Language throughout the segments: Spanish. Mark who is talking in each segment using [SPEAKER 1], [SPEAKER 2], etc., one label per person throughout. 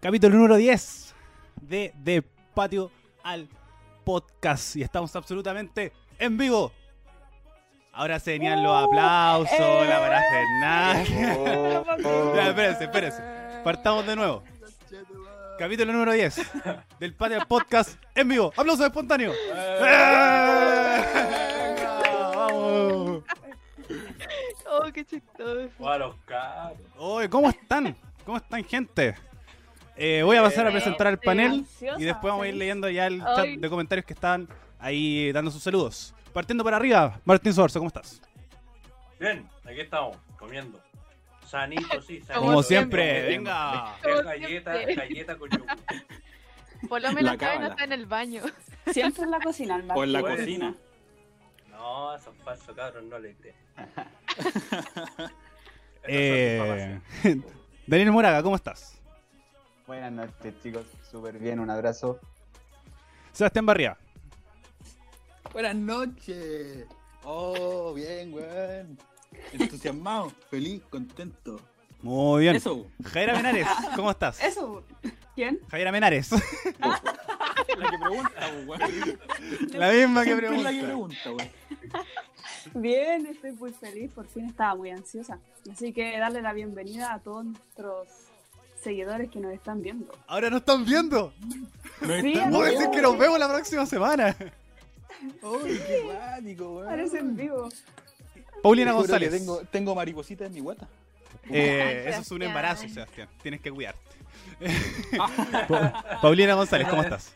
[SPEAKER 1] Capítulo número 10 de De Patio al Podcast. Y estamos absolutamente en vivo. Ahora se venían los aplausos,
[SPEAKER 2] eh.
[SPEAKER 1] la parafernalia. Ya, espérense, espérense. Partamos de nuevo. Capítulo número 10 del Patio al Podcast en vivo. Aplausos espontáneos. ¡Venga! Eh. ¡Vamos!
[SPEAKER 2] Oh, qué chistoso.
[SPEAKER 3] Bueno, caros.
[SPEAKER 1] Oye, ¿cómo están? ¿Cómo están, gente? Eh, voy a pasar a presentar al
[SPEAKER 2] Estoy
[SPEAKER 1] panel
[SPEAKER 2] ansiosa,
[SPEAKER 1] y después vamos a ir
[SPEAKER 2] feliz.
[SPEAKER 1] leyendo ya el
[SPEAKER 2] Ay.
[SPEAKER 1] chat de comentarios que están ahí dando sus saludos. Partiendo para arriba, Martín Sorso, ¿cómo estás?
[SPEAKER 3] Bien, aquí estamos, comiendo. Sanito, sí, sanito.
[SPEAKER 1] Como,
[SPEAKER 2] Como
[SPEAKER 1] siempre,
[SPEAKER 2] siempre.
[SPEAKER 1] venga.
[SPEAKER 2] Como
[SPEAKER 3] galleta,
[SPEAKER 2] siempre.
[SPEAKER 3] galleta con yogur.
[SPEAKER 2] Por lo menos
[SPEAKER 4] La
[SPEAKER 2] acá no
[SPEAKER 4] cábala.
[SPEAKER 2] está en el baño.
[SPEAKER 5] Siempre en la cocina, el
[SPEAKER 4] O en la
[SPEAKER 3] Bueno.
[SPEAKER 4] cocina.
[SPEAKER 3] No, esos falsos cabros no le creen.
[SPEAKER 1] Eh, Daniel Moraga, ¿cómo estás?
[SPEAKER 6] Buenas noches, chicos. Súper bien, un abrazo.
[SPEAKER 1] Sebastián Barría,
[SPEAKER 4] Buenas noches. Oh, bien, weón. Entusiasmado, feliz, contento.
[SPEAKER 1] muy bien.
[SPEAKER 4] Eso.
[SPEAKER 1] Jaira Menares, ¿cómo estás?
[SPEAKER 5] Eso. ¿Quién?
[SPEAKER 1] Jaira Menares,
[SPEAKER 4] La que pregunta, weón.
[SPEAKER 1] la misma que
[SPEAKER 4] Siempre es la que
[SPEAKER 1] pregunta.
[SPEAKER 4] pregunta, weón.
[SPEAKER 5] Bien, estoy muy feliz, por fin estaba muy ansiosa. Así que darle la bienvenida a todos nuestros seguidores que nos están viendo.
[SPEAKER 1] Ahora nos están viendo.
[SPEAKER 4] No
[SPEAKER 5] Sí,
[SPEAKER 4] está-
[SPEAKER 1] Puedo
[SPEAKER 5] amigo.
[SPEAKER 1] decir que nos vemos la próxima semana.
[SPEAKER 4] Ay, qué guático, weón.
[SPEAKER 5] Parecen vivos.
[SPEAKER 1] Paulina
[SPEAKER 4] Te juro que
[SPEAKER 1] González.
[SPEAKER 4] Tengo, tengo mariposita en mi guata.
[SPEAKER 1] Eh, eso es un
[SPEAKER 2] Sebastián.
[SPEAKER 1] embarazo, Sebastián. Tienes que cuidarte. Pa- Paulina González, ¿cómo estás?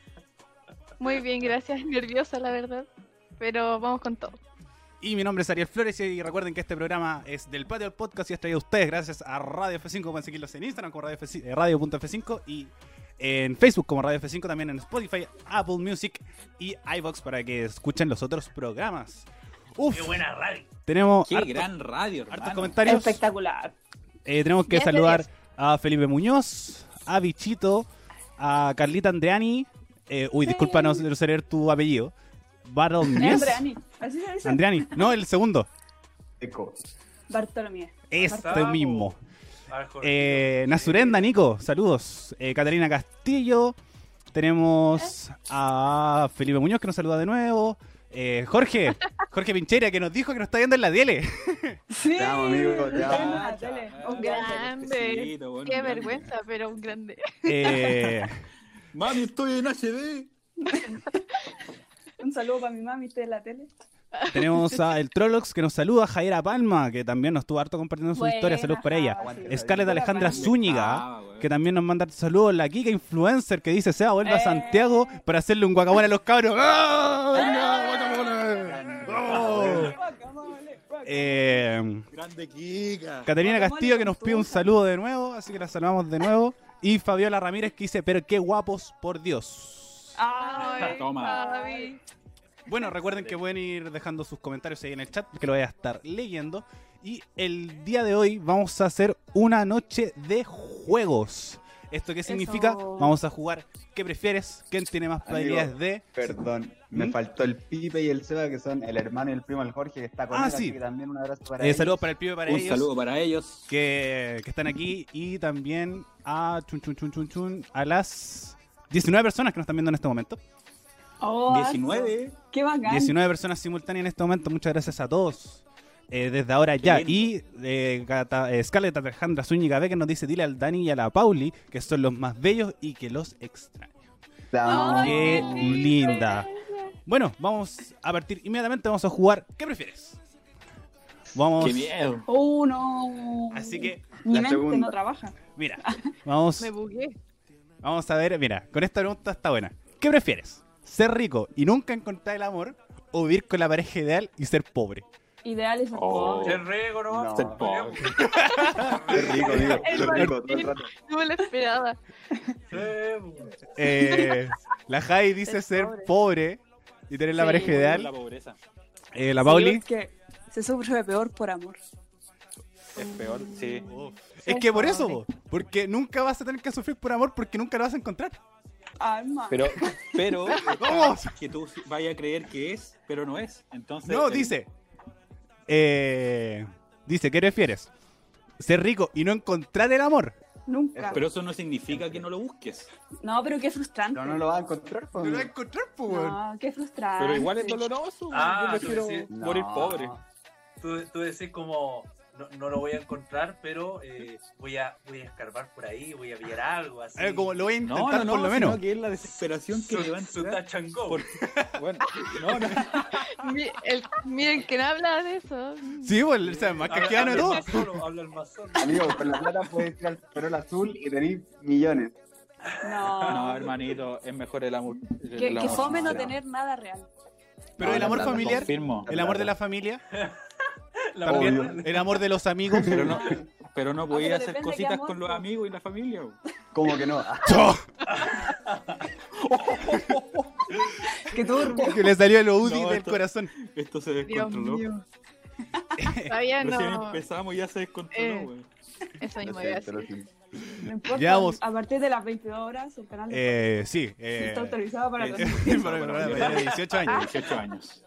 [SPEAKER 2] Muy bien, gracias. Nerviosa, la verdad. Pero vamos con todo.
[SPEAKER 1] Y mi nombre es Ariel Flores y recuerden que este programa es del Patio al Podcast y es traído a ustedes gracias a Radio F5. Pueden seguirlos en Instagram como Radio F- eh, radio.f5 y en Facebook como Radio F5, también en Spotify, Apple Music y iVox para que escuchen los otros programas. Uf,
[SPEAKER 3] Qué buena radio.
[SPEAKER 1] tenemos
[SPEAKER 4] Qué
[SPEAKER 1] harto-
[SPEAKER 4] gran radio,
[SPEAKER 1] hartos
[SPEAKER 4] hermano.
[SPEAKER 1] comentarios.
[SPEAKER 5] Espectacular.
[SPEAKER 1] Eh, tenemos que
[SPEAKER 2] Diez de
[SPEAKER 1] saludar
[SPEAKER 2] diez.
[SPEAKER 1] a Felipe Muñoz, a Bichito, a Carlita Andreani. eh, uy, disculpa no, no sé leer tu apellido. Bartolomés.
[SPEAKER 5] Andreani. Así se dice.
[SPEAKER 1] Andreani. No, el segundo.
[SPEAKER 6] Eco.
[SPEAKER 5] Bartolomé.
[SPEAKER 1] Este
[SPEAKER 3] Estamos.
[SPEAKER 1] mismo.
[SPEAKER 3] Arjona.
[SPEAKER 1] Eh, Nazurenda, Nico. Saludos. Eh, Catalina Castillo. Tenemos a Felipe Muñoz que nos saluda de nuevo. Eh, Jorge, Jorge Pinchera que nos dijo que nos está viendo en la tele.
[SPEAKER 5] Sí.
[SPEAKER 6] Te amo, amigo, te
[SPEAKER 4] Ah,
[SPEAKER 5] Nos vemos en la
[SPEAKER 6] amo.
[SPEAKER 5] tele. Un gran
[SPEAKER 2] Grande.
[SPEAKER 4] Cortecito, weón,
[SPEAKER 2] Qué
[SPEAKER 4] grande.
[SPEAKER 2] vergüenza, pero un grande.
[SPEAKER 1] Eh,
[SPEAKER 4] Mami, estoy en HD.
[SPEAKER 5] Un saludo para mi mami, esté en la tele.
[SPEAKER 1] Tenemos a el Trollox que nos saluda, Jaira Palma, que también nos estuvo harto compartiendo su
[SPEAKER 5] Buena,
[SPEAKER 1] historia. Salud para ella.
[SPEAKER 6] Javi.
[SPEAKER 1] Scarlett Alejandra
[SPEAKER 5] Hola,
[SPEAKER 1] Zúñiga,
[SPEAKER 4] Ah, weón.
[SPEAKER 1] que también nos manda saludos. La Kika Influencer, que dice, sea, vuelve a
[SPEAKER 5] Eh.
[SPEAKER 1] Santiago para hacerle un guacamole a los cabros. ¡Ah! ¡No, guacamole! ¡Oh!
[SPEAKER 5] Guacamole, guacamole.
[SPEAKER 1] Eh,
[SPEAKER 4] Grande Kika.
[SPEAKER 1] Caterina Castillo, que nos pide un saludo de nuevo, así que la saludamos de nuevo. Y Fabiola Ramírez, que dice, pero qué guapos, por Dios.
[SPEAKER 5] Ay,
[SPEAKER 2] Ay,
[SPEAKER 4] Toma.
[SPEAKER 2] Fabi.
[SPEAKER 1] Bueno, recuerden que pueden ir dejando sus comentarios ahí en el chat, que lo voy a estar leyendo. Y el día de hoy vamos a hacer una noche de juegos. ¿Esto qué significa?
[SPEAKER 5] Eso.
[SPEAKER 1] Vamos a jugar ¿Qué prefieres? ¿Quién tiene más probabilidades de...?
[SPEAKER 6] Perdón, me
[SPEAKER 1] ¿Mm?
[SPEAKER 6] faltó el Pipe y el Seba, que son el hermano y el primo del Jorge, que está con
[SPEAKER 1] Ah,
[SPEAKER 6] él, así
[SPEAKER 1] sí.
[SPEAKER 6] que también un abrazo para
[SPEAKER 1] Eh,
[SPEAKER 6] ellos.
[SPEAKER 1] saludos para el pibe para
[SPEAKER 4] Un
[SPEAKER 1] ellos
[SPEAKER 4] saludo para ellos.
[SPEAKER 1] Que, que están aquí y también a chun chun chun chun chun a las 19 personas que nos están viendo en este momento.
[SPEAKER 5] Oh,
[SPEAKER 4] 19.
[SPEAKER 5] Qué bacán.
[SPEAKER 1] 19 personas simultáneas en este momento. Muchas gracias a todos. eh, desde ahora ya.
[SPEAKER 4] lindo.
[SPEAKER 1] Y eh, Gata- eh, Scarlett Alejandra Zúñiga Vega nos dice: Dile al Dani y a la Pauli que son los más bellos y que los extraño.
[SPEAKER 6] Te amo.
[SPEAKER 2] Ay,
[SPEAKER 1] ¡Qué
[SPEAKER 2] qué lindo.
[SPEAKER 1] linda! Bueno, vamos a partir inmediatamente. Vamos a jugar. ¿Qué prefieres? Vamos.
[SPEAKER 4] Qué miedo.
[SPEAKER 5] Oh, no.
[SPEAKER 1] Así que,
[SPEAKER 5] Mi
[SPEAKER 6] La
[SPEAKER 5] mente
[SPEAKER 6] segunda.
[SPEAKER 5] no trabaja.
[SPEAKER 1] mira, vamos,
[SPEAKER 2] Me bugué.
[SPEAKER 1] vamos a ver. Mira, con esta pregunta está buena. ¿Qué prefieres? ¿Ser rico y nunca encontrar el amor? ¿O vivir con la pareja ideal y ser pobre?
[SPEAKER 5] Ideal es el
[SPEAKER 4] Oh.
[SPEAKER 3] Ser rego, ¿no?
[SPEAKER 6] No.
[SPEAKER 4] Ser pobre.
[SPEAKER 6] Qué rico, digo. Qué rico, todo el rato.
[SPEAKER 2] No me lo esperaba.
[SPEAKER 3] Sí,
[SPEAKER 1] Eh, la Jai dice
[SPEAKER 2] Ser
[SPEAKER 1] ser
[SPEAKER 2] pobre.
[SPEAKER 1] pobre y tener la
[SPEAKER 5] Sí,
[SPEAKER 1] pareja
[SPEAKER 4] La
[SPEAKER 1] ideal.
[SPEAKER 4] pobreza.
[SPEAKER 1] Eh, la Pauli.
[SPEAKER 5] es que se sufre peor por amor.
[SPEAKER 4] Es peor, sí.
[SPEAKER 1] Es que por eso, po, porque nunca vas a tener que sufrir por amor porque nunca lo vas a encontrar.
[SPEAKER 5] Alma.
[SPEAKER 4] Pero, pero,
[SPEAKER 1] Vamos.
[SPEAKER 4] que tú vayas a creer que es, pero no es. Entonces,
[SPEAKER 1] No,
[SPEAKER 4] el-
[SPEAKER 1] dice. eh, dice, ¿qué prefieres? ¿Ser rico y no encontrar el amor?
[SPEAKER 5] Nunca.
[SPEAKER 4] Pero eso no significa que no lo busques.
[SPEAKER 5] No, pero qué frustrante.
[SPEAKER 6] Pero no lo vas a encontrar, pues.
[SPEAKER 7] No lo va a encontrar, pues, weón.
[SPEAKER 5] No, qué frustrante.
[SPEAKER 4] Pero igual es doloroso. weón.
[SPEAKER 3] Ah,
[SPEAKER 4] Yo prefiero
[SPEAKER 3] tú decís-
[SPEAKER 6] No.
[SPEAKER 4] morir pobre.
[SPEAKER 3] Tú, tú decís como, no, no lo voy a encontrar, pero eh, voy, a, voy a escarbar por ahí, voy a pillar algo así.
[SPEAKER 1] A ver, Eh, como lo voy a
[SPEAKER 4] No,
[SPEAKER 1] intentar
[SPEAKER 4] no, no,
[SPEAKER 1] por lo
[SPEAKER 4] sino
[SPEAKER 1] menos.
[SPEAKER 4] que es la desesperación que
[SPEAKER 3] Su-
[SPEAKER 4] le va a
[SPEAKER 3] su
[SPEAKER 4] entrar.
[SPEAKER 3] tachangó.
[SPEAKER 4] Por- Bueno, no, no.
[SPEAKER 2] Mi- el- miren, que no habla de eso.
[SPEAKER 1] Sí, pues, o sea, más
[SPEAKER 3] Habla-
[SPEAKER 1] casqueano de
[SPEAKER 3] Ah, habla
[SPEAKER 1] todo.
[SPEAKER 3] el más solo, habla el más solo.
[SPEAKER 6] Amigo, con la plata puedes ir al perol azul y tenés millones.
[SPEAKER 5] No.
[SPEAKER 4] No, hermanito, es mejor el amor. el
[SPEAKER 5] que,
[SPEAKER 4] amor
[SPEAKER 5] que fome no
[SPEAKER 4] sincero.
[SPEAKER 5] tener nada real.
[SPEAKER 1] Pero el
[SPEAKER 6] la
[SPEAKER 1] amor
[SPEAKER 6] plata,
[SPEAKER 1] familiar,
[SPEAKER 4] Confirmo.
[SPEAKER 1] el amor de la familia,
[SPEAKER 3] La
[SPEAKER 1] también,
[SPEAKER 3] mierda.
[SPEAKER 1] el amor de los amigos.
[SPEAKER 4] Pero no, pero no podía
[SPEAKER 5] pero
[SPEAKER 4] hacer
[SPEAKER 5] depende
[SPEAKER 4] cositas
[SPEAKER 5] qué amor,
[SPEAKER 4] con los
[SPEAKER 5] po.
[SPEAKER 4] amigos y la familia. weón.
[SPEAKER 6] ¿Cómo que no?
[SPEAKER 5] Qué turbio.
[SPEAKER 1] que le salió el UDI
[SPEAKER 4] No,
[SPEAKER 1] del
[SPEAKER 4] esto-
[SPEAKER 1] corazón.
[SPEAKER 4] Esto se
[SPEAKER 2] Dios
[SPEAKER 4] descontroló.
[SPEAKER 2] mío. Todavía
[SPEAKER 4] Recién
[SPEAKER 2] no.
[SPEAKER 4] empezamos y ya se descontroló,
[SPEAKER 2] Eh.
[SPEAKER 4] weón.
[SPEAKER 2] Eso
[SPEAKER 6] Lo
[SPEAKER 2] mismo iba a
[SPEAKER 6] siento, lo
[SPEAKER 2] decir.
[SPEAKER 6] siento.
[SPEAKER 5] No importa.
[SPEAKER 1] Llevamos-
[SPEAKER 5] A partir de las 22 horas, su canal de
[SPEAKER 1] Eh, sí.
[SPEAKER 5] Fox
[SPEAKER 1] Eh,
[SPEAKER 5] está autorizado para
[SPEAKER 4] eh,
[SPEAKER 5] los
[SPEAKER 1] para el programa de 18 años.
[SPEAKER 4] 18 años.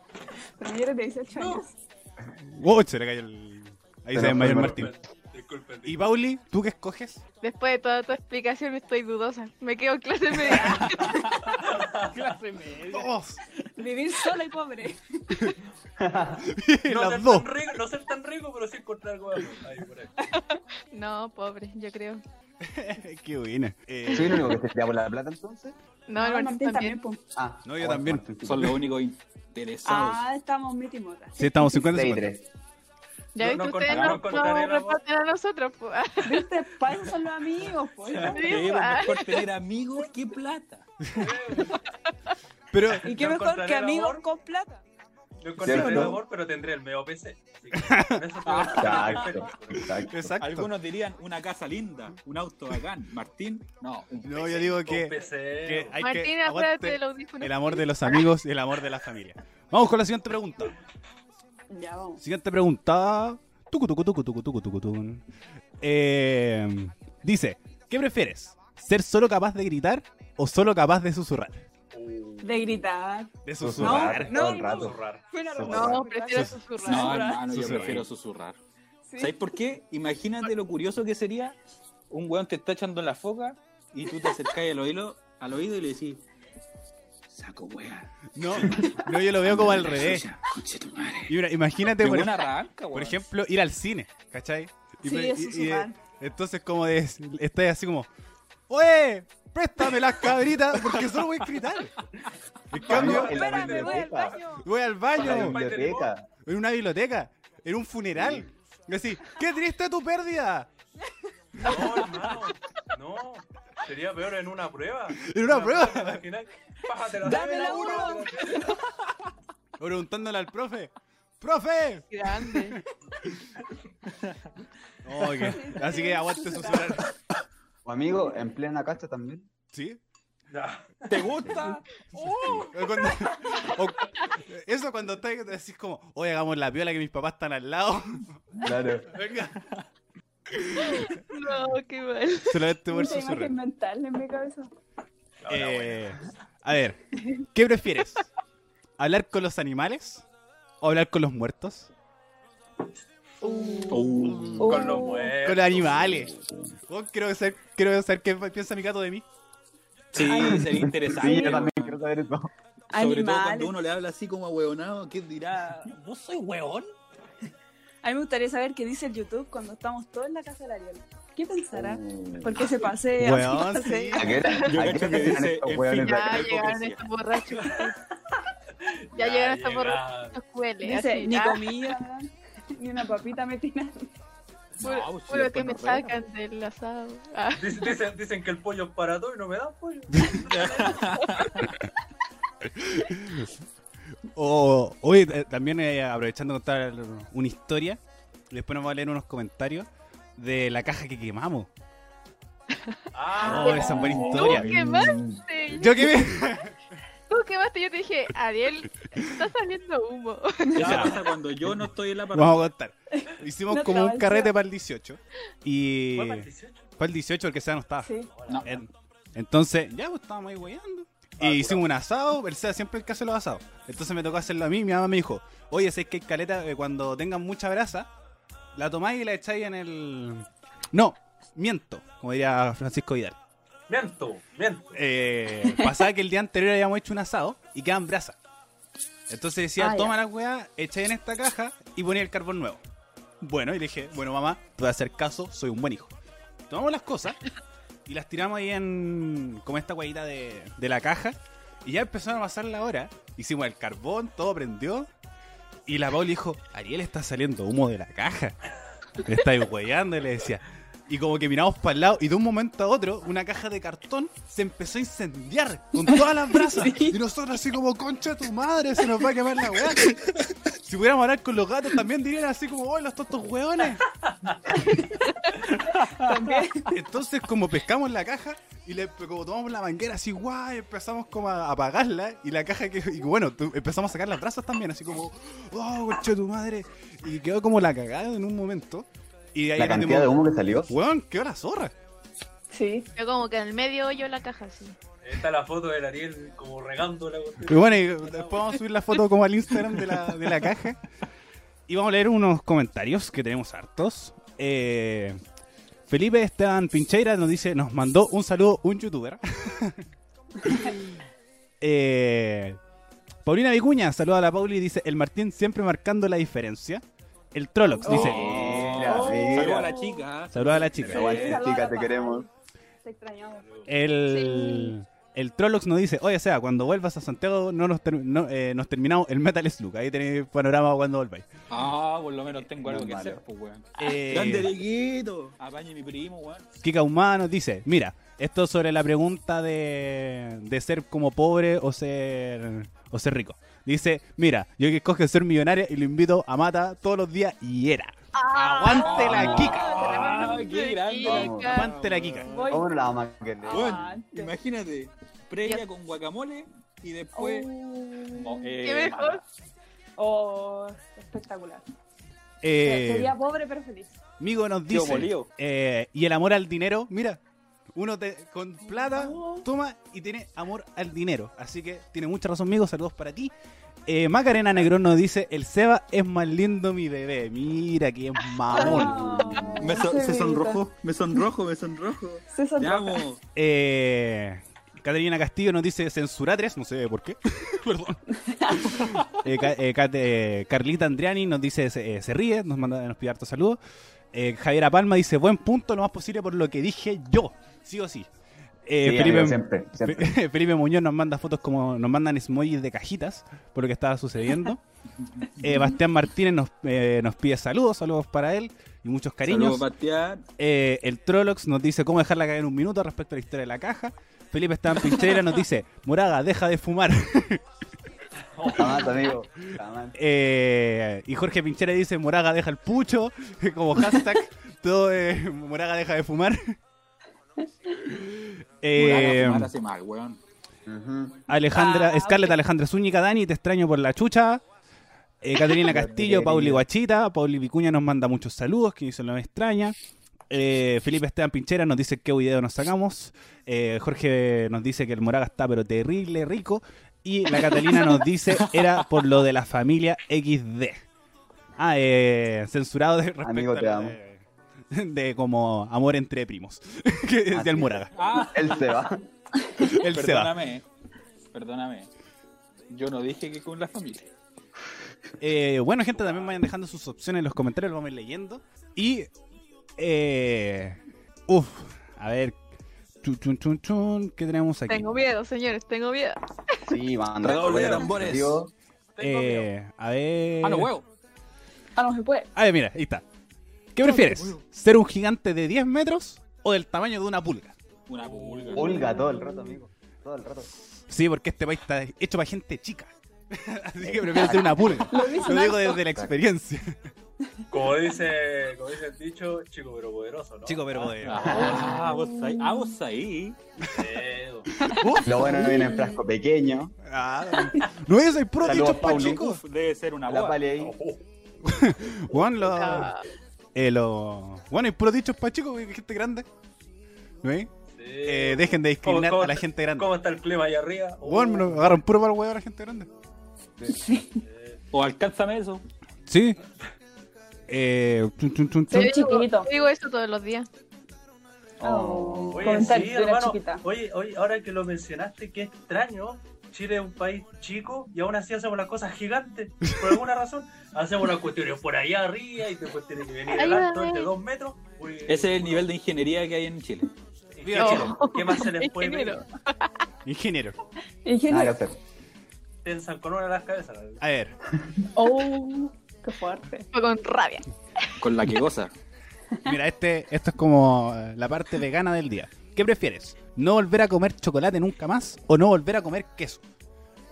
[SPEAKER 5] mayores de 18 años.
[SPEAKER 1] Wow, se le cayó el. Ahí se
[SPEAKER 6] Pero
[SPEAKER 1] ve Mayor
[SPEAKER 6] fue
[SPEAKER 1] Martín.
[SPEAKER 3] Disculpen, disculpen.
[SPEAKER 1] Y Pauli, ¿tú qué escoges?
[SPEAKER 2] Después de toda tu explicación estoy dudosa. Me quedo en clase media.
[SPEAKER 1] Dos.
[SPEAKER 5] Vivir sola y pobre.
[SPEAKER 3] no, ser
[SPEAKER 1] Las dos.
[SPEAKER 3] Tan rico, no ser tan rico, pero sí encontrar algo de amor. Ahí, por ahí.
[SPEAKER 2] No, pobre, yo creo.
[SPEAKER 1] qué buena. Eh,
[SPEAKER 6] ¿Soy el único que se tira por la plata entonces?
[SPEAKER 2] No, el
[SPEAKER 5] Ah,
[SPEAKER 2] Martín también.
[SPEAKER 5] po.
[SPEAKER 6] Ah,
[SPEAKER 1] No, yo
[SPEAKER 6] oh,
[SPEAKER 1] también.
[SPEAKER 6] Martín, sí.
[SPEAKER 4] Son los únicos interesados.
[SPEAKER 5] Ah, estamos mitimota.
[SPEAKER 1] sí, estamos
[SPEAKER 6] Day
[SPEAKER 1] 50-50.
[SPEAKER 6] tres.
[SPEAKER 2] Ya
[SPEAKER 3] No,
[SPEAKER 2] ven
[SPEAKER 3] no
[SPEAKER 2] que ustedes
[SPEAKER 3] encontraron
[SPEAKER 2] nos
[SPEAKER 3] con
[SPEAKER 2] no
[SPEAKER 3] Canela, vos.
[SPEAKER 2] reparten a nosotros. pues. po.
[SPEAKER 5] ¿Viste? Para eso son los amigos, po.
[SPEAKER 4] Sí, pues, mejor tener amigos que plata.
[SPEAKER 1] Pero,
[SPEAKER 5] Y qué
[SPEAKER 3] No
[SPEAKER 5] mejor que
[SPEAKER 3] encontraré el
[SPEAKER 5] amigos
[SPEAKER 3] amor.
[SPEAKER 5] con plata.
[SPEAKER 3] No encontraré el
[SPEAKER 6] ¿Cierto?
[SPEAKER 3] amor, pero tendré el medio PC. Así que con eso puedo estar feliz.
[SPEAKER 6] Exacto, exacto.
[SPEAKER 1] exacto.
[SPEAKER 4] Algunos dirían una casa linda, un auto bacán. Martín, no, un
[SPEAKER 1] No, yo digo
[SPEAKER 3] Un
[SPEAKER 1] que,
[SPEAKER 3] PC.
[SPEAKER 1] que hay
[SPEAKER 2] Martín,
[SPEAKER 1] que.
[SPEAKER 2] acuérdate
[SPEAKER 1] aguante
[SPEAKER 2] del audífono.
[SPEAKER 1] El amor de los amigos y el amor de la familia. Vamos con la siguiente pregunta.
[SPEAKER 5] Ya vamos.
[SPEAKER 1] Siguiente pregunta. Tucu, tucu, tucu, tucu, tucu, tucu, tun. Eh, dice, ¿qué prefieres? ¿Ser solo capaz de gritar o solo capaz de susurrar?
[SPEAKER 5] De gritar.
[SPEAKER 1] De
[SPEAKER 6] Susurrar
[SPEAKER 5] No,
[SPEAKER 6] todo el
[SPEAKER 5] no,
[SPEAKER 6] rato.
[SPEAKER 3] Susurrar.
[SPEAKER 5] Fue una
[SPEAKER 6] No,
[SPEAKER 5] respuesta
[SPEAKER 2] No,
[SPEAKER 5] muy
[SPEAKER 2] prefiero
[SPEAKER 5] fácil.
[SPEAKER 2] susurrar.
[SPEAKER 4] No, hermano, yo
[SPEAKER 1] Susurrar.
[SPEAKER 4] prefiero susurrar.
[SPEAKER 5] Sí.
[SPEAKER 4] ¿Sabes por qué? Imagínate lo curioso que sería un weón te está echando en la foca y tú te acercás al oído, al oído y le decís, saco wea.
[SPEAKER 1] No, no, yo lo veo como al revés.
[SPEAKER 4] Chucha, conche tu madre.
[SPEAKER 1] Y mira, imagínate,
[SPEAKER 4] Qué
[SPEAKER 1] por,
[SPEAKER 4] buena
[SPEAKER 1] ej-
[SPEAKER 4] arranca,
[SPEAKER 1] por
[SPEAKER 4] weón.
[SPEAKER 1] ejemplo, ir al cine, ¿cachai?
[SPEAKER 5] Sí,
[SPEAKER 1] pre-
[SPEAKER 5] es susurrar.
[SPEAKER 1] entonces, como de, estás así como, ¡Oye! Préstame las cabritas porque solo voy a gritar. En cambio,
[SPEAKER 6] en la
[SPEAKER 5] Espérame, voy al
[SPEAKER 6] biblioteca.
[SPEAKER 5] baño.
[SPEAKER 1] voy al
[SPEAKER 6] En la
[SPEAKER 1] baño.
[SPEAKER 6] biblioteca.
[SPEAKER 1] En una biblioteca. En un funeral. Y así, ¡qué triste tu pérdida!
[SPEAKER 3] No, hermano. No. Sería peor en una prueba.
[SPEAKER 1] En una prueba.
[SPEAKER 3] Al final, pájatela.
[SPEAKER 5] Dame la uno.
[SPEAKER 1] O preguntándole al profe. ¡Profe!
[SPEAKER 2] Grande.
[SPEAKER 1] Ok, Así que aguante susurrar.
[SPEAKER 6] O amigo, en plena cacha también.
[SPEAKER 1] ¿Sí?
[SPEAKER 3] Ya. Uh.
[SPEAKER 4] ¿Te gusta?
[SPEAKER 1] O cuando- o- eso cuando estás decís como, oye, hagamos la piola que mis papás están al lado.
[SPEAKER 6] Claro.
[SPEAKER 1] Venga.
[SPEAKER 2] No, qué mal.
[SPEAKER 1] Solamente por
[SPEAKER 5] Mucha
[SPEAKER 1] susurrar.
[SPEAKER 5] imagen mental en mi cabeza.
[SPEAKER 3] Ahora, bueno.
[SPEAKER 1] Eh, a ver, ¿qué prefieres? ¿Hablar con los animales o hablar con los muertos?
[SPEAKER 4] Uh,
[SPEAKER 3] Con los
[SPEAKER 5] Oh.
[SPEAKER 3] muertos.
[SPEAKER 1] Con los animales. Oh, quiero, saber, quiero saber qué piensa mi gato de mí.
[SPEAKER 4] Sí, sería interesante.
[SPEAKER 6] Sí, yo
[SPEAKER 4] weón.
[SPEAKER 6] también quiero saber eso.
[SPEAKER 4] Sobre todo
[SPEAKER 5] Animales.
[SPEAKER 4] cuando uno le habla así como a hueonado, ¿quién dirá? ¿Vos soy hueón?
[SPEAKER 5] A mí me gustaría saber qué dice el YouTube cuando estamos todos en la casa de Ariel. ¿Qué pensará?
[SPEAKER 6] Uh.
[SPEAKER 5] ¿Por qué se pasea?
[SPEAKER 1] Weón,
[SPEAKER 5] se
[SPEAKER 1] sí.
[SPEAKER 5] pasea?
[SPEAKER 6] Eh, ¿A qué
[SPEAKER 4] Yo
[SPEAKER 6] hora- a qué
[SPEAKER 4] cacho
[SPEAKER 6] hora
[SPEAKER 4] que
[SPEAKER 6] terminan
[SPEAKER 4] dice,
[SPEAKER 6] estos
[SPEAKER 4] en
[SPEAKER 6] hueones
[SPEAKER 4] fin,
[SPEAKER 6] de acá?
[SPEAKER 2] Ya
[SPEAKER 4] la
[SPEAKER 2] llegaron
[SPEAKER 4] hipocresía.
[SPEAKER 2] estos borrachos. Ya llegaron estos borrachos.
[SPEAKER 3] llegaron.
[SPEAKER 2] Estos cueles.
[SPEAKER 5] Dice,
[SPEAKER 2] así,
[SPEAKER 5] ni
[SPEAKER 2] ah,
[SPEAKER 5] comida, ni una papita me tiran.
[SPEAKER 2] puro-
[SPEAKER 4] pues si
[SPEAKER 2] Puro que
[SPEAKER 4] después
[SPEAKER 2] me
[SPEAKER 4] nos regalan.
[SPEAKER 2] sacan del asado. Ah.
[SPEAKER 3] Dicen, dicen- dicen que el pollo es para todo y no me dan pollo.
[SPEAKER 1] O, oye, eh, también eh, aprovechando de contar una historia, después nos va a leer unos comentarios de la caja que quemamos.
[SPEAKER 3] Ah,
[SPEAKER 1] Oh, esa es buena historia.
[SPEAKER 2] Tú quemaste.
[SPEAKER 1] Yo quemé.
[SPEAKER 2] Tú quemaste. Yo te dije, Ariel, está saliendo humo.
[SPEAKER 4] Eso
[SPEAKER 1] Ya.
[SPEAKER 4] pasa cuando yo no estoy en la parroquia.
[SPEAKER 1] Vamos a contar. Hicimos
[SPEAKER 5] No
[SPEAKER 1] como
[SPEAKER 5] estaba
[SPEAKER 1] un
[SPEAKER 5] el
[SPEAKER 1] carrete
[SPEAKER 5] Seba.
[SPEAKER 1] para el 18. Y.
[SPEAKER 3] ¿Fue para el 18?
[SPEAKER 1] Para el 18, el que sea no estaba.
[SPEAKER 5] Sí.
[SPEAKER 4] No.
[SPEAKER 1] En- entonces, ya pues, estábamos ahí weyando.
[SPEAKER 3] Ah,
[SPEAKER 1] Y hicimos un asado, el Seba siempre es el que hace los asados. Entonces me tocó hacerlo a mí, mi mamá me dijo, oye, ¿sabes que hay caleta eh, cuando tengan mucha brasa, la tomáis y la echáis en el... No, miento, como diría Francisco Vidal.
[SPEAKER 3] Miento, miento.
[SPEAKER 1] Eh, pasaba que el día anterior habíamos hecho un asado y quedaban brasas. Entonces decía,
[SPEAKER 5] Ah, ya.
[SPEAKER 1] toma la weá, echa en esta caja y ponía el carbón nuevo. Bueno, y le dije, bueno mamá, te voy a hacer caso, soy un buen hijo. Tomamos las cosas y las tiramos ahí en como esta weita de, de la caja. Y ya empezaron a pasar la hora. Hicimos el carbón, todo prendió. Y la Paula dijo, Ariel está saliendo humo de la caja. Le estáis hueveando", y le decía. Y como que miramos para el lado y de un momento a otro una caja de cartón se empezó a incendiar con todas las brasas. Y nosotros así como, concha de tu madre, se nos va a quemar la weá. Si pudiéramos hablar con los gatos también dirían así como, oh, los tontos hueones.
[SPEAKER 5] También.
[SPEAKER 1] Entonces, como pescamos la caja y le, como tomamos la manguera así, guay, empezamos como a apagarla y la caja que. Y bueno, tu- empezamos a sacar las brasas también, así como, oh, coche tu madre. Y quedó como la cagada en un momento. Y de ahí
[SPEAKER 6] La cantidad de humo que salió.
[SPEAKER 1] Weón, quedó la zorra.
[SPEAKER 5] Sí.
[SPEAKER 2] Yo como que en el medio hoyo la caja, sí.
[SPEAKER 3] Ahí Está la foto del Ariel como regando la
[SPEAKER 1] Y bueno, y después vamos a subir la foto como al Instagram de la, de la caja. Y vamos a leer unos comentarios que tenemos hartos. Eh, Felipe Esteban Pincheira nos dice, nos mandó un saludo un youtuber. Eh, Paulina Vicuña saluda a la Pauli y dice, el Martín siempre marcando la diferencia. El Trollox dice,
[SPEAKER 6] Mira,
[SPEAKER 5] Oh.
[SPEAKER 4] Saludos a
[SPEAKER 6] mira.
[SPEAKER 4] la chica. ¿eh?
[SPEAKER 1] saluda a la chica.
[SPEAKER 6] Aguante, chica, te queremos.
[SPEAKER 5] Te extrañamos.
[SPEAKER 1] El, el Trollox nos dice, oye, sea, cuando vuelvas a Santiago no nos, ter- no, eh, nos terminamos el Metal Slug. Ahí tenéis panorama cuando volváis.
[SPEAKER 4] Ah, por lo menos tengo algo
[SPEAKER 6] No,
[SPEAKER 4] que
[SPEAKER 6] malo.
[SPEAKER 4] hacer, pues, weón.
[SPEAKER 1] Eh,
[SPEAKER 4] Grande Dieguito. Apañe mi primo, weón.
[SPEAKER 1] Kika Humano dice, mira, esto sobre la pregunta de, de ser como pobre o ser o ser rico. Dice, mira, yo que escoge ser millonaria y lo invito a Mata todos los días y era. Aguante
[SPEAKER 2] Ah,
[SPEAKER 1] la Kika.
[SPEAKER 4] Ah, qué grande la
[SPEAKER 6] Vamos.
[SPEAKER 2] Kika.
[SPEAKER 1] Aguante la Kika.
[SPEAKER 5] Voy.
[SPEAKER 6] ¿Cómo no la vamos a querer?
[SPEAKER 4] Weón,
[SPEAKER 5] Aguante.
[SPEAKER 4] imagínate. Previa con guacamole y después.
[SPEAKER 5] Oh,
[SPEAKER 4] pues, Mo- eh,
[SPEAKER 2] Qué mejor.
[SPEAKER 5] Oh, espectacular.
[SPEAKER 1] Eh,
[SPEAKER 5] Sería pobre pero feliz.
[SPEAKER 1] Migo nos
[SPEAKER 4] Tío
[SPEAKER 1] dice,
[SPEAKER 4] Bolío.
[SPEAKER 1] eh, y el amor al dinero, mira, uno te, con plata toma y tiene amor al dinero. Así que tiene mucha razón, Migo, saludos para ti. Eh, Macarena Negrón nos dice, el Seba es más lindo mi bebé. Mira que es mamón.
[SPEAKER 5] Oh,
[SPEAKER 4] Me so- se
[SPEAKER 5] Cebita.
[SPEAKER 4] sonrojo, me sonrojo, me sonrojo.
[SPEAKER 5] Se
[SPEAKER 4] Te
[SPEAKER 5] sonroja.
[SPEAKER 4] amo.
[SPEAKER 1] Eh, Caterina Castillo nos dice censura 3, no sé por qué. Perdón. Eh, Ca- eh, Cat- eh, Carlita Andriani nos dice se, eh, se ríe, nos manda nos pide harto saludos. Eh, Javiera Palma dice buen punto, lo más posible por lo que dije yo, sí o sí. Eh,
[SPEAKER 6] Sí,
[SPEAKER 1] Felipe,
[SPEAKER 6] amigo, siempre, siempre.
[SPEAKER 1] Fe- Felipe Muñoz nos manda fotos como nos mandan emojis de cajitas por lo que estaba sucediendo. Eh, Bastián Martínez nos, eh, nos pide saludos, saludos para él y muchos cariños.
[SPEAKER 4] Saludos, Bastián.
[SPEAKER 1] Eh, el Trollox nos dice cómo dejarla caer en un minuto respecto a la historia de la caja. Felipe Esteban Pinchera nos dice, Moraga, deja de fumar.
[SPEAKER 6] Jamás, amigo. Jamás.
[SPEAKER 1] Eh, y Jorge Pinchera dice, Moraga, deja el pucho. Como hashtag, todo eh, Moraga, deja de fumar. Eh,
[SPEAKER 4] Moraga, fumar hace mal, weón.
[SPEAKER 6] Ujú.
[SPEAKER 1] Alejandra,
[SPEAKER 5] Ah,
[SPEAKER 1] Scarlett
[SPEAKER 5] ok.
[SPEAKER 1] Alejandra Zúñiga, Dani, te extraño por la chucha. Eh, Catalina Castillo, Pauli Guachita, Pauli Vicuña nos manda muchos saludos, que eso no me extraña. Eh, Felipe Esteban Pinchera nos dice qué video nos sacamos. Eh, Jorge nos dice que el Moraga está pero terrible, rico. Y la Catalina nos dice era por lo de la familia XD. Ah, eh, censurado de respecto
[SPEAKER 6] Amigo,
[SPEAKER 1] a
[SPEAKER 6] te
[SPEAKER 1] lo
[SPEAKER 6] amo.
[SPEAKER 1] De, de como amor entre primos. que es
[SPEAKER 6] Así
[SPEAKER 1] del
[SPEAKER 6] es.
[SPEAKER 1] Moraga.
[SPEAKER 4] Ah,
[SPEAKER 6] Él se va.
[SPEAKER 1] Él se va.
[SPEAKER 4] perdóname, eh. perdóname. Yo no dije que con la familia.
[SPEAKER 1] Eh, bueno, gente, también vayan dejando sus opciones en los comentarios, lo vamos a ir leyendo. Y. Eh, uf, a ver. Chun, chun, chun, chun, ¿Qué tenemos aquí?
[SPEAKER 2] Tengo miedo, señores, tengo miedo.
[SPEAKER 6] Sí, manda.
[SPEAKER 4] Redoble de
[SPEAKER 6] Bueno,
[SPEAKER 4] tambores.
[SPEAKER 6] digo,
[SPEAKER 1] Eh, a ver.
[SPEAKER 4] Ah, no, huevo.
[SPEAKER 5] Ah, no se puede.
[SPEAKER 1] A ver, mira, ahí está. ¿Qué prefieres? ¿Ser un gigante de 10 metros o del tamaño de una pulga?
[SPEAKER 4] Una pulga.
[SPEAKER 6] Pulga todo el rato, amigo. Todo el rato.
[SPEAKER 1] Sí, porque este país está hecho para gente chica. Así que prefiero ser una pulga.
[SPEAKER 5] Lo dice
[SPEAKER 1] Lo digo
[SPEAKER 5] Marco.
[SPEAKER 1] desde la experiencia.
[SPEAKER 3] Como dice, como dice el dicho, chico pero poderoso, ¿no?
[SPEAKER 1] Chico, pero poderoso.
[SPEAKER 4] Ah, vos ahí. Ah, vos ahí.
[SPEAKER 3] Dedo.
[SPEAKER 1] Uf,
[SPEAKER 6] Lo bueno no viene en frasco pequeño.
[SPEAKER 1] ah, no es el pro
[SPEAKER 6] Saludos,
[SPEAKER 1] dicho pa'
[SPEAKER 6] Paulo.
[SPEAKER 1] chicos.
[SPEAKER 4] Uf, debe ser una
[SPEAKER 6] La
[SPEAKER 4] boa.
[SPEAKER 6] pali ahí.
[SPEAKER 3] Ojo.
[SPEAKER 1] Juan, lo,
[SPEAKER 2] Ah,
[SPEAKER 1] Eh, lo... Bueno, y puros dichos para chicos, porque gente grande. ¿No es?
[SPEAKER 3] Sí.
[SPEAKER 1] Eh, dejen de
[SPEAKER 3] ¿Cómo-
[SPEAKER 1] discriminar
[SPEAKER 3] cómo
[SPEAKER 1] a la
[SPEAKER 3] está-
[SPEAKER 1] gente grande.
[SPEAKER 3] ¿Cómo está el clima ahí arriba?
[SPEAKER 1] Juan, me lo
[SPEAKER 3] Oh,
[SPEAKER 1] agarran puro para el huevo a la gente grande.
[SPEAKER 3] eh,
[SPEAKER 4] O alcánzame eso.
[SPEAKER 1] Sí. Eh, chun, chun, chun,
[SPEAKER 2] yo
[SPEAKER 1] chun.
[SPEAKER 5] Sí.
[SPEAKER 2] digo-
[SPEAKER 5] chiquitito.
[SPEAKER 2] Digo eso todos los días.
[SPEAKER 5] Oh,
[SPEAKER 3] Oye,
[SPEAKER 5] comentario
[SPEAKER 3] sí,
[SPEAKER 5] de la
[SPEAKER 3] hermano.
[SPEAKER 5] chiquita.
[SPEAKER 3] Oye, oye, ahora que lo mencionaste, qué extraño. Chile es un país chico y aún así hacemos las cosas gigantes. Por alguna razón, hacemos las cuestiones por allá arriba y después tiene que venir el
[SPEAKER 2] Ayúdame.
[SPEAKER 3] actor de dos metros. Uy,
[SPEAKER 4] Ese es el nivel de ingeniería que hay en Chile.
[SPEAKER 3] ¿Qué, qué más se les puede pedir?
[SPEAKER 2] Ingeniero.
[SPEAKER 1] Ingeniero.
[SPEAKER 4] Ah,
[SPEAKER 6] Nada que
[SPEAKER 5] Ingeniero.
[SPEAKER 6] hacer.
[SPEAKER 3] Piensan con una de las cabezas.
[SPEAKER 1] A ver.
[SPEAKER 5] Oh, qué fuerte.
[SPEAKER 2] Fue con rabia.
[SPEAKER 4] Con la que goza.
[SPEAKER 1] Mira, este, esto es como eh, la parte vegana del día. ¿Qué prefieres? ¿No volver a comer chocolate nunca más o no volver a comer queso?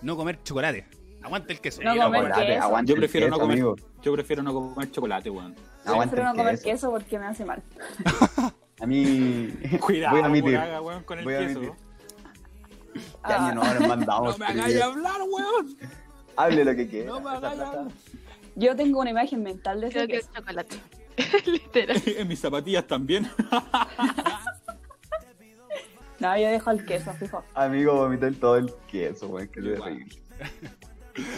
[SPEAKER 1] No comer chocolate. Aguante el queso.
[SPEAKER 5] No
[SPEAKER 1] Sí,
[SPEAKER 5] comer
[SPEAKER 1] aguante.
[SPEAKER 5] queso.
[SPEAKER 6] aguante
[SPEAKER 4] Yo
[SPEAKER 6] el
[SPEAKER 4] prefiero no
[SPEAKER 6] queso,
[SPEAKER 4] comer.
[SPEAKER 6] amigo.
[SPEAKER 4] Yo prefiero no comer chocolate, weón.
[SPEAKER 6] Aguante
[SPEAKER 5] Prefiero no
[SPEAKER 6] el
[SPEAKER 5] comer
[SPEAKER 6] queso.
[SPEAKER 5] queso porque me hace mal.
[SPEAKER 6] A mí.
[SPEAKER 4] Cuidado,
[SPEAKER 6] voy a admitir.
[SPEAKER 4] Moraga, weón, con el
[SPEAKER 6] Voy a
[SPEAKER 4] queso.
[SPEAKER 6] admitir. Este
[SPEAKER 5] Ah.
[SPEAKER 6] año no nos
[SPEAKER 4] No
[SPEAKER 6] mandamos.
[SPEAKER 4] me hagáis
[SPEAKER 6] querido.
[SPEAKER 4] hablar, weón.
[SPEAKER 6] Hable lo que quiera.
[SPEAKER 4] No me
[SPEAKER 6] esa
[SPEAKER 4] hagáis
[SPEAKER 6] plata.
[SPEAKER 4] hablar.
[SPEAKER 5] Yo tengo una imagen mental de
[SPEAKER 2] Creo
[SPEAKER 5] ese
[SPEAKER 2] que
[SPEAKER 5] queso.
[SPEAKER 2] es chocolate. Literal.
[SPEAKER 4] En mis zapatillas también.
[SPEAKER 5] No, yo dejo el queso, fijo.
[SPEAKER 6] Amigo, vomitó el todo el queso, weón. Que
[SPEAKER 4] Igual.
[SPEAKER 6] terrible.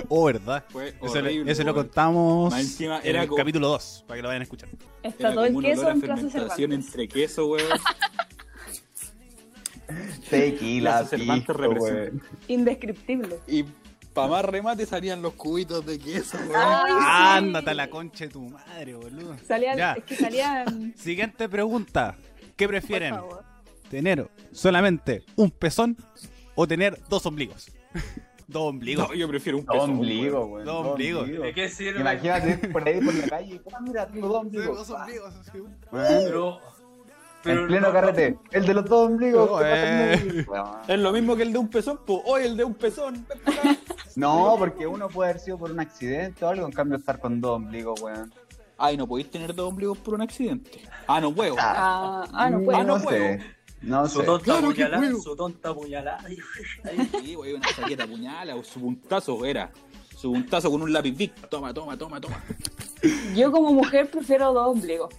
[SPEAKER 1] Oh, ¿verdad?
[SPEAKER 4] Fue
[SPEAKER 1] Ese, le-
[SPEAKER 4] horrible,
[SPEAKER 1] ese lo
[SPEAKER 4] weón.
[SPEAKER 1] contamos
[SPEAKER 4] Más encima
[SPEAKER 1] en
[SPEAKER 4] era
[SPEAKER 1] el
[SPEAKER 4] como-
[SPEAKER 1] capítulo 2, para que lo vayan a escuchar.
[SPEAKER 5] Está todo
[SPEAKER 4] Era como
[SPEAKER 5] el
[SPEAKER 4] un
[SPEAKER 5] queso
[SPEAKER 4] olor a
[SPEAKER 5] en Plaza
[SPEAKER 4] fermentación
[SPEAKER 5] Cervantes.
[SPEAKER 4] entre queso, weón.
[SPEAKER 6] Tequila,
[SPEAKER 4] Las Cervantes
[SPEAKER 6] pisco,
[SPEAKER 4] representan.
[SPEAKER 6] weón.
[SPEAKER 5] Indescriptible.
[SPEAKER 4] Y para más remate salían los cubitos de queso, weón.
[SPEAKER 5] Ay, sí.
[SPEAKER 1] Ándate a la concha de tu madre, boludo.
[SPEAKER 5] Salían,
[SPEAKER 1] Ya.
[SPEAKER 5] es que salían.
[SPEAKER 1] Siguiente pregunta. ¿Qué prefieren?
[SPEAKER 5] Por favor.
[SPEAKER 1] ¿Tener solamente un pezón o tener dos ombligos? dos ombligos.
[SPEAKER 4] No, yo prefiero un
[SPEAKER 6] Dos
[SPEAKER 4] queso.
[SPEAKER 6] ombligos, weón.
[SPEAKER 1] Dos
[SPEAKER 6] dos
[SPEAKER 1] ombligos.
[SPEAKER 3] ¿De qué sirve?
[SPEAKER 6] Imagínate por ahí por la calle. Ah, mira, tengo dos ombligos. Ah, weón.
[SPEAKER 3] Pero, pero
[SPEAKER 6] En pleno
[SPEAKER 3] no-
[SPEAKER 6] carrete. El de los dos ombligos.
[SPEAKER 1] No,
[SPEAKER 6] te pasa
[SPEAKER 1] eh.
[SPEAKER 6] el ombligo.
[SPEAKER 4] Es lo mismo que el de un pezón, pues hoy el de un pezón.
[SPEAKER 6] No, porque uno puede haber sido por un accidente o algo. En cambio, estar con dos ombligos, weón.
[SPEAKER 4] Ay, no podéis tener dos ombligos por un accidente. Ah, no huevo.
[SPEAKER 6] Ah.
[SPEAKER 5] Ah, ah, no puedo.
[SPEAKER 4] Ah, no.
[SPEAKER 6] sé. No
[SPEAKER 3] Su
[SPEAKER 6] sé.
[SPEAKER 3] tonta
[SPEAKER 4] Claro que
[SPEAKER 3] puñalada,
[SPEAKER 4] puedo.
[SPEAKER 3] su tonta puñalada.
[SPEAKER 4] Ay, sí, güey, una chaqueta puñala o su puntazo era. Su puntazo con un lápiz Vic. Toma, toma, toma, toma.
[SPEAKER 5] Yo como mujer prefiero dos ombligos.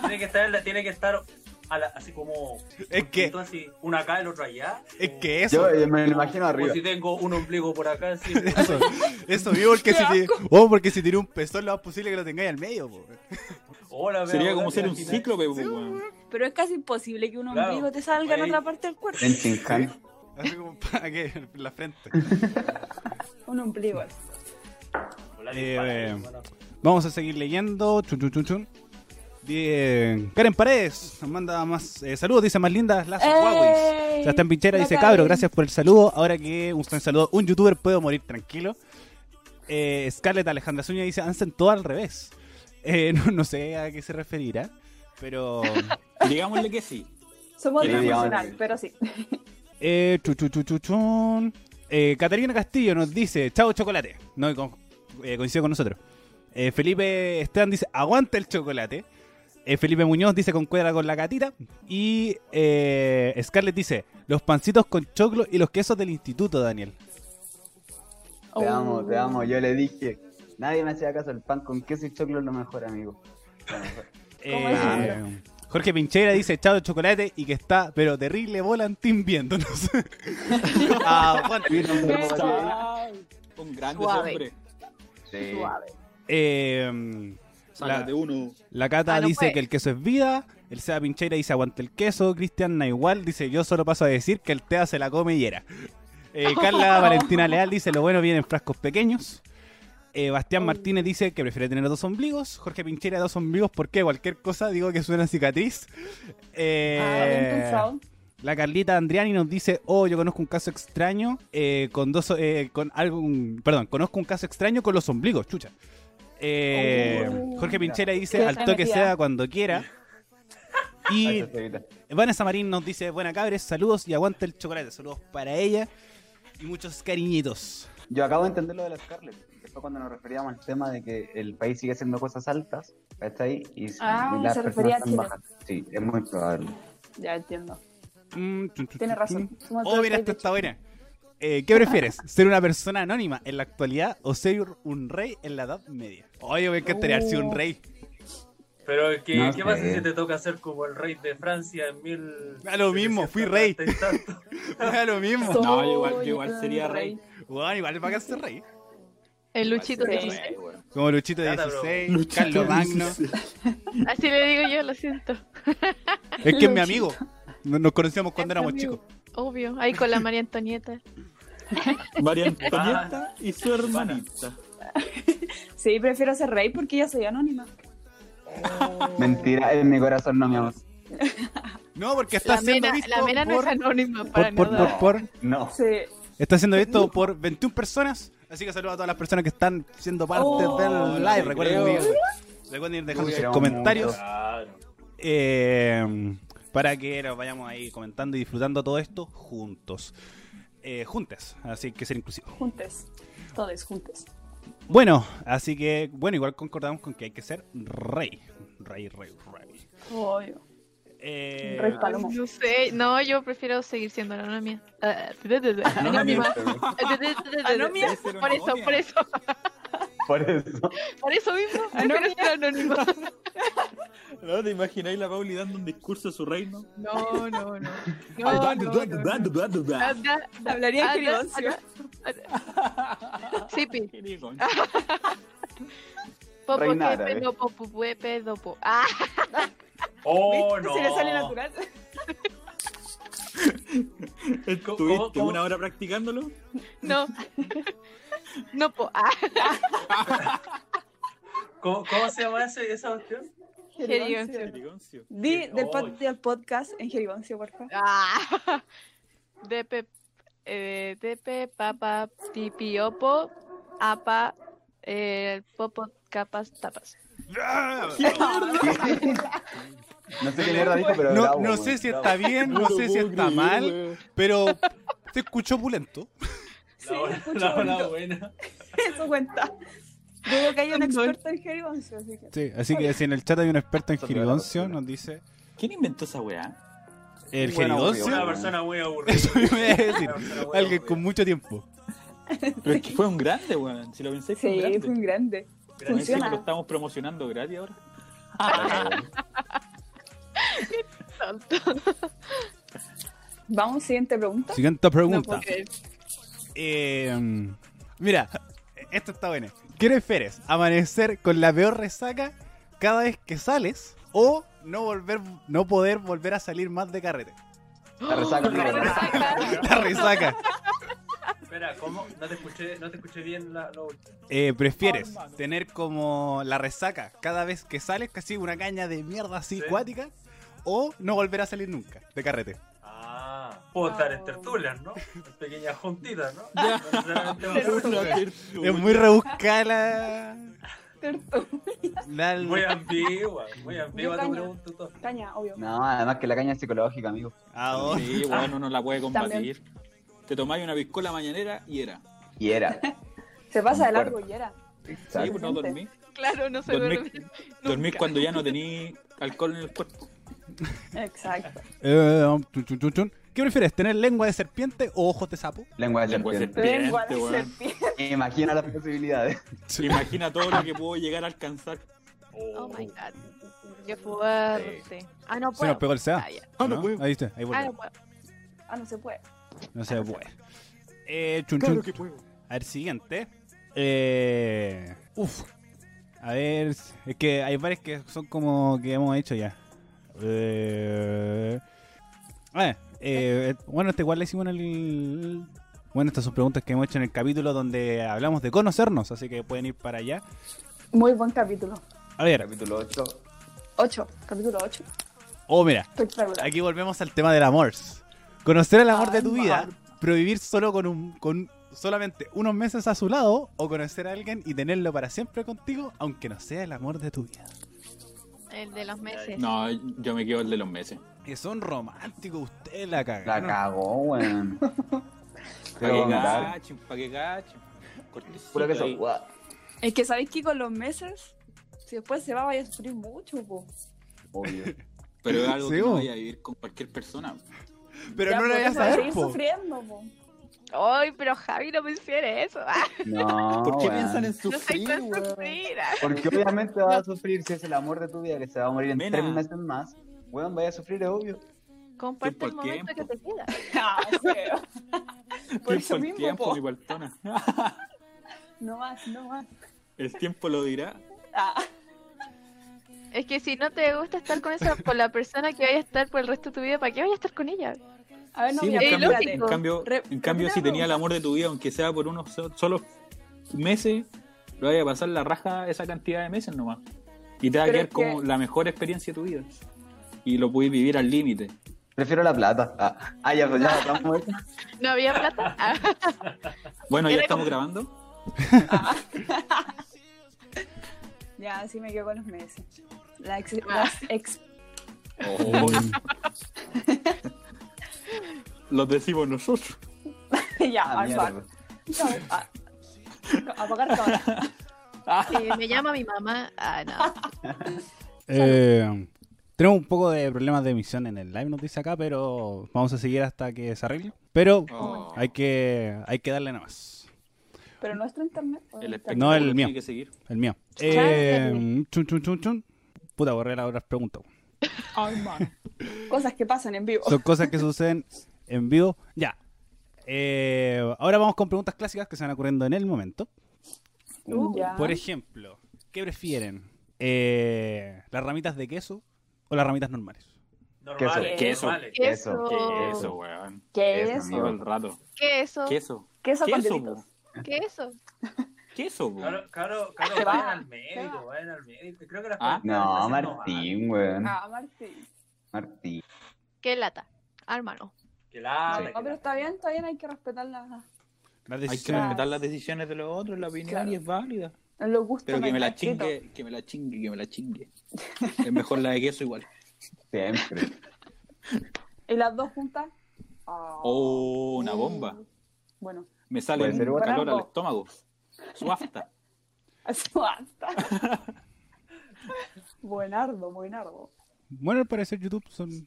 [SPEAKER 3] Tiene que estar, en la- tiene que estar a la- así como.
[SPEAKER 1] Es que-
[SPEAKER 3] Entonces, una acá, el otro allá.
[SPEAKER 1] Es
[SPEAKER 3] o-
[SPEAKER 1] que eso,
[SPEAKER 6] Yo eh, me lo imagino
[SPEAKER 3] o
[SPEAKER 6] arriba.
[SPEAKER 3] si tengo un ombligo por acá, sí.
[SPEAKER 1] eso, eso vivo porque si, tiene, oh, porque si tiene un pezón lo más posible que lo tengáis al medio. po.
[SPEAKER 3] Hola,
[SPEAKER 4] Sería
[SPEAKER 3] vea,
[SPEAKER 4] como
[SPEAKER 3] hola,
[SPEAKER 4] ser un
[SPEAKER 3] imagina-
[SPEAKER 4] cíclope, pues, weón.
[SPEAKER 5] Pero es casi imposible que un
[SPEAKER 3] Claro.
[SPEAKER 5] ombligo te salga en
[SPEAKER 3] Ahí.
[SPEAKER 5] otra parte del cuerpo.
[SPEAKER 6] En Chinhan.
[SPEAKER 1] Así como para que en la frente.
[SPEAKER 5] Un ombligo.
[SPEAKER 3] Hola,
[SPEAKER 1] Eh,
[SPEAKER 3] dispara,
[SPEAKER 1] eh,
[SPEAKER 3] hermano.
[SPEAKER 1] Vamos a seguir leyendo. Chun, chun, chun, chun. Bien. Karen Paredes nos manda más eh, saludos. Dice más lindas las Huawei.
[SPEAKER 5] ¡Ey!
[SPEAKER 1] Sebastián Pinchera
[SPEAKER 5] La
[SPEAKER 1] dice,
[SPEAKER 5] Karen.
[SPEAKER 1] cabro, gracias por el saludo. Ahora que un gran saludo, un youtuber puedo morir tranquilo. Eh, Scarlett Alejandra Zúñiga dice, hacen todo al revés. Eh, no, no sé a qué se referirá, pero...
[SPEAKER 4] Digámosle que sí.
[SPEAKER 5] Somos
[SPEAKER 6] Sí,
[SPEAKER 5] disfuncional,
[SPEAKER 6] digamos.
[SPEAKER 5] pero sí.
[SPEAKER 1] Eh, chu, chu, chu, chu, chun. Eh, Catalina Castillo nos dice, chao chocolate. No, y con- eh, coincide con nosotros. Eh, Felipe Esteban dice, aguanta el chocolate. Eh, Felipe Muñoz dice, concuerda con la gatita. Y eh, Scarlett dice, los pancitos con choclo y los quesos del instituto, Daniel.
[SPEAKER 6] Te
[SPEAKER 5] Oh.
[SPEAKER 6] amo, te amo. Yo le dije. Nadie me hacía caso. El pan con queso y choclo es lo mejor, amigo. Lo mejor.
[SPEAKER 5] ¿Cómo
[SPEAKER 1] Eh,
[SPEAKER 5] es?
[SPEAKER 1] Jorge Pinchera dice chao chocolate y que está, pero terrible volantín viéndonos. Ah, bueno.
[SPEAKER 6] Vino un grupo
[SPEAKER 5] Chao. Ah,
[SPEAKER 6] para ti.
[SPEAKER 4] Un grande
[SPEAKER 2] Suave.
[SPEAKER 4] hombre.
[SPEAKER 6] Sí.
[SPEAKER 5] Suave.
[SPEAKER 1] Eh,
[SPEAKER 4] Sácate uno.
[SPEAKER 1] la Cata
[SPEAKER 2] Ah, no
[SPEAKER 1] dice
[SPEAKER 2] fue.
[SPEAKER 1] que el queso es vida. El Seba Pinchera dice aguante el queso. Cristian igual dice yo solo paso a decir que el Tea se la come y era. Eh,
[SPEAKER 2] Oh.
[SPEAKER 1] Carla Valentina Leal dice lo bueno viene en frascos pequeños. Eh,
[SPEAKER 2] Mm.
[SPEAKER 1] Bastián Martínez dice que prefiere tener dos ombligos. Jorge Pinchera dos ombligos porque cualquier cosa digo que suena a cicatriz. Eh,
[SPEAKER 5] Ah, bien pensado.
[SPEAKER 1] La Carlita Andriani nos dice, oh, yo conozco un caso extraño eh, con dos, eh, con algún, perdón, conozco un caso extraño con los ombligos, chucha. Eh,
[SPEAKER 5] Oh.
[SPEAKER 1] Jorge Pinchera dice,
[SPEAKER 5] Qué
[SPEAKER 1] al toque
[SPEAKER 5] metida.
[SPEAKER 1] sea cuando quiera.
[SPEAKER 6] Ahí
[SPEAKER 1] Y
[SPEAKER 6] está, Cevita.
[SPEAKER 1] Vanessa Marín nos dice, buena cabres, saludos y aguanta el chocolate, saludos para ella y muchos cariñitos.
[SPEAKER 6] Yo acabo de entender lo de la Scarlett. que fue cuando nos referíamos al tema de que el país sigue haciendo cosas altas. Está ahí. Y
[SPEAKER 5] Ah,
[SPEAKER 6] y las
[SPEAKER 5] se
[SPEAKER 6] personas
[SPEAKER 5] refería a
[SPEAKER 6] están
[SPEAKER 5] Chile.
[SPEAKER 6] bajas. Sí, es muy probable.
[SPEAKER 5] Ya entiendo.
[SPEAKER 1] Mm, chun, chun,
[SPEAKER 5] Tienes
[SPEAKER 1] chun,
[SPEAKER 5] razón.
[SPEAKER 1] chun.
[SPEAKER 5] Somos
[SPEAKER 1] Oh,
[SPEAKER 5] todos
[SPEAKER 1] mira, esta
[SPEAKER 5] seis de
[SPEAKER 1] está buena. Eh, ¿Qué prefieres? ¿Ser una persona anónima en la actualidad o ser un rey en la Edad Media? Oye, me encantaría haber sido un rey.
[SPEAKER 3] Pero es que,
[SPEAKER 6] No
[SPEAKER 3] ¿qué
[SPEAKER 6] sé.
[SPEAKER 3] pasa si te toca ser como el rey de Francia en mil.
[SPEAKER 1] Da Ah, lo mismo, fui rey.
[SPEAKER 3] 1770 y tanto?
[SPEAKER 1] Era lo mismo.
[SPEAKER 5] Soy
[SPEAKER 4] No, yo igual- yo igual sería
[SPEAKER 5] un
[SPEAKER 1] Bueno, igual para ser rey.
[SPEAKER 2] El Luchito
[SPEAKER 5] Sí.
[SPEAKER 2] de
[SPEAKER 4] Ay, weón.
[SPEAKER 1] Como Luchito
[SPEAKER 3] Cata, bro.
[SPEAKER 1] 16, Carlos Magno.
[SPEAKER 2] Así le digo yo, lo siento.
[SPEAKER 1] Es que es mi amigo. No- Nos conocíamos cuando
[SPEAKER 5] Es
[SPEAKER 1] éramos
[SPEAKER 5] amigo.
[SPEAKER 1] chicos.
[SPEAKER 2] Obvio, ahí con la María Antonieta.
[SPEAKER 4] María Antonieta y su hermanita.
[SPEAKER 5] Sí, prefiero ser rey porque ya soy anónima. Eh,
[SPEAKER 6] Mentira, en mi corazón no, mi amor.
[SPEAKER 1] No, porque está
[SPEAKER 2] La
[SPEAKER 1] siendo
[SPEAKER 2] mera,
[SPEAKER 1] visto
[SPEAKER 2] la mera no
[SPEAKER 1] por-
[SPEAKER 2] es anónima para
[SPEAKER 1] por, por,
[SPEAKER 2] nada.
[SPEAKER 1] por, por-
[SPEAKER 6] No.
[SPEAKER 5] Sí.
[SPEAKER 1] Está siendo visto por 21 personas. Así que saludo a todas las personas que están siendo parte
[SPEAKER 5] Oh,
[SPEAKER 1] del
[SPEAKER 4] no te
[SPEAKER 1] live. Recuerden,
[SPEAKER 4] creo.
[SPEAKER 1] unirse. Recuerden ir dejando
[SPEAKER 6] Uy,
[SPEAKER 1] sus
[SPEAKER 6] era
[SPEAKER 1] comentarios
[SPEAKER 3] Claro.
[SPEAKER 1] eh, para que nos vayamos ahí comentando y disfrutando todo esto juntos. Eh, juntas, así que ser inclusivos.
[SPEAKER 5] Juntes. Todos juntes.
[SPEAKER 1] Bueno, así que, bueno, igual concordamos con que hay que ser rey. Rey, rey, rey.
[SPEAKER 5] Obvio.
[SPEAKER 1] Eh,
[SPEAKER 5] Rey palomo.
[SPEAKER 2] No sé, no, yo prefiero seguir siendo anónima. Ah, Anónima. Anónima. Por eso, por eso,
[SPEAKER 6] Por eso.
[SPEAKER 2] por eso mismo. Prefiero ser anónima.
[SPEAKER 4] ¿No te imagináis la Pauli dando un discurso a su reino?
[SPEAKER 2] No, no, no. No, no, no, no. Ah,
[SPEAKER 4] Hablaría
[SPEAKER 2] da- da-
[SPEAKER 5] Hablaría en
[SPEAKER 2] ah, da-
[SPEAKER 5] gerundio.
[SPEAKER 2] ah, da- ah, Sí, pi. Popo
[SPEAKER 6] Reina
[SPEAKER 2] que
[SPEAKER 6] árabe.
[SPEAKER 2] pedo, popo, pue, pedo, po. Ah,
[SPEAKER 3] Oh,
[SPEAKER 5] ¿Viste?
[SPEAKER 3] no.
[SPEAKER 5] Si le sale natural.
[SPEAKER 3] cómo-
[SPEAKER 2] Oh,
[SPEAKER 4] ¿Estuviste
[SPEAKER 3] cómo?
[SPEAKER 4] una hora practicándolo?
[SPEAKER 2] no. No, po. Ah,
[SPEAKER 3] ¿Cómo, cómo se llama ese- esa cuestión?
[SPEAKER 2] Gerundio.
[SPEAKER 4] Perigoncio.
[SPEAKER 5] Di
[SPEAKER 3] Sí,
[SPEAKER 5] del,
[SPEAKER 3] no.
[SPEAKER 5] pod- del podcast en Gerigoncio, por favor.
[SPEAKER 2] Ah. Depe, eh, depe, papa, tipiopo, apa, eh, popo, capas, tapas.
[SPEAKER 1] ah,
[SPEAKER 6] No sé qué mierda dijo, pero
[SPEAKER 1] no,
[SPEAKER 6] bravo,
[SPEAKER 1] no
[SPEAKER 6] weón.
[SPEAKER 1] sé si está bien, no sé si está mal, pero se escuchó opulento.
[SPEAKER 5] Sí,
[SPEAKER 3] la,
[SPEAKER 5] escucho
[SPEAKER 3] la- la
[SPEAKER 5] bonito.
[SPEAKER 3] buena.
[SPEAKER 5] Eso cuenta. Dudo que haya un
[SPEAKER 2] Andor.
[SPEAKER 5] experto en Gerigoncio, así que.
[SPEAKER 1] Sí, así que si en el chat hay un experto en
[SPEAKER 6] Eso te da la
[SPEAKER 1] Gerigoncio,
[SPEAKER 6] postura.
[SPEAKER 1] nos dice.
[SPEAKER 4] ¿Quién inventó esa weá?
[SPEAKER 1] ¿El
[SPEAKER 6] Bueno,
[SPEAKER 1] Gerigoncio?
[SPEAKER 3] Una
[SPEAKER 6] obvio.
[SPEAKER 3] persona muy aburrida.
[SPEAKER 1] Eso me iba a decir.
[SPEAKER 3] Una persona muy
[SPEAKER 1] Alguien con
[SPEAKER 3] aburrida.
[SPEAKER 1] mucho tiempo.
[SPEAKER 4] Pero es que fue un grande, weón. Si lo pensáis, fue un
[SPEAKER 5] Sí,
[SPEAKER 4] grande.
[SPEAKER 5] fue un grande.
[SPEAKER 4] Pero me dicen
[SPEAKER 5] funciona.
[SPEAKER 4] que Lo estamos promocionando gratis ahora.
[SPEAKER 5] Vamos, siguiente pregunta.
[SPEAKER 1] Siguiente
[SPEAKER 2] No
[SPEAKER 1] pregunta.
[SPEAKER 2] puedo creer.
[SPEAKER 1] Eh, mira, esto está bueno. ¿Qué prefieres? ¿Amanecer con la peor resaca cada vez que sales o no volver, no poder volver a salir más de carrete?
[SPEAKER 6] La resaca,
[SPEAKER 2] La
[SPEAKER 6] tío.
[SPEAKER 2] resaca.
[SPEAKER 1] La resaca.
[SPEAKER 3] Espera, ¿cómo? No te escuché, no te escuché bien la, la última.
[SPEAKER 1] Eh, ¿Prefieres tener como la resaca cada vez que sales, casi una caña de mierda así
[SPEAKER 3] Sí.
[SPEAKER 1] acuática? ¿O no volver a salir nunca de carrete?
[SPEAKER 3] Ah, puedo estar en
[SPEAKER 2] Oh.
[SPEAKER 3] tertulias, ¿no? En pequeñas juntitas, ¿no? No necesariamente vamos a-
[SPEAKER 1] Es muy rebuscada la...
[SPEAKER 5] Tertu-
[SPEAKER 1] la-
[SPEAKER 3] Muy ambigua, muy ambigua tu
[SPEAKER 5] Yo
[SPEAKER 3] pregunta. todo.
[SPEAKER 5] Caña, obvio.
[SPEAKER 6] No, además que la caña es psicológica, amigo.
[SPEAKER 1] Ahora.
[SPEAKER 4] Sí, weón, uno no la puede combatir.
[SPEAKER 5] También.
[SPEAKER 4] Te tomáis una piscola mañanera y era.
[SPEAKER 6] Y era.
[SPEAKER 5] Se pasa de largo
[SPEAKER 6] Concuerdo.
[SPEAKER 5] y era.
[SPEAKER 4] Sí,
[SPEAKER 6] Exacto.
[SPEAKER 4] pues no dormí.
[SPEAKER 2] Claro, no se
[SPEAKER 4] Dormí,
[SPEAKER 2] duerme.
[SPEAKER 4] dormí
[SPEAKER 2] nunca.
[SPEAKER 4] cuando ya no tenía alcohol en el cuerpo.
[SPEAKER 5] Exacto.
[SPEAKER 1] Eh, um, chun, chun, chun, chun. ¿Qué prefieres, tener lengua de serpiente o ojos de sapo?
[SPEAKER 6] Lengua de
[SPEAKER 4] Lengua de
[SPEAKER 6] serpiente.
[SPEAKER 4] Bien,
[SPEAKER 5] Lengua de
[SPEAKER 4] este weón.
[SPEAKER 5] serpiente.
[SPEAKER 6] Imagina las posibilidades.
[SPEAKER 4] Imagina todo lo que puedo llegar a alcanzar.
[SPEAKER 2] Oh my god. Qué fuerte. Ah, no
[SPEAKER 1] Se
[SPEAKER 2] puedo.
[SPEAKER 1] nos pegó el SEA.
[SPEAKER 2] Ah, ya.
[SPEAKER 4] Ah, no puedo.
[SPEAKER 1] Ahí está, ahí
[SPEAKER 2] Ah, no
[SPEAKER 1] vuelve.
[SPEAKER 2] puedo.
[SPEAKER 5] Ah, no se puede.
[SPEAKER 1] No se puede. Eh, chun, chun.
[SPEAKER 4] que puedo.
[SPEAKER 1] A ver, siguiente. Eh, uf. A ver, es que hay varios que son como que hemos hecho ya. Eh, ah, eh, bueno, este igual le hicimos en el... Bueno, estas son preguntas que hemos hecho en el capítulo donde hablamos de conocernos, así que pueden ir para allá.
[SPEAKER 5] Muy buen capítulo.
[SPEAKER 1] A ver,
[SPEAKER 6] Capítulo 8.
[SPEAKER 5] 8. Capítulo 8.
[SPEAKER 1] oh, mira.
[SPEAKER 5] Espectacular.
[SPEAKER 1] Aquí volvemos al tema del amor. Conocer el amor
[SPEAKER 5] Ah,
[SPEAKER 1] de tu
[SPEAKER 5] el
[SPEAKER 1] vida,
[SPEAKER 5] amor.
[SPEAKER 1] pero vivir solo con un con solamente unos meses a su lado o conocer a alguien y tenerlo para siempre contigo, aunque no sea el amor de tu vida.
[SPEAKER 2] El de los meses.
[SPEAKER 4] No, yo me quedo el de los meses.
[SPEAKER 1] Que son románticos, ustedes la
[SPEAKER 6] La
[SPEAKER 1] cagaron.
[SPEAKER 6] cagó, weón.
[SPEAKER 4] Pa'
[SPEAKER 6] Pero
[SPEAKER 4] que
[SPEAKER 6] vamos
[SPEAKER 4] gachen, pa' que gachen. Cortecito
[SPEAKER 6] Pura que ah,
[SPEAKER 4] ahí.
[SPEAKER 6] son. guau.
[SPEAKER 5] Es que sabéis que con los meses, si después se va, vaya a sufrir mucho, po.
[SPEAKER 6] Obvio.
[SPEAKER 4] Pero es algo
[SPEAKER 1] Sí,
[SPEAKER 4] que
[SPEAKER 1] bo.
[SPEAKER 4] no voy a vivir con cualquier persona.
[SPEAKER 1] Pero
[SPEAKER 5] Ya,
[SPEAKER 1] no
[SPEAKER 5] pues,
[SPEAKER 1] lo voy
[SPEAKER 5] por
[SPEAKER 1] a
[SPEAKER 5] eso va
[SPEAKER 1] saber,
[SPEAKER 5] seguir
[SPEAKER 1] po.
[SPEAKER 5] sufriendo, po.
[SPEAKER 2] Ay, pero Javi, no menciones eso. Ah,
[SPEAKER 6] No.
[SPEAKER 4] ¿Por qué
[SPEAKER 6] weón.
[SPEAKER 4] piensan en
[SPEAKER 2] no sé
[SPEAKER 4] sufrir,
[SPEAKER 2] cómo
[SPEAKER 4] weón?
[SPEAKER 2] sufrir. Ah,
[SPEAKER 6] Porque obviamente vas a sufrir si es el amor de tu vida que se va a morir en
[SPEAKER 4] Mena.
[SPEAKER 6] tres meses más. Weón, vaya a sufrir, es obvio.
[SPEAKER 2] Comparte el
[SPEAKER 4] Tiempo al
[SPEAKER 2] momento que
[SPEAKER 4] tiempo.
[SPEAKER 2] te queda.
[SPEAKER 5] Ah, feo. Por
[SPEAKER 4] Tiempo
[SPEAKER 5] eso
[SPEAKER 4] al
[SPEAKER 5] mismo,
[SPEAKER 4] tiempo,
[SPEAKER 5] po.
[SPEAKER 4] mi paltona.
[SPEAKER 5] No más, no más.
[SPEAKER 4] El tiempo lo dirá.
[SPEAKER 5] Ah,
[SPEAKER 2] Es que si no te gusta estar con esa, con la persona que vaya a estar por el resto de tu vida, ¿para qué vayas a estar con ella?
[SPEAKER 5] A ver, Ah, no,
[SPEAKER 4] Sí,
[SPEAKER 5] mira,
[SPEAKER 2] es
[SPEAKER 4] en cambio,
[SPEAKER 2] lógico.
[SPEAKER 4] en cambio,
[SPEAKER 5] Re-
[SPEAKER 4] en cambio, si
[SPEAKER 5] repitamos.
[SPEAKER 4] tenía el amor de tu vida, aunque sea por unos so- solos meses, lo vaya a pasar la raja esa cantidad de meses nomás. Y te va a
[SPEAKER 5] Pero
[SPEAKER 4] quedar
[SPEAKER 5] es
[SPEAKER 4] como
[SPEAKER 5] que-
[SPEAKER 4] la mejor experiencia de tu vida. Y lo puedes vivir al límite.
[SPEAKER 6] Prefiero la plata. Ah, ah, ya, pues ya, estamos muertos.
[SPEAKER 2] ¿No había plata? Ah,
[SPEAKER 4] Bueno, ya
[SPEAKER 2] Era
[SPEAKER 4] estamos
[SPEAKER 2] como-
[SPEAKER 4] grabando.
[SPEAKER 5] Ya, así me quedo con los meses. La ex-
[SPEAKER 2] Ah.
[SPEAKER 5] las ex-
[SPEAKER 1] Oh.
[SPEAKER 4] Lo decimos nosotros.
[SPEAKER 5] ya,
[SPEAKER 6] Ah,
[SPEAKER 5] alfa.
[SPEAKER 6] mierda.
[SPEAKER 5] Chao. Ah. Apagar cámara.
[SPEAKER 2] eh, me llama mi mamá. Ah, no.
[SPEAKER 1] Eh, tenemos un poco de problemas de emisión en el live, nos dice acá, pero vamos a seguir hasta que se arregle. Pero
[SPEAKER 4] Oh.
[SPEAKER 1] hay que hay que darle nada más.
[SPEAKER 5] Pero nuestro internet. o
[SPEAKER 4] El
[SPEAKER 5] internet.
[SPEAKER 1] No, el
[SPEAKER 4] espectáculo
[SPEAKER 1] mío.
[SPEAKER 4] tiene que seguir.
[SPEAKER 1] El mío.
[SPEAKER 2] Chale.
[SPEAKER 1] Eh, chun, chun, chun, chun. Puta, borré las otras preguntas.
[SPEAKER 5] Cosas que pasan en vivo.
[SPEAKER 1] Son cosas que suceden en vivo. Ya. Eh, ahora vamos con preguntas clásicas que se van ocurriendo en el momento.
[SPEAKER 5] Uh, Ya.
[SPEAKER 1] Por ejemplo, ¿qué prefieren? Eh, ¿Las ramitas de queso o las ramitas normales?
[SPEAKER 3] Normales,
[SPEAKER 4] Queso.
[SPEAKER 3] normales.
[SPEAKER 6] pues,
[SPEAKER 2] Queso.
[SPEAKER 5] Oh.
[SPEAKER 6] Queso,
[SPEAKER 4] Eso, weón.
[SPEAKER 5] ¿Qué
[SPEAKER 6] Eso,
[SPEAKER 5] es?
[SPEAKER 6] amigo.
[SPEAKER 4] Todo el rato.
[SPEAKER 2] Queso.
[SPEAKER 4] Queso.
[SPEAKER 5] Queso con
[SPEAKER 4] Queso,
[SPEAKER 5] deditos.
[SPEAKER 4] po.
[SPEAKER 2] Queso.
[SPEAKER 4] Queso, po.
[SPEAKER 3] Claro, claro, claro,
[SPEAKER 5] Se
[SPEAKER 3] vayan
[SPEAKER 5] va,
[SPEAKER 3] al
[SPEAKER 5] se
[SPEAKER 3] médico, vayan al médico. Creo que las
[SPEAKER 4] Ah.
[SPEAKER 6] No,
[SPEAKER 3] cuarentanas no van.
[SPEAKER 6] Martín, weón.
[SPEAKER 5] Ah, Martín.
[SPEAKER 6] Martín.
[SPEAKER 2] ¿Qué lata? Ah, hermano.
[SPEAKER 3] Que la
[SPEAKER 6] Sí.
[SPEAKER 5] No, pero está bien, está bien, hay que respetar la-
[SPEAKER 1] Las
[SPEAKER 4] Hay que
[SPEAKER 1] decisiones.
[SPEAKER 4] respetar las decisiones de los otros, la opinión
[SPEAKER 5] Claro.
[SPEAKER 4] y es válida.
[SPEAKER 5] los gustos.
[SPEAKER 4] Pero que
[SPEAKER 5] del
[SPEAKER 4] me la
[SPEAKER 5] cachito.
[SPEAKER 4] chingue, que me la chingue, que me la chingue. Es mejor la de queso igual.
[SPEAKER 6] Siempre.
[SPEAKER 5] ¿Y las dos juntas? Ah.
[SPEAKER 4] Oh, una bomba.
[SPEAKER 5] Bueno,
[SPEAKER 4] Me sale
[SPEAKER 6] Puede
[SPEAKER 4] un
[SPEAKER 6] ser
[SPEAKER 4] calor
[SPEAKER 6] buena
[SPEAKER 4] al
[SPEAKER 5] combo.
[SPEAKER 4] estómago. Suafta.
[SPEAKER 5] eso basta. buenardo, buenardo.
[SPEAKER 1] Bueno, al parecer YouTube son...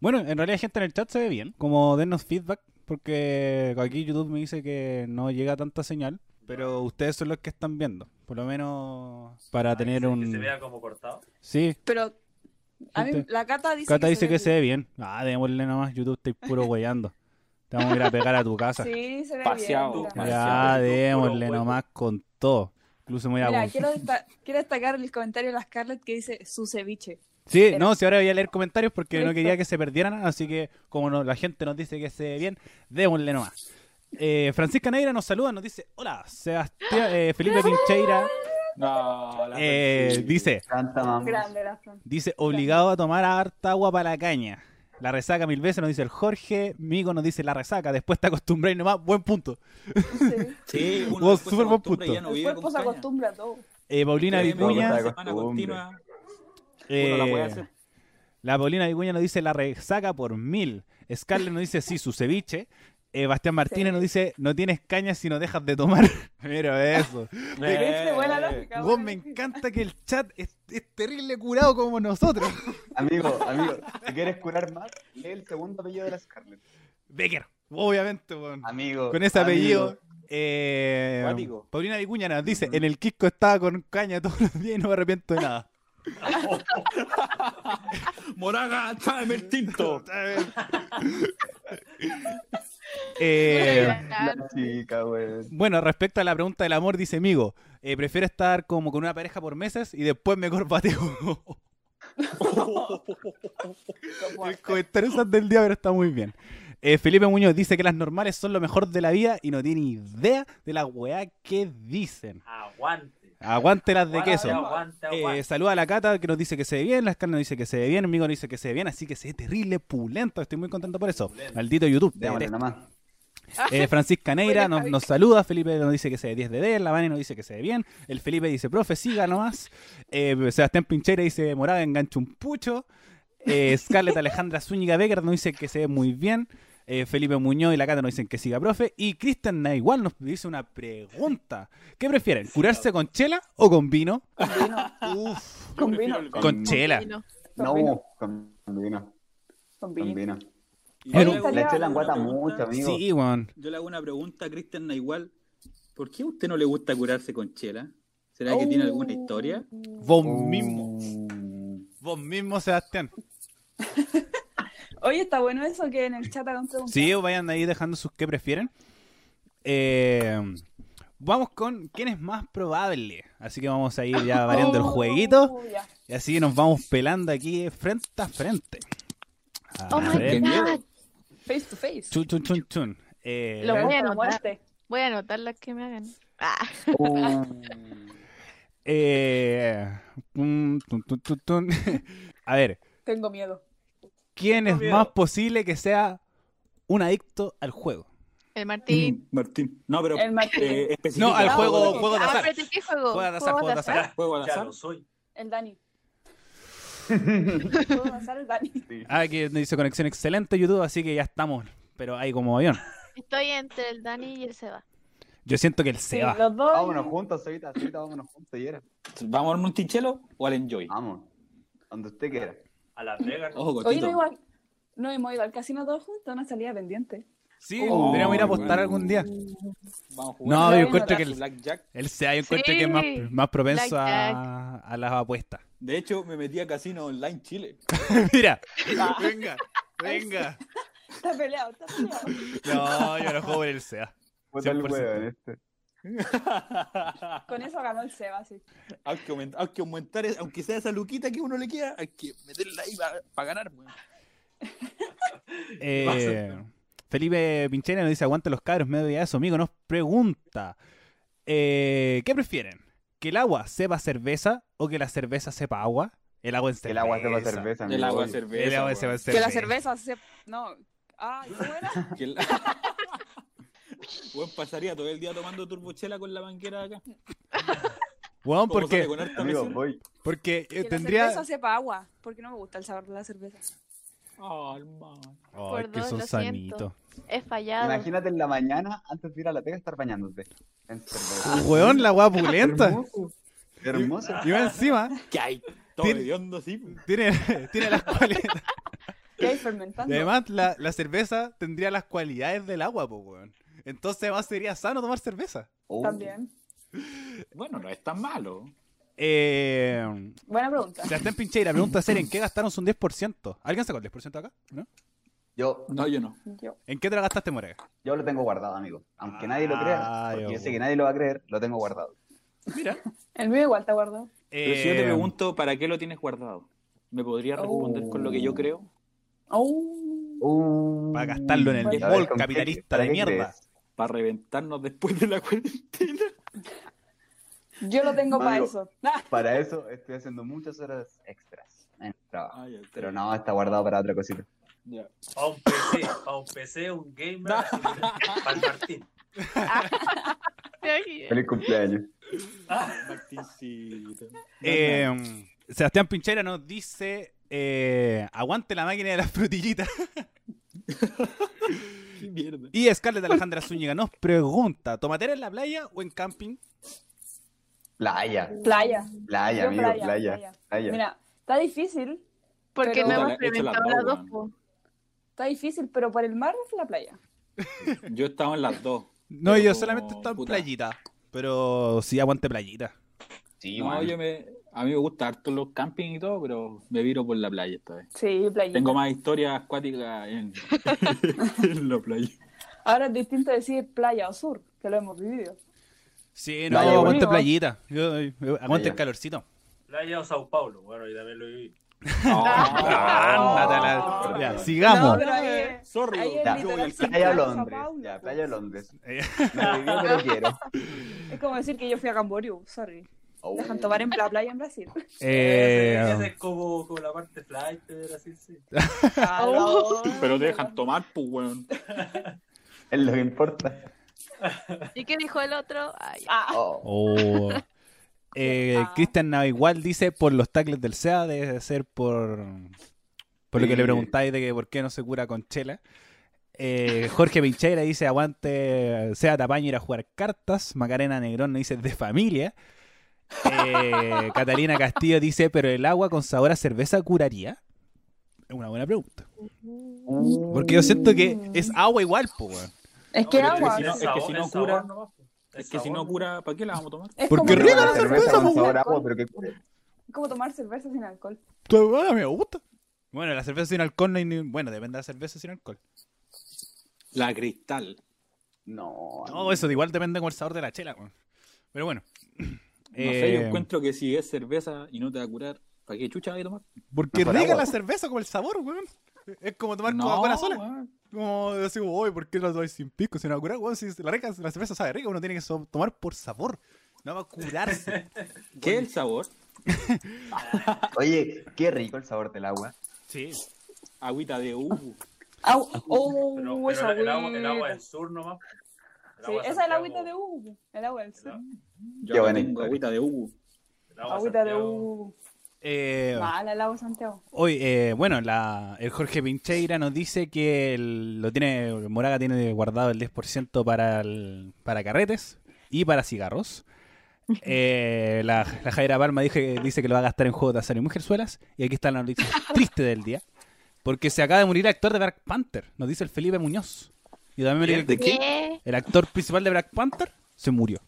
[SPEAKER 1] Bueno, en realidad gente en el chat se ve bien. Como dennos feedback, porque aquí YouTube me dice que no llega tanta señal, pero ustedes son los que están viendo. Por lo menos para
[SPEAKER 3] Ah,
[SPEAKER 1] tener
[SPEAKER 3] que se-
[SPEAKER 1] un...
[SPEAKER 3] Que se vea como cortado.
[SPEAKER 1] Sí,
[SPEAKER 5] Pero a mí
[SPEAKER 1] Gente.
[SPEAKER 5] la Cata dice
[SPEAKER 1] Cata
[SPEAKER 5] que
[SPEAKER 1] dice
[SPEAKER 5] ve
[SPEAKER 1] que se ve bien. Ah, démosle nomás, YouTube, estoy puro weyando. Te vamos a ir a pegar a tu casa.
[SPEAKER 5] bien. Sí, se ve
[SPEAKER 4] Paseado.
[SPEAKER 5] bien. mira.
[SPEAKER 1] ya,
[SPEAKER 4] Marcial,
[SPEAKER 1] démosle
[SPEAKER 3] puro huevo.
[SPEAKER 1] nomás con todo. Incluso me voy a...
[SPEAKER 5] Mira,
[SPEAKER 1] conf-
[SPEAKER 5] quiero, desta- quiero destacar el comentario de la Scarlett que dice su ceviche.
[SPEAKER 1] Sí,
[SPEAKER 5] Pero-
[SPEAKER 1] no, si ahora voy a leer comentarios porque no
[SPEAKER 5] Listo.
[SPEAKER 1] quería que se perdieran, así que como no- la gente nos dice que se ve bien, démosle nomás. Eh, Francisca Neira nos saluda, nos dice, hola, Sebastián, eh, Felipe Pincheira
[SPEAKER 4] No, la
[SPEAKER 1] eh,
[SPEAKER 4] Francisca.
[SPEAKER 1] dice,
[SPEAKER 6] Tanta mamá.
[SPEAKER 5] Grande la Fran.
[SPEAKER 1] dice, obligado a tomar harta agua para la caña. La resaca mil veces, nos dice el Jorge, Migo nos dice la resaca, después te acostumbras y nomás, buen punto.
[SPEAKER 5] Sí.
[SPEAKER 4] Sí, uno
[SPEAKER 1] Vos,
[SPEAKER 4] después se
[SPEAKER 1] súper buen
[SPEAKER 4] acostumbra y
[SPEAKER 1] punto.
[SPEAKER 4] ya no
[SPEAKER 5] el
[SPEAKER 4] vive
[SPEAKER 5] cuerpo
[SPEAKER 4] con
[SPEAKER 5] se
[SPEAKER 4] caña.
[SPEAKER 5] acostumbra a todo.
[SPEAKER 1] Eh, Paulina
[SPEAKER 4] Créeme,
[SPEAKER 6] Vicuña.
[SPEAKER 4] una
[SPEAKER 1] Vicuña,
[SPEAKER 4] semana continua, uno la puede
[SPEAKER 1] eh,
[SPEAKER 4] hacer.
[SPEAKER 1] La Paulina Vicuña nos dice la resaca por mil. Scarlett nos dice sí, su ceviche. Eh, Bastián Martínez
[SPEAKER 5] Sí.
[SPEAKER 1] nos dice no tienes cañas si no dejas de tomar. Mira eso.
[SPEAKER 5] Viste, buena
[SPEAKER 4] Eh,
[SPEAKER 5] lógica,
[SPEAKER 1] Vos,
[SPEAKER 5] buena
[SPEAKER 1] me
[SPEAKER 5] lógica.
[SPEAKER 1] encanta que el chat es, es terrible curado como nosotros.
[SPEAKER 6] Amigo, amigo, si quieres curar más, lee el segundo apellido de la Scarlett.
[SPEAKER 1] Becker, obviamente, weón.
[SPEAKER 6] Amigo.
[SPEAKER 1] Con ese
[SPEAKER 6] amigo.
[SPEAKER 1] apellido. eh,
[SPEAKER 4] Cuático. Mm.
[SPEAKER 1] Paulina Vicuña nos dice en el Quisco estaba con caña todos los días y no me arrepiento de nada.
[SPEAKER 4] Moraga, tráeme el tinto.
[SPEAKER 1] Eh,
[SPEAKER 6] La chica, weón.
[SPEAKER 1] Bueno, respecto a la pregunta del amor, dice Migo, eh, prefiero estar como con una pareja por meses y después me corbateo. El comentario es del día, pero está muy bien. Eh, Felipe Muñoz dice que las normales son lo mejor de la vida y no tiene idea de la weá que dicen.
[SPEAKER 3] Aguante.
[SPEAKER 1] Aguante las de
[SPEAKER 3] Aguante,
[SPEAKER 1] queso.
[SPEAKER 3] Aguante, aguante.
[SPEAKER 1] Eh, saluda a la Cata que nos dice que se ve bien, la Scarlett nos dice que se ve bien, Migo nos dice que se ve bien, así que se ve terrible, pulento. Estoy muy contento por eso.
[SPEAKER 3] Pulento.
[SPEAKER 1] Maldito YouTube. te
[SPEAKER 6] Démosle
[SPEAKER 1] detesto.
[SPEAKER 6] nomás.
[SPEAKER 1] Eh, Francisca Neira
[SPEAKER 5] Oye,
[SPEAKER 1] nos,
[SPEAKER 5] Javi.
[SPEAKER 1] nos saluda, Felipe nos dice que se ve 10 de 10, la Vane nos dice que se ve bien, el Felipe dice, profe, siga nomás, eh, Sebastián Pinchera dice, Morada engancha un pucho, eh, Scarlett Alejandra Zúñiga Becker nos dice que se ve muy bien, eh, Felipe Muñoz y la Cata nos dicen que siga, profe, y Cristian Naigual nos dice una pregunta, ¿qué prefieren, curarse con chela o con vino? Uf,
[SPEAKER 5] Con vino.
[SPEAKER 1] con chela.
[SPEAKER 2] Vino.
[SPEAKER 6] No, con vino.
[SPEAKER 5] Con
[SPEAKER 6] Con
[SPEAKER 5] vino.
[SPEAKER 6] vino.
[SPEAKER 4] Yo le
[SPEAKER 1] Pero-
[SPEAKER 4] hago
[SPEAKER 6] La chela
[SPEAKER 4] una
[SPEAKER 6] enguata
[SPEAKER 4] pregunta.
[SPEAKER 6] mucho, amigo.
[SPEAKER 1] Sí, weón.
[SPEAKER 4] Yo le hago una pregunta a Cristian Naigual. ¿Por qué a usted no le gusta curarse con chela? ¿Será que tiene alguna
[SPEAKER 5] Oh.
[SPEAKER 4] historia?
[SPEAKER 1] Vos
[SPEAKER 6] Uh,
[SPEAKER 1] mismo, vos mismo, Sebastián.
[SPEAKER 5] Oye, está bueno eso que en el chat hagan preguntas.
[SPEAKER 1] Sí, vayan ahí dejando sus que prefieren. Eh, Vamos con quién es más probable. Así que vamos a ir ya variando el jueguito.
[SPEAKER 5] Oh, ya.
[SPEAKER 1] Y así nos vamos pelando aquí frente a frente. A
[SPEAKER 2] Oh my
[SPEAKER 1] ver.
[SPEAKER 2] god.
[SPEAKER 5] Face to face.
[SPEAKER 1] Chun, chun, chun, chun. Eh,
[SPEAKER 2] Lo voy a anotar.
[SPEAKER 5] muerte.
[SPEAKER 2] Voy a anotar las que me hagan. Ah,
[SPEAKER 6] Uh.
[SPEAKER 1] eh, mm, tun, tun, tun, tun. a ver,
[SPEAKER 5] Tengo miedo.
[SPEAKER 1] ¿quién es
[SPEAKER 3] Tengo miedo.
[SPEAKER 1] más posible que sea un adicto al juego?
[SPEAKER 2] el Martín.
[SPEAKER 4] Mm, Martín. No, pero
[SPEAKER 5] El Martín.
[SPEAKER 4] eh, específica.
[SPEAKER 1] No, al
[SPEAKER 5] Ah,
[SPEAKER 1] Mm. juego,
[SPEAKER 5] bueno.
[SPEAKER 1] juego de
[SPEAKER 2] Ah,
[SPEAKER 1] azar.
[SPEAKER 2] espérate, ¿qué juego?
[SPEAKER 1] Juego de azar, juego de azar.
[SPEAKER 4] Juego al
[SPEAKER 3] Ya
[SPEAKER 4] azar.
[SPEAKER 3] lo soy.
[SPEAKER 5] El Dani. ¿Puedo pasar el Dani?
[SPEAKER 1] Ah, que dice conexión excelente YouTube, así que ya estamos. Pero ahí como avión.
[SPEAKER 2] Estoy entre el Dani y el Seba.
[SPEAKER 1] Yo siento que él se
[SPEAKER 5] Sí,
[SPEAKER 1] va.
[SPEAKER 5] los dos.
[SPEAKER 6] Vámonos juntos, Solita, Solita, vámonos juntos, y era.
[SPEAKER 4] ¿Vamos al Monticello o al Enjoy?
[SPEAKER 6] Vamos, donde usted quiera.
[SPEAKER 3] A Las Vegas. ¿no?
[SPEAKER 4] Ojo,
[SPEAKER 5] Ah. Oye, no,
[SPEAKER 4] Gotito.
[SPEAKER 5] igual. No hemos ido al casino todos juntos, una salida pendiente.
[SPEAKER 1] Sí,
[SPEAKER 4] Oh,
[SPEAKER 1] deberíamos ir a apostar
[SPEAKER 4] bueno.
[SPEAKER 1] algún día.
[SPEAKER 4] Vamos a
[SPEAKER 1] No,
[SPEAKER 5] yo
[SPEAKER 4] a
[SPEAKER 5] encuentro
[SPEAKER 4] Blackjack,
[SPEAKER 1] que el-
[SPEAKER 4] Blackjack.
[SPEAKER 1] Él se yo encuentro que es más,
[SPEAKER 2] Sí.
[SPEAKER 1] más propenso a,
[SPEAKER 2] Blackjack.
[SPEAKER 1] a las apuestas.
[SPEAKER 4] De hecho, me metí a Casino Online Chile.
[SPEAKER 1] Mira. Venga, venga.
[SPEAKER 5] Está peleado, está peleado.
[SPEAKER 1] No, yo no juego por el SEA.
[SPEAKER 6] Puta el
[SPEAKER 1] 100%.
[SPEAKER 6] huevo en este.
[SPEAKER 5] Con eso ganó el Seba, sí.
[SPEAKER 4] Hay que, aument- hay que aumentar, es- aunque sea esa luquita que uno le queda, hay que meterla ahí para ganar. weón.
[SPEAKER 1] Eh, Felipe Pinchera nos dice, aguante los cabros, medio día de eso. Amigo, nos pregunta, eh, ¿qué prefieren? ¿Que el agua sepa cerveza o que la cerveza sepa agua? El agua en cerveza.
[SPEAKER 6] Que el agua sepa cerveza,
[SPEAKER 4] El
[SPEAKER 6] amigo,
[SPEAKER 4] agua
[SPEAKER 6] obvio.
[SPEAKER 4] cerveza.
[SPEAKER 1] El agua
[SPEAKER 4] weón.
[SPEAKER 1] sepa cerveza.
[SPEAKER 5] Que la cerveza se... No. Ay, ¿cómo era?
[SPEAKER 6] Eh,
[SPEAKER 4] Que el- Weón, pasaría todo el día tomando turbochela con la banquera de acá.
[SPEAKER 1] Weón,
[SPEAKER 4] Como sale
[SPEAKER 1] porque,
[SPEAKER 4] con harta
[SPEAKER 6] Amigo,
[SPEAKER 4] presión.
[SPEAKER 6] voy.
[SPEAKER 1] porque eh,
[SPEAKER 5] Que la
[SPEAKER 1] tendría...
[SPEAKER 5] cerveza sepa agua, porque no me gusta el sabor de la cerveza.
[SPEAKER 4] Ah, hermano.
[SPEAKER 1] Ay,
[SPEAKER 2] Por
[SPEAKER 1] que
[SPEAKER 2] dos,
[SPEAKER 1] son
[SPEAKER 2] lo siento.
[SPEAKER 1] sanitos.
[SPEAKER 2] He fallado.
[SPEAKER 6] Imagínate en la mañana, antes de ir a la pega, estar bañándote. En cerveza.
[SPEAKER 1] Weón, la agua pulenta.
[SPEAKER 6] Hermoso. Hermoso.
[SPEAKER 1] Y va encima,
[SPEAKER 4] ¿Qué hay? Todo
[SPEAKER 1] Tiene-
[SPEAKER 4] hediondo, sí. weón.
[SPEAKER 1] tiene, tiene las cualidades.
[SPEAKER 5] ¿Qué hay fermentando?
[SPEAKER 1] Y además, la, la cerveza tendría las cualidades del agua, pues, weón. Entonces, además, sería sano tomar cerveza.
[SPEAKER 6] Oh.
[SPEAKER 5] También.
[SPEAKER 4] Bueno, no es tan malo.
[SPEAKER 1] Eh,
[SPEAKER 5] Buena pregunta.
[SPEAKER 1] Sebastián Pincheira pregunta seria, ¿en qué gastaron su 10%? ¿Alguien sacó el 10% acá? ¿No?
[SPEAKER 6] Yo,
[SPEAKER 4] No, yo no.
[SPEAKER 5] Yo.
[SPEAKER 1] ¿En qué te lo gastaste, Moraga?
[SPEAKER 6] yo lo tengo guardado, amigo. Aunque nadie lo crea,
[SPEAKER 1] Ay,
[SPEAKER 6] porque yo
[SPEAKER 1] oh.
[SPEAKER 6] sé que nadie lo va a creer, lo tengo guardado.
[SPEAKER 5] El mío igual te guardado.
[SPEAKER 4] Pero si yo te
[SPEAKER 1] Eh,
[SPEAKER 4] pregunto, ¿para qué lo tienes guardado? ¿Me podrías responder con lo que yo creo?
[SPEAKER 5] Oh.
[SPEAKER 1] Para gastarlo en el
[SPEAKER 6] A
[SPEAKER 1] mall
[SPEAKER 6] ver, ¿con qué-
[SPEAKER 1] capitalista
[SPEAKER 6] para
[SPEAKER 1] de
[SPEAKER 6] qué
[SPEAKER 1] mierda.
[SPEAKER 6] crees?
[SPEAKER 4] Para reventarnos después de la cuarentena.
[SPEAKER 5] Yo lo tengo para
[SPEAKER 6] Amigo.
[SPEAKER 5] eso. Ah,
[SPEAKER 6] Para eso estoy haciendo muchas horas extras en el trabajo.
[SPEAKER 4] Ah, ya, ok.
[SPEAKER 6] Pero no, está guardado para otra cosita.
[SPEAKER 4] Ya.
[SPEAKER 3] Pa' un PC, pa' un PC, un gamer. así que- Pa' el Martín.
[SPEAKER 6] Feliz cumpleaños.
[SPEAKER 4] Martincito.
[SPEAKER 1] Eh, Sebastián Pincheira nos dice, eh, aguante la máquina de las frutillitas.
[SPEAKER 4] Qué mierda.
[SPEAKER 1] Y Scarlett Alejandra Zúñiga nos pregunta, ¿tomatera en la playa o en camping?
[SPEAKER 6] Playa,
[SPEAKER 5] Playa.
[SPEAKER 6] playa,
[SPEAKER 5] Yo
[SPEAKER 6] amigo, playa,
[SPEAKER 5] playa,
[SPEAKER 6] playa.
[SPEAKER 5] playa. Mira, está difícil,
[SPEAKER 2] Porque
[SPEAKER 5] Pero-
[SPEAKER 2] no
[SPEAKER 5] Puta,
[SPEAKER 2] hemos
[SPEAKER 4] le he hecho las
[SPEAKER 2] experimentado las
[SPEAKER 4] dos,
[SPEAKER 2] dos. po.
[SPEAKER 5] está difícil, pero por el mar es la playa.
[SPEAKER 4] Yo he estado en las dos.
[SPEAKER 1] No,
[SPEAKER 4] pero
[SPEAKER 1] yo solamente
[SPEAKER 4] como-
[SPEAKER 1] estaba en
[SPEAKER 4] puta.
[SPEAKER 1] playita. Pero sí, aguante playita.
[SPEAKER 6] Sí,
[SPEAKER 4] No,
[SPEAKER 6] man.
[SPEAKER 4] yo me, a mí me gusta harto los campings y todo, pero me viro por la playa esta vez.
[SPEAKER 5] Sí, playa.
[SPEAKER 4] Tengo más historias acuáticas en, en la playa.
[SPEAKER 5] Ahora es distinto decir playa o sur, que lo hemos vivido.
[SPEAKER 1] Sí, no,
[SPEAKER 6] Playa,
[SPEAKER 1] aguante
[SPEAKER 5] bueno.
[SPEAKER 1] playita. Yo- yo- aguante
[SPEAKER 6] Playa.
[SPEAKER 1] el calorcito.
[SPEAKER 3] Playa o Sao Paulo. Bueno, yo también lo viví.
[SPEAKER 1] Ándate la- Ya, sigamos.
[SPEAKER 5] No, pero ahí,
[SPEAKER 4] Sorry,
[SPEAKER 5] ahí
[SPEAKER 6] Ya,
[SPEAKER 5] es literal sin
[SPEAKER 6] playa o
[SPEAKER 5] playa, Sao
[SPEAKER 6] Londres.
[SPEAKER 5] Paulo,
[SPEAKER 6] Ya,
[SPEAKER 5] pues.
[SPEAKER 6] playa o Londres.
[SPEAKER 1] Eh,
[SPEAKER 6] No vivió, pero quiero.
[SPEAKER 5] Es como decir que yo fui a Camboriú, sorry.
[SPEAKER 6] Oh.
[SPEAKER 5] Dejan tomar en la playa en Brasil.
[SPEAKER 3] Ese, ese
[SPEAKER 1] eh,
[SPEAKER 3] es como, como la parte flight, pero así, sí.
[SPEAKER 5] Ah, Oh.
[SPEAKER 4] Pero te dejan tomar, pues, weón.
[SPEAKER 6] Es lo que importa.
[SPEAKER 2] ¿Y qué dijo el otro? Ay,
[SPEAKER 5] Ah,
[SPEAKER 6] Oh.
[SPEAKER 1] oh. Eh,
[SPEAKER 5] Ah.
[SPEAKER 1] Cristian Navigual dice por los tackles del SEA debe ser por por lo que
[SPEAKER 6] Sí.
[SPEAKER 1] le preguntáis de que por qué no se cura con chela. Eh, Jorge Pincheira dice aguante sea tapaño ir a jugar cartas. Macarena Negrón nos dice de familia. Eh, Catalina Castillo dice pero el agua con sabor a cerveza curaría. Es una buena pregunta. Porque yo siento que es agua igual, po, weón.
[SPEAKER 5] es que
[SPEAKER 3] No, pero
[SPEAKER 5] agua.
[SPEAKER 4] si no- es que si no
[SPEAKER 3] sabor
[SPEAKER 4] cura-
[SPEAKER 3] nomás, po.
[SPEAKER 4] Es que si no
[SPEAKER 3] sabor.
[SPEAKER 4] cura, ¿para qué la vamos a tomar?
[SPEAKER 5] Es
[SPEAKER 1] ¿Por
[SPEAKER 5] como
[SPEAKER 1] qué riega
[SPEAKER 5] tomar
[SPEAKER 1] la cerveza
[SPEAKER 6] con
[SPEAKER 5] sin
[SPEAKER 6] sabor a agua,
[SPEAKER 5] alcohol.
[SPEAKER 6] pero que cure.
[SPEAKER 5] Es como tomar cerveza sin alcohol.
[SPEAKER 1] me gusta. Bueno, la cerveza sin alcohol no hay ni... Bueno, depende de la cerveza sin alcohol.
[SPEAKER 4] La cristal.
[SPEAKER 6] No.
[SPEAKER 1] No, eso igual depende con el sabor de la chela, weón. Pero bueno.
[SPEAKER 4] No
[SPEAKER 1] Eh,
[SPEAKER 4] sé, yo encuentro que si es cerveza y no te va a curar, ¿para qué chucha vas a tomar?
[SPEAKER 1] Porque
[SPEAKER 6] Mejor
[SPEAKER 1] rica
[SPEAKER 6] agua.
[SPEAKER 1] la cerveza con el sabor, weón. Es como tomar
[SPEAKER 4] No,
[SPEAKER 1] Coca-Cola sola.
[SPEAKER 4] weón.
[SPEAKER 1] Como decir, uy, ¿por qué la tomáis sin pisco? Si no va a curar, weón, si la, rica, la cerveza sabe rica, uno tiene que so- tomar por sabor. No va a curarse.
[SPEAKER 4] ¿Qué es el sabor?
[SPEAKER 6] Oye, qué rico el sabor del agua.
[SPEAKER 1] sí.
[SPEAKER 4] Agüita de uh. uvu.
[SPEAKER 5] Au, oh,
[SPEAKER 3] Pero,
[SPEAKER 5] esa
[SPEAKER 3] pero el, agua, el
[SPEAKER 5] agüita.
[SPEAKER 3] agua del sur nomás. El
[SPEAKER 5] Sí,
[SPEAKER 3] agua
[SPEAKER 5] esa es la agüita
[SPEAKER 3] Santiago,
[SPEAKER 5] de Hugo. El agua del sur.
[SPEAKER 3] ¿verdad?
[SPEAKER 4] Yo
[SPEAKER 6] Qué
[SPEAKER 4] acá
[SPEAKER 6] buena
[SPEAKER 4] tengo
[SPEAKER 6] historia.
[SPEAKER 4] agüita de uvu.
[SPEAKER 3] El agua
[SPEAKER 5] Agüita de
[SPEAKER 3] Santiago.
[SPEAKER 5] Hugo.
[SPEAKER 1] Eh,
[SPEAKER 5] Mala el agua Santiago.
[SPEAKER 1] Hoy, eh, bueno, la, el Jorge Pincheira nos dice que el- lo tiene, Moraga tiene guardado el 10% para, el- para carretes y para cigarros. Eh, la, la Jaira Palma dije- dice que lo va a gastar en juegos de azar y mujerzuelas. Y aquí está la noticia triste del día. Porque se acaba de morir el actor de Black Panther, nos dice el Felipe Muñoz. Y también me dice
[SPEAKER 4] ¿De qué?
[SPEAKER 2] ¿Qué?
[SPEAKER 1] el actor principal de Black Panther se murió.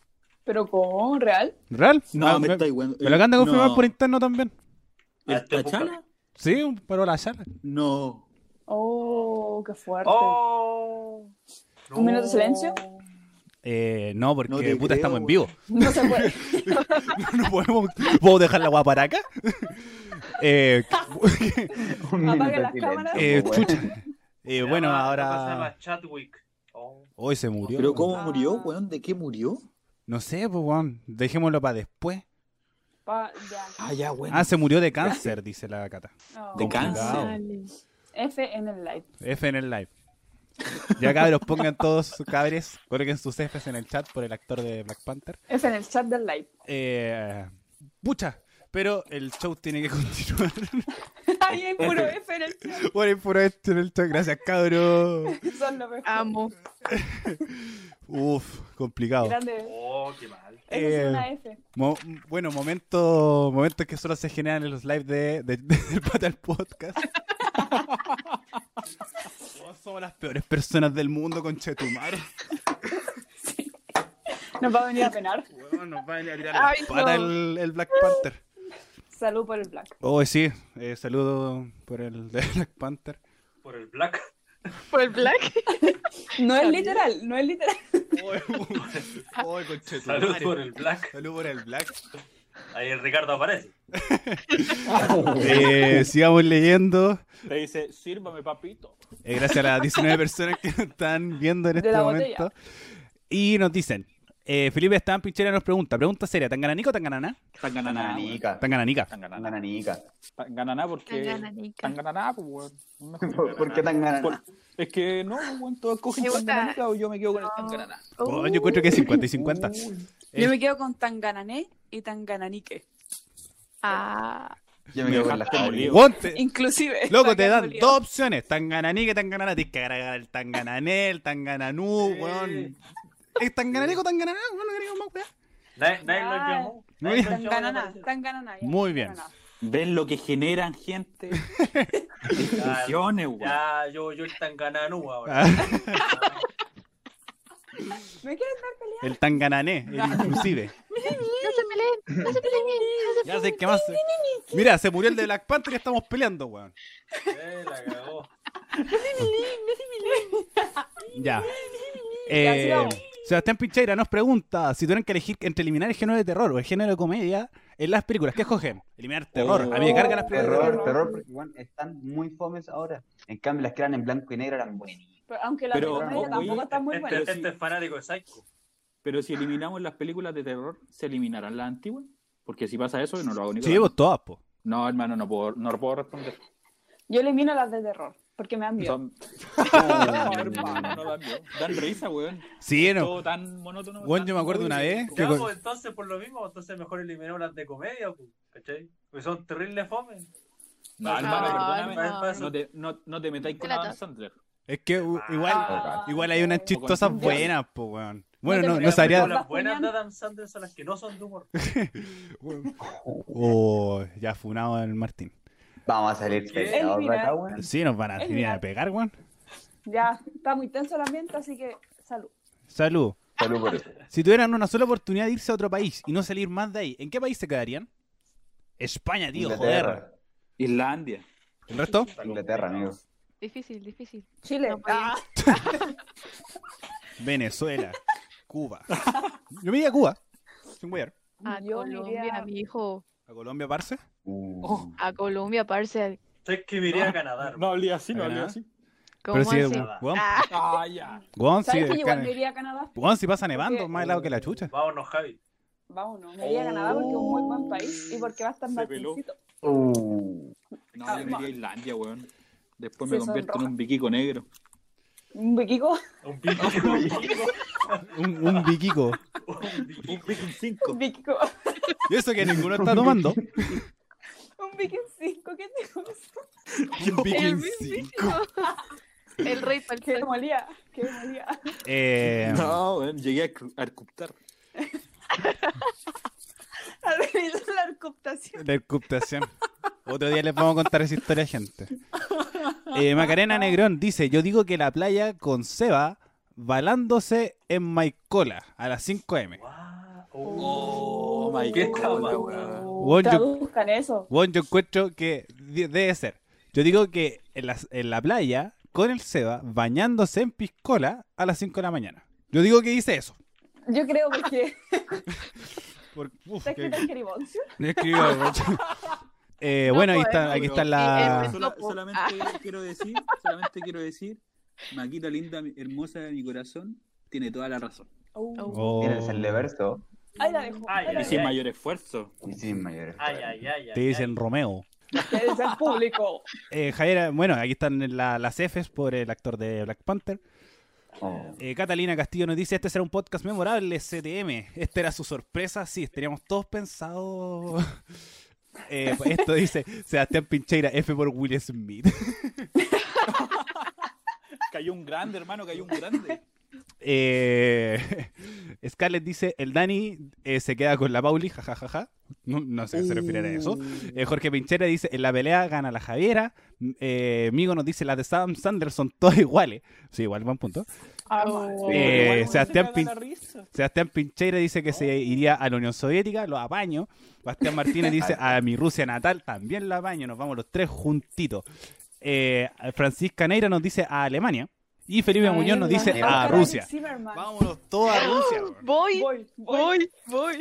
[SPEAKER 5] Pero con real.
[SPEAKER 1] ¿Real?
[SPEAKER 4] No,
[SPEAKER 1] Ah,
[SPEAKER 4] me está igual.
[SPEAKER 1] me lo acaban de confirmar
[SPEAKER 4] No.
[SPEAKER 1] por interno también.
[SPEAKER 3] Ah,
[SPEAKER 4] ¿El
[SPEAKER 3] te busco.
[SPEAKER 4] Tachala?
[SPEAKER 1] Sí, pero la charla.
[SPEAKER 4] No.
[SPEAKER 5] Oh, qué fuerte.
[SPEAKER 3] ¡Oh!
[SPEAKER 5] Un minuto de silencio.
[SPEAKER 1] Eh, no, porque
[SPEAKER 4] No te
[SPEAKER 1] puta,
[SPEAKER 4] creo,
[SPEAKER 1] estamos en
[SPEAKER 4] güey.
[SPEAKER 1] vivo.
[SPEAKER 5] No se puede.
[SPEAKER 1] no podemos ¿puedo dejar la guapa para acá. Eh,
[SPEAKER 6] Un
[SPEAKER 5] Apaga
[SPEAKER 6] minuto de
[SPEAKER 5] las
[SPEAKER 6] silencio,
[SPEAKER 5] cámaras.
[SPEAKER 1] eh,
[SPEAKER 6] po, weón.
[SPEAKER 1] chucha. Eh,
[SPEAKER 3] Se
[SPEAKER 1] bueno,
[SPEAKER 3] llama- Se
[SPEAKER 1] ahora.
[SPEAKER 3] llama Chadwick. Oh.
[SPEAKER 1] Hoy se murió.
[SPEAKER 4] ¿Pero cómo
[SPEAKER 5] Ah.
[SPEAKER 4] murió, weón? ¿De qué murió?
[SPEAKER 1] No sé, pues, weón. Dejémoslo para después.
[SPEAKER 5] Pa- ya.
[SPEAKER 4] Ah, ya, weón.
[SPEAKER 1] Ah, se murió de cáncer, dice la cata.
[SPEAKER 5] Oh.
[SPEAKER 4] De cáncer.
[SPEAKER 2] Dale.
[SPEAKER 5] F en el live.
[SPEAKER 1] F en el live. Ya cabros, pongan todos sus cabres, coloquen sus Fs en el chat por el actor de Black Panther.
[SPEAKER 5] F en el chat del live.
[SPEAKER 1] Eh, pucha, pero el show tiene que continuar.
[SPEAKER 5] Ay, hay puro F en el chat.
[SPEAKER 1] bueno, y por esto en el chat, gracias cabros.
[SPEAKER 5] Son lo mejor.
[SPEAKER 2] Amo.
[SPEAKER 1] Uf, complicado.
[SPEAKER 5] Grande.
[SPEAKER 3] Oh, qué mal.
[SPEAKER 5] Eso es
[SPEAKER 1] Eh,
[SPEAKER 5] una F.
[SPEAKER 1] Mo- bueno, momentos momentos que solo se generan en los lives de, de- de- del Pata al Podcast. Oh, Somos las peores personas del mundo, conchetumare.
[SPEAKER 5] Nos va a venir a penar.
[SPEAKER 1] Weón, nos va a venir a tirar
[SPEAKER 2] Ay,
[SPEAKER 1] la pata
[SPEAKER 2] no.
[SPEAKER 1] el, el Black Panther.
[SPEAKER 5] Salud por el black.
[SPEAKER 1] Oh, sí, eh, saludo por el de Black Panther.
[SPEAKER 3] Por el black.
[SPEAKER 2] Por el black.
[SPEAKER 5] No es literal, no es literal.
[SPEAKER 1] Oh, oh, conchetumare.
[SPEAKER 3] Salud por el black.
[SPEAKER 1] Salud por el Black.
[SPEAKER 3] Ahí el Ricardo aparece.
[SPEAKER 1] Eh, sigamos leyendo.
[SPEAKER 4] Le dice, sírvame, papito.
[SPEAKER 1] Eh, gracias a las 19 personas que nos están viendo en
[SPEAKER 5] De
[SPEAKER 1] este
[SPEAKER 5] la
[SPEAKER 1] momento. Y nos dicen, eh, Felipe Esteban Pinchera nos pregunta, pregunta seria, ¿tan gananico o tan ganana?
[SPEAKER 4] Tan gananá, weón.
[SPEAKER 6] Nananica.
[SPEAKER 1] Tan gananica.
[SPEAKER 4] Tan
[SPEAKER 6] Tan
[SPEAKER 4] gananá.
[SPEAKER 6] gananica.
[SPEAKER 4] Tan gananá porque...
[SPEAKER 2] Tangananica.
[SPEAKER 4] Tan gananá, pues, weón. Mejor.
[SPEAKER 6] ¿Por por qué tan gananá?
[SPEAKER 4] Por- Es que no, pues, weón, todos cogen
[SPEAKER 2] Me
[SPEAKER 4] tan
[SPEAKER 2] gusta.
[SPEAKER 4] gananá o yo me quedo con el tan gananá.
[SPEAKER 1] Oh, yo encuentro que es 50 y 50.
[SPEAKER 5] Yo me quedo con Tanganané y Tangananique.
[SPEAKER 2] Ah,
[SPEAKER 6] Yo me
[SPEAKER 4] Me
[SPEAKER 6] quedo con las
[SPEAKER 4] dejaste
[SPEAKER 6] cámaras.
[SPEAKER 4] molido.
[SPEAKER 1] Weón, te-
[SPEAKER 5] Inclusive.
[SPEAKER 1] Eh, loco, te
[SPEAKER 5] Sacan
[SPEAKER 1] dan
[SPEAKER 5] bolido.
[SPEAKER 1] dos opciones, tan gananica y tan ganana. Tienes que agregar el tan ganané, el tan gananú,
[SPEAKER 3] Sí.
[SPEAKER 1] weón. ¿Es tan gananico o tan gananá? Weón, no queremos más, weón.
[SPEAKER 3] Nadie, nadie lo llamó. Nadie lo llamó,
[SPEAKER 5] Tangananá,
[SPEAKER 3] aparece.
[SPEAKER 5] Tangananá. ya,
[SPEAKER 1] Muy bien.
[SPEAKER 5] Tangananá.
[SPEAKER 4] ¿Ven lo que generan, gente? Discusiones, weón.
[SPEAKER 3] Ya, yo, yo el tangananú ahora.
[SPEAKER 1] Ah,
[SPEAKER 5] ¿Me quieren dar pelea?
[SPEAKER 1] El tan ganané, el inclusive.
[SPEAKER 2] no se peleen, no se peleen.
[SPEAKER 1] Ya sé qué más. Mira, se murió el de Black Panther y estamos peleando, weón.
[SPEAKER 3] Eh, la cagó.
[SPEAKER 1] Ya.
[SPEAKER 5] Ya,
[SPEAKER 1] Eh,
[SPEAKER 5] sigamos.
[SPEAKER 1] Sebastián Pincheira nos pregunta si tuvieran que elegir entre eliminar el género de terror o el género de comedia en las películas. ¿Qué escogen? Eliminar terror.
[SPEAKER 4] Oh.
[SPEAKER 1] A mí me cargan las películas de terror.
[SPEAKER 6] Terror, terror, porque weón, están muy fomes ahora. En cambio, las que eran en blanco y negro eran buenas.
[SPEAKER 5] Pero, aunque la
[SPEAKER 4] Pero,
[SPEAKER 5] comedia
[SPEAKER 4] oye,
[SPEAKER 5] tampoco está muy
[SPEAKER 3] Este,
[SPEAKER 5] buena.
[SPEAKER 3] este, este es fanático de Psycho.
[SPEAKER 4] Pero si eliminamos las películas de terror, ¿se eliminarán las antiguas? Porque si pasa eso, yo no lo hago ni
[SPEAKER 1] Sí,
[SPEAKER 4] cagando.
[SPEAKER 1] vos todas, po.
[SPEAKER 4] No, hermano, no puedo, no lo puedo responder.
[SPEAKER 5] Yo elimino las de terror, porque me dan miedo.
[SPEAKER 4] Son- No, hermano, no dan miedo. Dan risa, weón.
[SPEAKER 1] Sí, no.
[SPEAKER 4] Todo tan monótono.
[SPEAKER 1] Bueno,
[SPEAKER 4] tan-
[SPEAKER 1] yo me acuerdo una vez que
[SPEAKER 3] Ya,
[SPEAKER 1] con-
[SPEAKER 3] pues, entonces, por lo mismo, entonces mejor eliminemos las de comedia, pues, ¿cachai? Porque son terribles fomes.
[SPEAKER 4] No, hermano,
[SPEAKER 2] No,
[SPEAKER 4] perdóname.
[SPEAKER 2] no,
[SPEAKER 4] No, te, no, no te metáis
[SPEAKER 2] Te
[SPEAKER 4] con
[SPEAKER 2] la
[SPEAKER 4] Adam
[SPEAKER 2] to-
[SPEAKER 4] Sandler.
[SPEAKER 1] es que u- igual,
[SPEAKER 5] Ah,
[SPEAKER 1] igual hay unas
[SPEAKER 5] no.
[SPEAKER 1] chistosas
[SPEAKER 4] Dios.
[SPEAKER 1] buenas, po, weón. Bueno,
[SPEAKER 5] No
[SPEAKER 1] no,
[SPEAKER 5] te
[SPEAKER 1] no
[SPEAKER 5] metas
[SPEAKER 1] sabría.
[SPEAKER 5] con la-
[SPEAKER 3] Las buenas de Adam Sandler son las que no son de humor.
[SPEAKER 1] Oh, ya funado el Martín.
[SPEAKER 6] Vamos a salir
[SPEAKER 5] Eliminar.
[SPEAKER 6] peleados de acá, weón.
[SPEAKER 1] Sí, nos van a
[SPEAKER 5] Es
[SPEAKER 1] venir a
[SPEAKER 5] verdad.
[SPEAKER 1] pegar, weón.
[SPEAKER 5] Ya, está muy tenso el ambiente, así que salud.
[SPEAKER 1] Salud.
[SPEAKER 6] Salud por eso.
[SPEAKER 1] Si tuvieran una sola oportunidad de irse a otro país y no salir más de ahí, ¿en qué país se quedarían? España, tío, joder.
[SPEAKER 6] Inglaterra,
[SPEAKER 4] Islandia.
[SPEAKER 1] ¿El resto?
[SPEAKER 6] Inglaterra, amigo.
[SPEAKER 5] Ah,
[SPEAKER 2] Difícil, difícil.
[SPEAKER 5] Chile.
[SPEAKER 2] No podía.
[SPEAKER 5] Ah,
[SPEAKER 1] Venezuela, Cuba. Yo me iría a Cuba, sin wear.
[SPEAKER 2] A
[SPEAKER 5] Yo me
[SPEAKER 2] Colombia,
[SPEAKER 5] iría-
[SPEAKER 2] mi hijo.
[SPEAKER 1] A Colombia, parce.
[SPEAKER 4] Oh.
[SPEAKER 2] A Colombia, parce.
[SPEAKER 3] Sé que me iré a Canadá.
[SPEAKER 4] No hablé así, no
[SPEAKER 1] ¿Para
[SPEAKER 4] hablé
[SPEAKER 1] nada?
[SPEAKER 4] así.
[SPEAKER 2] ¿Cómo
[SPEAKER 1] si,
[SPEAKER 2] así?
[SPEAKER 3] weón.
[SPEAKER 1] weón,
[SPEAKER 2] Ah,
[SPEAKER 4] Ah, ya.
[SPEAKER 1] weón, si,
[SPEAKER 5] ¿Sabes que yo igual
[SPEAKER 1] can-
[SPEAKER 5] me iría a Canadá?
[SPEAKER 1] weón, si pasa nevando, más helado que la chucha.
[SPEAKER 3] Vámonos, Javi.
[SPEAKER 5] Vámonos, me iría a Canadá porque es un muy buen país y porque va a estar
[SPEAKER 4] Se
[SPEAKER 5] Martincito.
[SPEAKER 6] Uh.
[SPEAKER 4] No,
[SPEAKER 5] Ah,
[SPEAKER 4] yo me
[SPEAKER 5] ma-
[SPEAKER 4] iría a Islandia, weón. Después
[SPEAKER 5] Sí,
[SPEAKER 4] me
[SPEAKER 5] son
[SPEAKER 4] convierto en
[SPEAKER 5] rojas.
[SPEAKER 4] un biquico negro.
[SPEAKER 5] Un bequico.
[SPEAKER 3] Un pico. un pico,
[SPEAKER 1] Un, un biquico.
[SPEAKER 3] un pico.
[SPEAKER 4] Un biquico 5.
[SPEAKER 5] Un biquico.
[SPEAKER 1] Y eso que ninguno está tomando.
[SPEAKER 5] Un biquico 5. ¿Qué te gusta?
[SPEAKER 1] Un
[SPEAKER 2] el
[SPEAKER 1] biquico.
[SPEAKER 2] mismísimo. El rey para
[SPEAKER 5] Qué molía. Qué molía.
[SPEAKER 1] Eh,
[SPEAKER 4] No, weón, llegué a, cru- a Arcuptar.
[SPEAKER 5] Al revisar la cooptación.
[SPEAKER 1] La cooptación. Otro día les vamos a contar esa historia, gente. Eh, Macarena Negrón dice: Yo digo que la playa con Seba balándose en Maicola a las 5M.
[SPEAKER 3] Guau.
[SPEAKER 4] Oh, my
[SPEAKER 3] ¿Qué
[SPEAKER 4] God,
[SPEAKER 3] tal,
[SPEAKER 4] weón.
[SPEAKER 1] Weón, yo-
[SPEAKER 5] Traduzcan eso.
[SPEAKER 1] Bueno, yo encuentro que de- debe ser. Yo digo que en la, en la playa con el Seba bañándose en Piscola a las 5 de la mañana. Yo digo que dice eso.
[SPEAKER 5] Yo creo porque.
[SPEAKER 1] Por- uf,
[SPEAKER 5] ¿Está
[SPEAKER 1] que-
[SPEAKER 5] escrito en jerigoncio?
[SPEAKER 1] le escribió el Rocho. Eh, bueno, ahí está, aquí está la.
[SPEAKER 4] eh, Sola- solamente quiero decir, solamente quiero decir, Maquita linda, mi- hermosa de mi corazón, tiene toda la razón.
[SPEAKER 5] Oh.
[SPEAKER 1] Oh,
[SPEAKER 6] Tienes el reverso
[SPEAKER 5] Ahí la dejo. ahí la
[SPEAKER 3] Ay,
[SPEAKER 4] Y
[SPEAKER 3] ay,
[SPEAKER 5] dejo.
[SPEAKER 4] sin
[SPEAKER 3] ay.
[SPEAKER 4] mayor esfuerzo.
[SPEAKER 6] y sin mayores.
[SPEAKER 3] Ay, ay, ay, ay.
[SPEAKER 1] te dicen
[SPEAKER 3] ay.
[SPEAKER 1] Romeo.
[SPEAKER 5] Que dice el público.
[SPEAKER 1] Eh, Jaira, bueno, aquí están la- las Fs por el actor de Black Panther.
[SPEAKER 6] Oh.
[SPEAKER 1] Eh, Catalina Castillo nos dice, este será un podcast memorable, CTM. Esta era su sorpresa, sí, estaríamos todos pensados. Eh, pues esto dice Sebastián Pincheira, F por Will Smith.
[SPEAKER 4] Cayó un grande, hermano, cayó un grande.
[SPEAKER 1] Eh, Scarlett dice, el Dani eh, se queda con la Pauli, jajajaja. No, no sé a qué se refiere a eso. Eh, Jorge Pinchera dice, en la pelea gana la Javiera. M- Eh, Migo nos dice, las de Sam Sanders son todas iguales. Sí, igual, buen punto.
[SPEAKER 5] Ah, Amo.
[SPEAKER 1] Eh,
[SPEAKER 4] Igual uno
[SPEAKER 1] Sebastián
[SPEAKER 4] se caga la
[SPEAKER 1] Pin-
[SPEAKER 4] risa.
[SPEAKER 1] Sebastián Pincheira dice que se iría a la Unión Soviética, lo apaño. Bastián Martínez dice a mi Rusia natal, también la apaño, nos vamos los tres juntitos. Eh, Francisca Neira nos dice a Alemania. Y Felipe Muñoz nos dice
[SPEAKER 5] Ahora
[SPEAKER 1] a
[SPEAKER 5] Eric
[SPEAKER 1] Rusia.
[SPEAKER 5] Zimmerman.
[SPEAKER 1] Vámonos todos a Rusia. weón.
[SPEAKER 2] Voy,
[SPEAKER 5] Voy, voy.
[SPEAKER 2] voy, voy.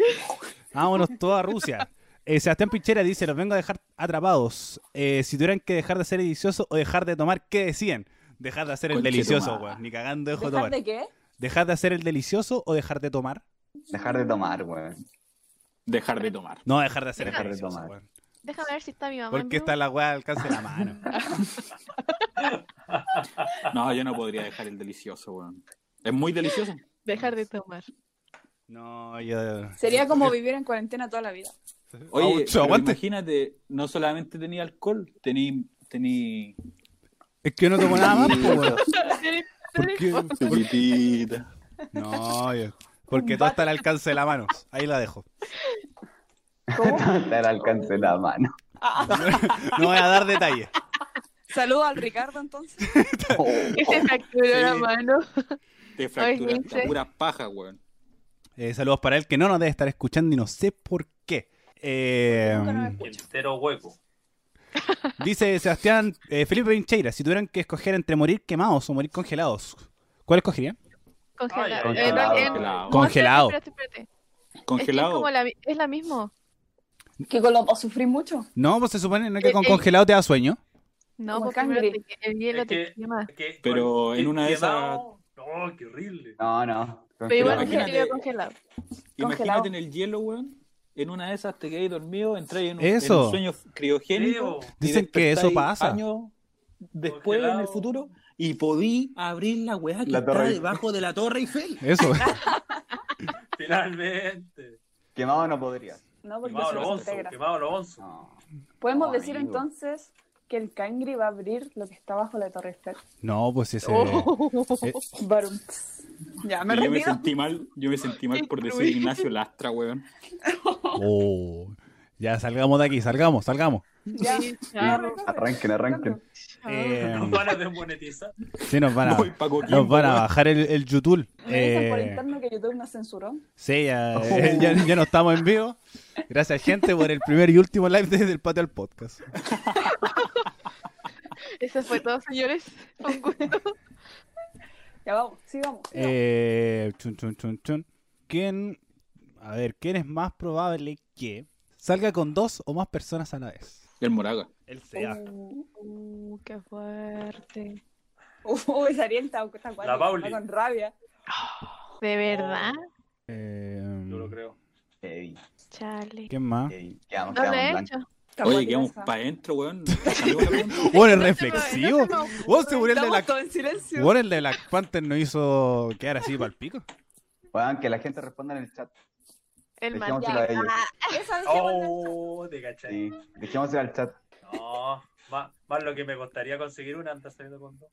[SPEAKER 1] Vámonos todos a Rusia. Eh, Sebastián Pinchera dice, los vengo a dejar atrapados. Eh, si tuvieran que dejar de ser delicioso o dejar de tomar, ¿qué decían? Dejar de hacer el
[SPEAKER 4] Conchetumare.
[SPEAKER 1] delicioso, weón. Ni cagando dejo de
[SPEAKER 5] ¿Dejar
[SPEAKER 1] tomar.
[SPEAKER 5] de qué?
[SPEAKER 1] ¿Dejar de hacer el delicioso o dejar de tomar?
[SPEAKER 6] Dejar de tomar, weón.
[SPEAKER 4] Dejar de tomar.
[SPEAKER 1] No, dejar de hacer el
[SPEAKER 6] Dejar de
[SPEAKER 1] delicioso,
[SPEAKER 6] tomar.
[SPEAKER 1] weón.
[SPEAKER 2] Déjame ver si está mi mamá. en
[SPEAKER 1] Porque
[SPEAKER 2] vivo.
[SPEAKER 1] está la weá al alcance de la mano.
[SPEAKER 4] No, yo no podría dejar el delicioso, weón. Es muy delicioso.
[SPEAKER 2] Dejar de tomar.
[SPEAKER 1] No, yo.
[SPEAKER 5] Sería como vivir en cuarentena toda la vida.
[SPEAKER 1] Au,
[SPEAKER 4] Oye,
[SPEAKER 1] chao,
[SPEAKER 4] pero
[SPEAKER 1] aguante.
[SPEAKER 4] imagínate, no solamente tenía alcohol, tenía tenía
[SPEAKER 1] Es que yo no tomo nada más, po, weón. ¿Por
[SPEAKER 2] Pero
[SPEAKER 1] qué?
[SPEAKER 4] Chiquitita.
[SPEAKER 1] No, yo- Porque todo está al alcance de la mano. Ahí la dejo.
[SPEAKER 5] ¿Cómo?
[SPEAKER 6] Está al alcance de
[SPEAKER 2] Oh.
[SPEAKER 6] la mano.
[SPEAKER 1] No voy a dar detalles.
[SPEAKER 5] Saludo al Ricardo entonces.
[SPEAKER 6] Oh.
[SPEAKER 2] Que se
[SPEAKER 5] Oh,
[SPEAKER 2] fracturó
[SPEAKER 4] Sí.
[SPEAKER 2] la mano.
[SPEAKER 4] Te fracturaste
[SPEAKER 2] Lince.
[SPEAKER 4] pura paja, weón.
[SPEAKER 1] Eh, saludos para él que no nos debe estar escuchando y no sé por qué. Eh,
[SPEAKER 5] Nunca nos escucha.
[SPEAKER 3] Entero hueco.
[SPEAKER 1] dice Sebastián eh, Felipe Pincheira: si tuvieran que escoger entre morir quemados o morir congelados, ¿cuál escogerían?
[SPEAKER 2] Congelado.
[SPEAKER 6] Ay,
[SPEAKER 2] Eh, no, eh, no,
[SPEAKER 4] Congelado.
[SPEAKER 6] congelado.
[SPEAKER 1] Congelado.
[SPEAKER 2] espérate, espérate, espérate. Es, que es,
[SPEAKER 4] Congelado.
[SPEAKER 2] como la, mi- es la mismo.
[SPEAKER 5] Que con los dos sufrí mucho.
[SPEAKER 1] No, pues se supone ¿no? que
[SPEAKER 2] Eh,
[SPEAKER 1] con
[SPEAKER 2] eh.
[SPEAKER 1] congelado te da sueño.
[SPEAKER 2] No,
[SPEAKER 5] Como
[SPEAKER 2] porque
[SPEAKER 5] el
[SPEAKER 2] primero
[SPEAKER 5] cangre.
[SPEAKER 2] te- el hielo
[SPEAKER 3] Es
[SPEAKER 2] te
[SPEAKER 3] que-
[SPEAKER 2] quema.
[SPEAKER 3] Que-
[SPEAKER 4] Pero
[SPEAKER 3] que-
[SPEAKER 4] en una de esas-
[SPEAKER 3] quemado. No, qué horrible.
[SPEAKER 6] No, no.
[SPEAKER 2] Pero igual
[SPEAKER 4] Imagínate.
[SPEAKER 2] te queda congelado.
[SPEAKER 5] congelado.
[SPEAKER 4] Imagínate en el hielo, weón. En una de esas te quedáis dormido, entráis en un,
[SPEAKER 1] Eso.
[SPEAKER 4] en un sueño criogénico.
[SPEAKER 3] Sí,
[SPEAKER 4] y
[SPEAKER 1] Dicen que eso
[SPEAKER 4] despertáis
[SPEAKER 1] pasa.
[SPEAKER 4] años después,
[SPEAKER 3] Congelado.
[SPEAKER 4] en el futuro, y podí abrir la weá que
[SPEAKER 6] La
[SPEAKER 4] está
[SPEAKER 6] Torre Eiffel.
[SPEAKER 4] debajo de la Torre Eiffel.
[SPEAKER 1] Eso.
[SPEAKER 3] Finalmente.
[SPEAKER 6] Quemado no podría.
[SPEAKER 5] No, porque
[SPEAKER 3] Quemado
[SPEAKER 5] se
[SPEAKER 3] lo
[SPEAKER 5] nos
[SPEAKER 3] onzo,
[SPEAKER 5] integra.
[SPEAKER 3] quemado lo onzo.
[SPEAKER 2] Ah,
[SPEAKER 6] No.
[SPEAKER 5] Podemos
[SPEAKER 6] No,
[SPEAKER 5] decir
[SPEAKER 6] amigo.
[SPEAKER 5] entonces que el cangri va a abrir lo que está bajo la torre Eiffel.
[SPEAKER 1] No, pues ese.
[SPEAKER 2] Oh.
[SPEAKER 1] eh,
[SPEAKER 5] Barum. Ya, me
[SPEAKER 4] Y yo me
[SPEAKER 5] retiro.
[SPEAKER 4] sentí mal, yo me sentí mal por decir Ignacio Lastra, weón.
[SPEAKER 1] oh. Ya salgamos de aquí, salgamos, salgamos.
[SPEAKER 5] Ya, ya,
[SPEAKER 2] Chao,
[SPEAKER 6] Arranquen, arranquen.
[SPEAKER 2] chao.
[SPEAKER 1] Eh,
[SPEAKER 3] Nos van a desmonetizar.
[SPEAKER 1] sí, nos van a.
[SPEAKER 4] Voy pa' Coquimbo,
[SPEAKER 1] Nos van a
[SPEAKER 4] weón.
[SPEAKER 1] bajar el, el YouTube.
[SPEAKER 5] Me dicen por
[SPEAKER 1] Eh,
[SPEAKER 5] interno que YouTube nos censuró.
[SPEAKER 1] sí,
[SPEAKER 3] Oh.
[SPEAKER 1] ya, eh, ya, ya no estamos en vivo. Gracias, gente, por el primer y último live desde el patio al podcast.
[SPEAKER 2] Eso fue todo, señores. Fue Un gusto.
[SPEAKER 5] Ya vamos, sigamos. sigamos.
[SPEAKER 1] Eh, chun, chun, chun, chun. ¿Quién, a ver, quién es más probable que salga con dos o más personas a la vez?
[SPEAKER 4] El Moraga.
[SPEAKER 1] El
[SPEAKER 2] Uh, uh, qué fuerte.
[SPEAKER 5] Uy, Ariel está, está cuático,
[SPEAKER 3] La Pauli.
[SPEAKER 5] está con rabia.
[SPEAKER 2] ¿De verdad?
[SPEAKER 3] Yo lo creo. Eh.
[SPEAKER 6] Heavy,
[SPEAKER 2] Chale.
[SPEAKER 1] Em, ¿Quién más?
[SPEAKER 6] heavy. Quedamos,
[SPEAKER 2] No lo
[SPEAKER 6] quedamos
[SPEAKER 2] he
[SPEAKER 6] blancos.
[SPEAKER 2] hecho.
[SPEAKER 5] Está
[SPEAKER 4] Oye,
[SPEAKER 5] cuático
[SPEAKER 4] quedamos
[SPEAKER 5] esa.
[SPEAKER 4] para adentro, weón. Cambiamos la pregunta.
[SPEAKER 1] Bueno, el
[SPEAKER 2] No se me- no se me
[SPEAKER 1] reflexivo.
[SPEAKER 2] ocurre.
[SPEAKER 1] Vos seguro el de
[SPEAKER 5] Estamos
[SPEAKER 1] Black,
[SPEAKER 5] todos en silencio.
[SPEAKER 1] bueno, el de Black Panther no hizo quedar así para el pico.
[SPEAKER 6] Weón, que la gente responda en el chat.
[SPEAKER 2] El Ah. man.
[SPEAKER 6] Dejémoselo a ellos.
[SPEAKER 5] Esa vez que mandó-
[SPEAKER 3] Oh, te cachai.
[SPEAKER 6] Sí, dejémoselo al chat.
[SPEAKER 3] No, más, más lo que me costaría conseguir una antes saliendo con dos.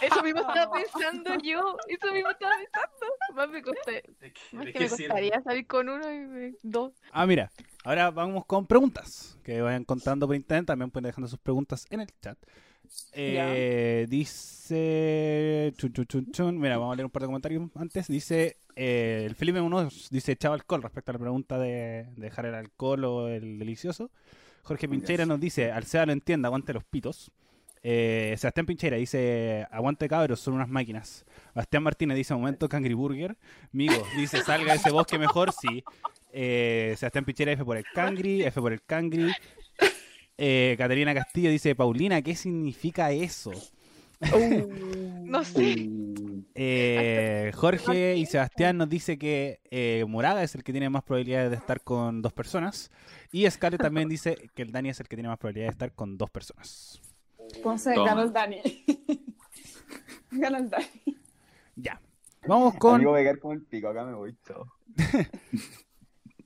[SPEAKER 2] Eso mismo estaba pensando yo. Eso mismo estaba pensando. Más me, costa-
[SPEAKER 3] Es que,
[SPEAKER 2] más que
[SPEAKER 3] es que
[SPEAKER 2] me
[SPEAKER 3] sí,
[SPEAKER 2] costaría salir con uno y me- dos.
[SPEAKER 1] Ah, mira. Ahora vamos con preguntas que vayan contando por internet. También pueden dejando sus preguntas en el chat. Eh, Dice. Chun, chun, chun, chun. Mira, vamos a leer un par de comentarios antes. Dice. eh, el Felipe Munoz dice: echaba alcohol respecto a la pregunta de, de dejar el alcohol o el delicioso. Jorge Pincheira nos dice: Al SEA lo entienda, aguante los pitos. Eh, Sebastián Pincheira dice: Aguante cabros, son unas máquinas. Bastián Martínez dice: Momento Cangriburger. Migo dice: Salga de ese bosque mejor, sí. Eh, Sebastián Pichera, F por el Cangri, F por el Cangri. Eh, Catalina Castillo dice, Paulina, ¿qué significa eso?
[SPEAKER 2] No sé.
[SPEAKER 4] Uh,
[SPEAKER 1] Eh, Jorge y Sebastián nos dice que eh, Moraga es el que tiene más probabilidades de estar con dos personas. Y Scarlett también dice que el Dani es el que tiene más probabilidades de estar con dos personas.
[SPEAKER 5] Entonces
[SPEAKER 4] Toma.
[SPEAKER 5] ganó el Dani. ganó el Dani.
[SPEAKER 1] Ya. Vamos
[SPEAKER 6] Amigo,
[SPEAKER 1] con...
[SPEAKER 6] voy a quedar como el pico, acá me voy. Chao.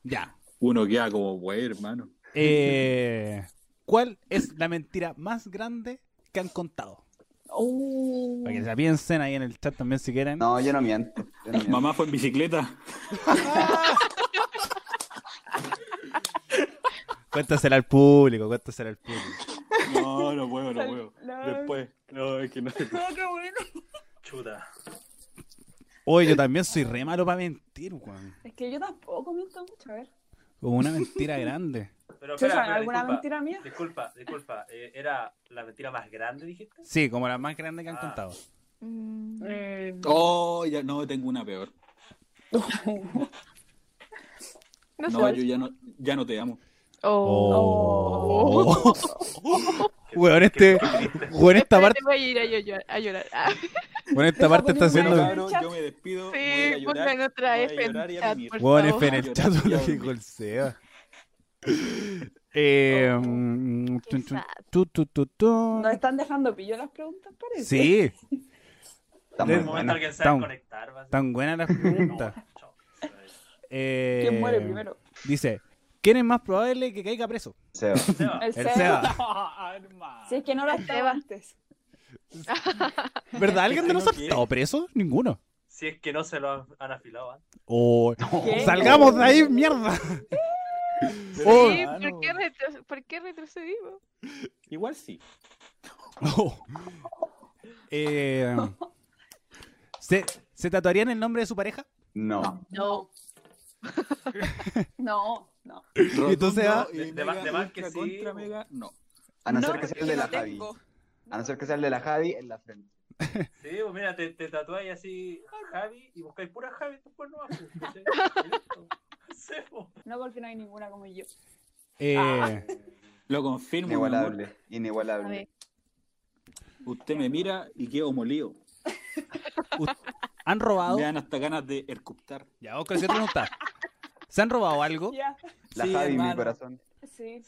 [SPEAKER 1] Ya.
[SPEAKER 4] Uno queda como, wey, hermano.
[SPEAKER 1] Eh, ¿Cuál es la mentira más grande que han contado?
[SPEAKER 5] Uh,
[SPEAKER 1] Para que la piensen ahí en el chat también si quieren.
[SPEAKER 6] No, yo no miento. Yo no miento.
[SPEAKER 4] Mamá fue en bicicleta.
[SPEAKER 1] Cuéntasela al público, cuéntasela al público.
[SPEAKER 4] No, no puedo, no puedo.
[SPEAKER 5] No.
[SPEAKER 4] Después. No, es que no.
[SPEAKER 5] no, qué bueno.
[SPEAKER 3] Chuta.
[SPEAKER 1] Oye, yo también soy re malo para mentir, weón.
[SPEAKER 5] Es que yo tampoco miento mucho, a ver.
[SPEAKER 1] Como una mentira grande.
[SPEAKER 3] Pero
[SPEAKER 5] Chucha,
[SPEAKER 3] espera, espera,
[SPEAKER 5] ¿Alguna
[SPEAKER 3] disculpa,
[SPEAKER 5] mentira mía?
[SPEAKER 3] disculpa, disculpa. eh, ¿Era la mentira más grande, dijiste?
[SPEAKER 1] Sí, como la más grande que han
[SPEAKER 3] Ah.
[SPEAKER 1] contado.
[SPEAKER 2] Mm,
[SPEAKER 1] Eh,
[SPEAKER 5] Eh,
[SPEAKER 4] Oh, ya no, tengo una peor.
[SPEAKER 2] No sé.
[SPEAKER 4] No, yo ya no, ya no te amo.
[SPEAKER 2] Oh.
[SPEAKER 1] Oh. Weón, este. Weón, esta parte.
[SPEAKER 2] Espérate, voy a ir a llorar. A llorar. Ah,
[SPEAKER 1] Weón, esta parte está
[SPEAKER 5] Deja
[SPEAKER 1] haciendo.
[SPEAKER 5] poner
[SPEAKER 4] Cabros, yo me despido. voy a ir a
[SPEAKER 2] sí,
[SPEAKER 4] llorar,
[SPEAKER 2] pongan otra
[SPEAKER 4] voy a
[SPEAKER 2] F en
[SPEAKER 4] llorar y a
[SPEAKER 2] chat,
[SPEAKER 4] mimir.
[SPEAKER 2] por
[SPEAKER 1] Weón,
[SPEAKER 2] favor.
[SPEAKER 1] F en el chat lo que dijo el Seba. Eh, mm,
[SPEAKER 2] Qué
[SPEAKER 1] chun, chun,
[SPEAKER 2] sad.
[SPEAKER 1] tu, tu, tu, tu.
[SPEAKER 5] Nos están dejando pillo las preguntas, parece.
[SPEAKER 1] Sí,
[SPEAKER 6] Está
[SPEAKER 1] Desde
[SPEAKER 6] muy
[SPEAKER 3] En un
[SPEAKER 1] Bueno,
[SPEAKER 3] momento
[SPEAKER 6] bueno.
[SPEAKER 3] alguien se va a
[SPEAKER 1] tan-
[SPEAKER 3] desconectar. va a ser-
[SPEAKER 1] tan buenas las
[SPEAKER 3] No,
[SPEAKER 1] preguntas.
[SPEAKER 3] chao.
[SPEAKER 1] Eh,
[SPEAKER 5] ¿Quién muere primero?
[SPEAKER 1] Dice: ¿Quién es más probable que caiga preso?
[SPEAKER 6] Seba.
[SPEAKER 3] Se va.
[SPEAKER 5] El
[SPEAKER 1] El
[SPEAKER 5] Seba.
[SPEAKER 1] Seba.
[SPEAKER 5] Si es que no lo estaba
[SPEAKER 2] Seba.
[SPEAKER 5] antes.
[SPEAKER 1] ¿Verdad? ¿Alguien de
[SPEAKER 4] Creo
[SPEAKER 1] nosotros ha
[SPEAKER 4] que-
[SPEAKER 1] estado preso? Ninguno.
[SPEAKER 3] Si es que no se lo han, han afilado antes.
[SPEAKER 1] Oh,
[SPEAKER 5] ¿Qué?
[SPEAKER 1] salgamos de ahí, mierda. Oh.
[SPEAKER 2] Sí, ¿por qué, retro- ¿por qué retrocedimos?
[SPEAKER 4] Igual sí.
[SPEAKER 1] Oh. Eh, ¿se, se tatuarían el nombre de su pareja?
[SPEAKER 6] No.
[SPEAKER 5] No. no, no.
[SPEAKER 1] entonces, ah,
[SPEAKER 4] y
[SPEAKER 3] de- de
[SPEAKER 4] mega
[SPEAKER 3] más- de más que
[SPEAKER 4] ultra
[SPEAKER 3] sí,
[SPEAKER 4] contra
[SPEAKER 3] o-
[SPEAKER 4] mega, no.
[SPEAKER 6] A no,
[SPEAKER 5] No,
[SPEAKER 6] ser que sea el
[SPEAKER 5] porque
[SPEAKER 6] de la
[SPEAKER 5] no
[SPEAKER 6] Javi.
[SPEAKER 5] tengo.
[SPEAKER 6] A no ser que sea el de la Javi en la frente.
[SPEAKER 3] Sí, pues mira, te, te tatuáis así Javi y buscáis pura Javi después pues, no vas. pues.
[SPEAKER 5] No, porque no hay ninguna como yo.
[SPEAKER 1] Eh,
[SPEAKER 4] Lo confirmo. mi amor.
[SPEAKER 6] Inigualable.
[SPEAKER 2] A ver.
[SPEAKER 6] Inigualable.
[SPEAKER 4] Usted me mira y quedo molido.
[SPEAKER 1] ¿Han robado?
[SPEAKER 4] Me dan hasta ganas de ercuptar.
[SPEAKER 1] Ya, Oscar, si te pregunta, ¿Se han robado algo?
[SPEAKER 5] Ya.
[SPEAKER 6] La
[SPEAKER 4] Sí,
[SPEAKER 6] Javi, mi
[SPEAKER 4] hermano.
[SPEAKER 6] corazón.
[SPEAKER 5] Sí.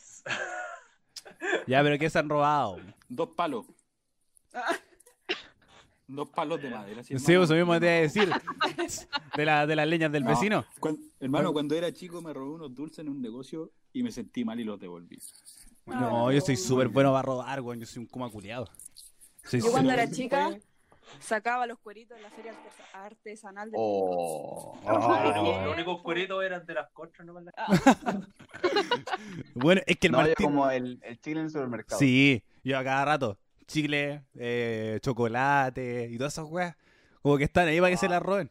[SPEAKER 1] Ya, pero ¿qué se han robado?
[SPEAKER 4] Dos palos. Dos palos de madera.
[SPEAKER 1] Sí,
[SPEAKER 4] hermano.
[SPEAKER 1] eso mismo te iba a decir. De, la, de las leñas del
[SPEAKER 4] No,
[SPEAKER 1] vecino. Ah.
[SPEAKER 4] cuan- hermano, cuando era chico me robé unos dulces en un negocio y me sentí mal y los devolví.
[SPEAKER 1] No, yo soy súper bueno para robar, weón. Yo soy un coma culiado. Soy
[SPEAKER 5] Yo cuando
[SPEAKER 1] súper-
[SPEAKER 5] era chica sacaba los cueritos en la feria artes- artesanal de
[SPEAKER 6] Oh.
[SPEAKER 1] Ah,
[SPEAKER 3] Los únicos cueritos eran de las contras, no me
[SPEAKER 5] Ah,
[SPEAKER 1] Bueno, es que el
[SPEAKER 6] No, yo
[SPEAKER 1] Martín...
[SPEAKER 6] como el, el chile en el supermercado.
[SPEAKER 1] Sí, yo a cada rato. Chile, eh, chocolate y todas esas weas. Como que están ahí para que se
[SPEAKER 5] Ah.
[SPEAKER 1] las roben.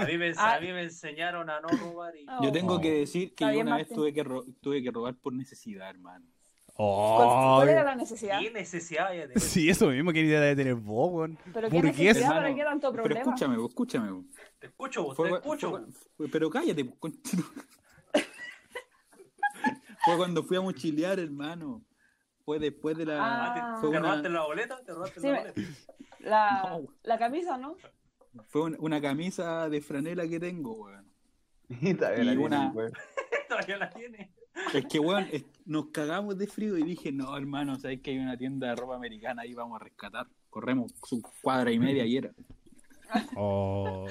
[SPEAKER 3] A mí me, a mí me enseñaron a no robar y
[SPEAKER 5] oh.
[SPEAKER 4] Yo tengo
[SPEAKER 1] Oh.
[SPEAKER 4] que decir que
[SPEAKER 5] Está
[SPEAKER 4] yo
[SPEAKER 5] bien,
[SPEAKER 4] una vez
[SPEAKER 5] Martín.
[SPEAKER 4] tuve que, ro- tuve que robar por necesidad, hermano.
[SPEAKER 5] ¿Cuál,
[SPEAKER 1] Oh,
[SPEAKER 5] cuál era la necesidad?
[SPEAKER 3] ¿Qué necesidad hay de tener?
[SPEAKER 1] sí, eso mismo que idea de tener vos, weón.
[SPEAKER 5] ¿Pero qué
[SPEAKER 1] burgués.
[SPEAKER 5] necesidad? ¿Para qué tanto
[SPEAKER 4] Pero
[SPEAKER 5] problema?
[SPEAKER 4] escúchame, vos, escúchame. vos.
[SPEAKER 3] Te escucho, vos,
[SPEAKER 4] Fue-
[SPEAKER 3] te
[SPEAKER 4] fue-
[SPEAKER 3] escucho.
[SPEAKER 4] fue- fue- pero cállate, pues, conche tu- Fue cuando fui a mochilear, hermano. Fue después de la.
[SPEAKER 5] Ah,
[SPEAKER 3] ¿Te-
[SPEAKER 4] fue
[SPEAKER 3] ¿Te
[SPEAKER 4] una-
[SPEAKER 3] robaste la boleta? ¿Te robaste
[SPEAKER 5] Sí,
[SPEAKER 3] la
[SPEAKER 5] me-
[SPEAKER 3] boleta?
[SPEAKER 5] La,
[SPEAKER 4] No.
[SPEAKER 5] la camisa, ¿no?
[SPEAKER 4] Fue un- una camisa de franela que tengo, weón.
[SPEAKER 6] Y todavía la
[SPEAKER 4] Y una-
[SPEAKER 6] tienen, weón.
[SPEAKER 3] Todavía la tiene.
[SPEAKER 4] Es que, weón, es- nos cagamos de frío y dije, no, hermano, sabes que hay una tienda de ropa americana ahí, vamos a rescatar. Corremos su cuadra y media y era.
[SPEAKER 1] Oh.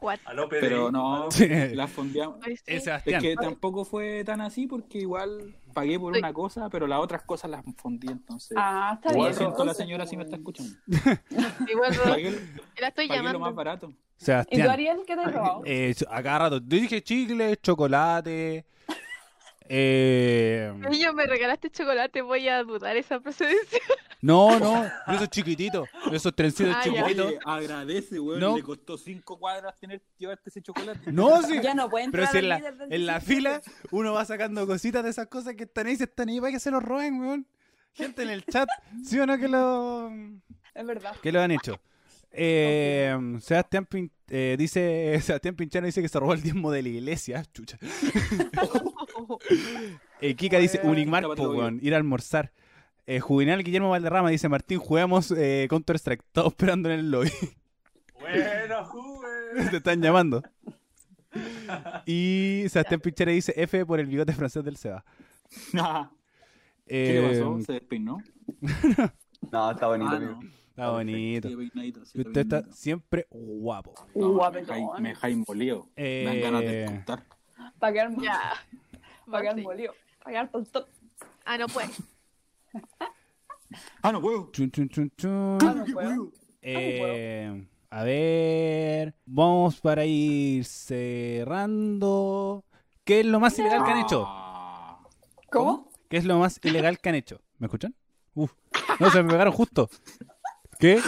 [SPEAKER 2] What?
[SPEAKER 3] A López
[SPEAKER 4] Pero no,
[SPEAKER 1] Sí.
[SPEAKER 4] la fondeamos.
[SPEAKER 2] ¿Viste?
[SPEAKER 1] Eh,
[SPEAKER 4] Es
[SPEAKER 1] Sebastián.
[SPEAKER 4] que tampoco fue tan así porque igual pagué por
[SPEAKER 2] Sí.
[SPEAKER 4] una cosa, pero las otras cosas las fundí, entonces.
[SPEAKER 5] Ah, está
[SPEAKER 4] Igual
[SPEAKER 5] bien.
[SPEAKER 4] siento a la
[SPEAKER 5] entonces,
[SPEAKER 4] señora si me
[SPEAKER 5] pues.
[SPEAKER 4] está escuchando.
[SPEAKER 2] Igual no-
[SPEAKER 4] Pagué,
[SPEAKER 2] la estoy
[SPEAKER 4] pagué lo más
[SPEAKER 2] llamando.
[SPEAKER 4] barato.
[SPEAKER 5] ¿Y tú,
[SPEAKER 1] Sebastián.
[SPEAKER 5] Ariel, qué te has robado?
[SPEAKER 1] Eh, a cada rato. Yo dije chicle, chocolate. Eh,
[SPEAKER 2] Niño, me regalaste chocolate, voy a dudar esa procedencia.
[SPEAKER 1] no, no, de esos chiquititos, de esos trencitos
[SPEAKER 2] Ah, ya.
[SPEAKER 1] chiquititos.
[SPEAKER 4] Oye, agradece, weón.
[SPEAKER 1] No.
[SPEAKER 4] Le costó cinco cuadras tener llevarte ese chocolate.
[SPEAKER 1] No, sí.
[SPEAKER 5] Ya no pueden
[SPEAKER 1] Pero si en la, en la fila uno va sacando cositas de esas cosas que están ahí, se están ahí para que se los roben, weón. Gente en el chat, ¿sí o no que lo,
[SPEAKER 5] Es verdad.
[SPEAKER 1] que lo han hecho? Eh, Sebastián, Pin- eh, dice, Sebastián Pinchano dice que se robó el diezmo de la iglesia. Chucha. Eh, Kika dice,
[SPEAKER 4] Bueno,
[SPEAKER 1] Unigmar,
[SPEAKER 4] Kika,
[SPEAKER 1] po,
[SPEAKER 4] patología.
[SPEAKER 1] weón, ir a almorzar. Eh, Juvenal Guillermo Valderrama dice, Martín, jugamos eh, Counter-Strike, todos esperando en el lobby.
[SPEAKER 3] Bueno, juve.
[SPEAKER 1] Te están llamando. Y Sebastián Pichera dice F por el bigote francés del Seba.
[SPEAKER 4] ¿Qué le pasó?
[SPEAKER 1] Eh,
[SPEAKER 4] Se despeinó.
[SPEAKER 6] No, está bonito,
[SPEAKER 4] Ah,
[SPEAKER 6] amigo.
[SPEAKER 4] no.
[SPEAKER 1] Está bonito.
[SPEAKER 4] Sí, peinadito, sí,
[SPEAKER 1] Usted está
[SPEAKER 4] peinadito.
[SPEAKER 1] siempre guapo.
[SPEAKER 4] No, me
[SPEAKER 5] Uh, Guapetón.
[SPEAKER 4] dejáis- me dejáis molido. Me dan ganas de
[SPEAKER 1] Eh,
[SPEAKER 4] descontar.
[SPEAKER 5] Para quedar molido.
[SPEAKER 2] Ya.
[SPEAKER 5] Para quedar
[SPEAKER 2] Vamos, sí.
[SPEAKER 5] molido. Para quedar tonto.
[SPEAKER 2] Ah, no pues.
[SPEAKER 4] Ah, no puedo.
[SPEAKER 1] Chun, chun, chun, chun.
[SPEAKER 5] Ah, no puedo.
[SPEAKER 1] Eh, a ver. Vamos para ir cerrando. ¿Qué es lo más ilegal que han hecho?
[SPEAKER 4] Ah.
[SPEAKER 5] ¿Cómo?
[SPEAKER 1] ¿Qué es lo más ilegal que han hecho? ¿Me escuchan? Uf. No, se me pegaron justo. ¿Qué?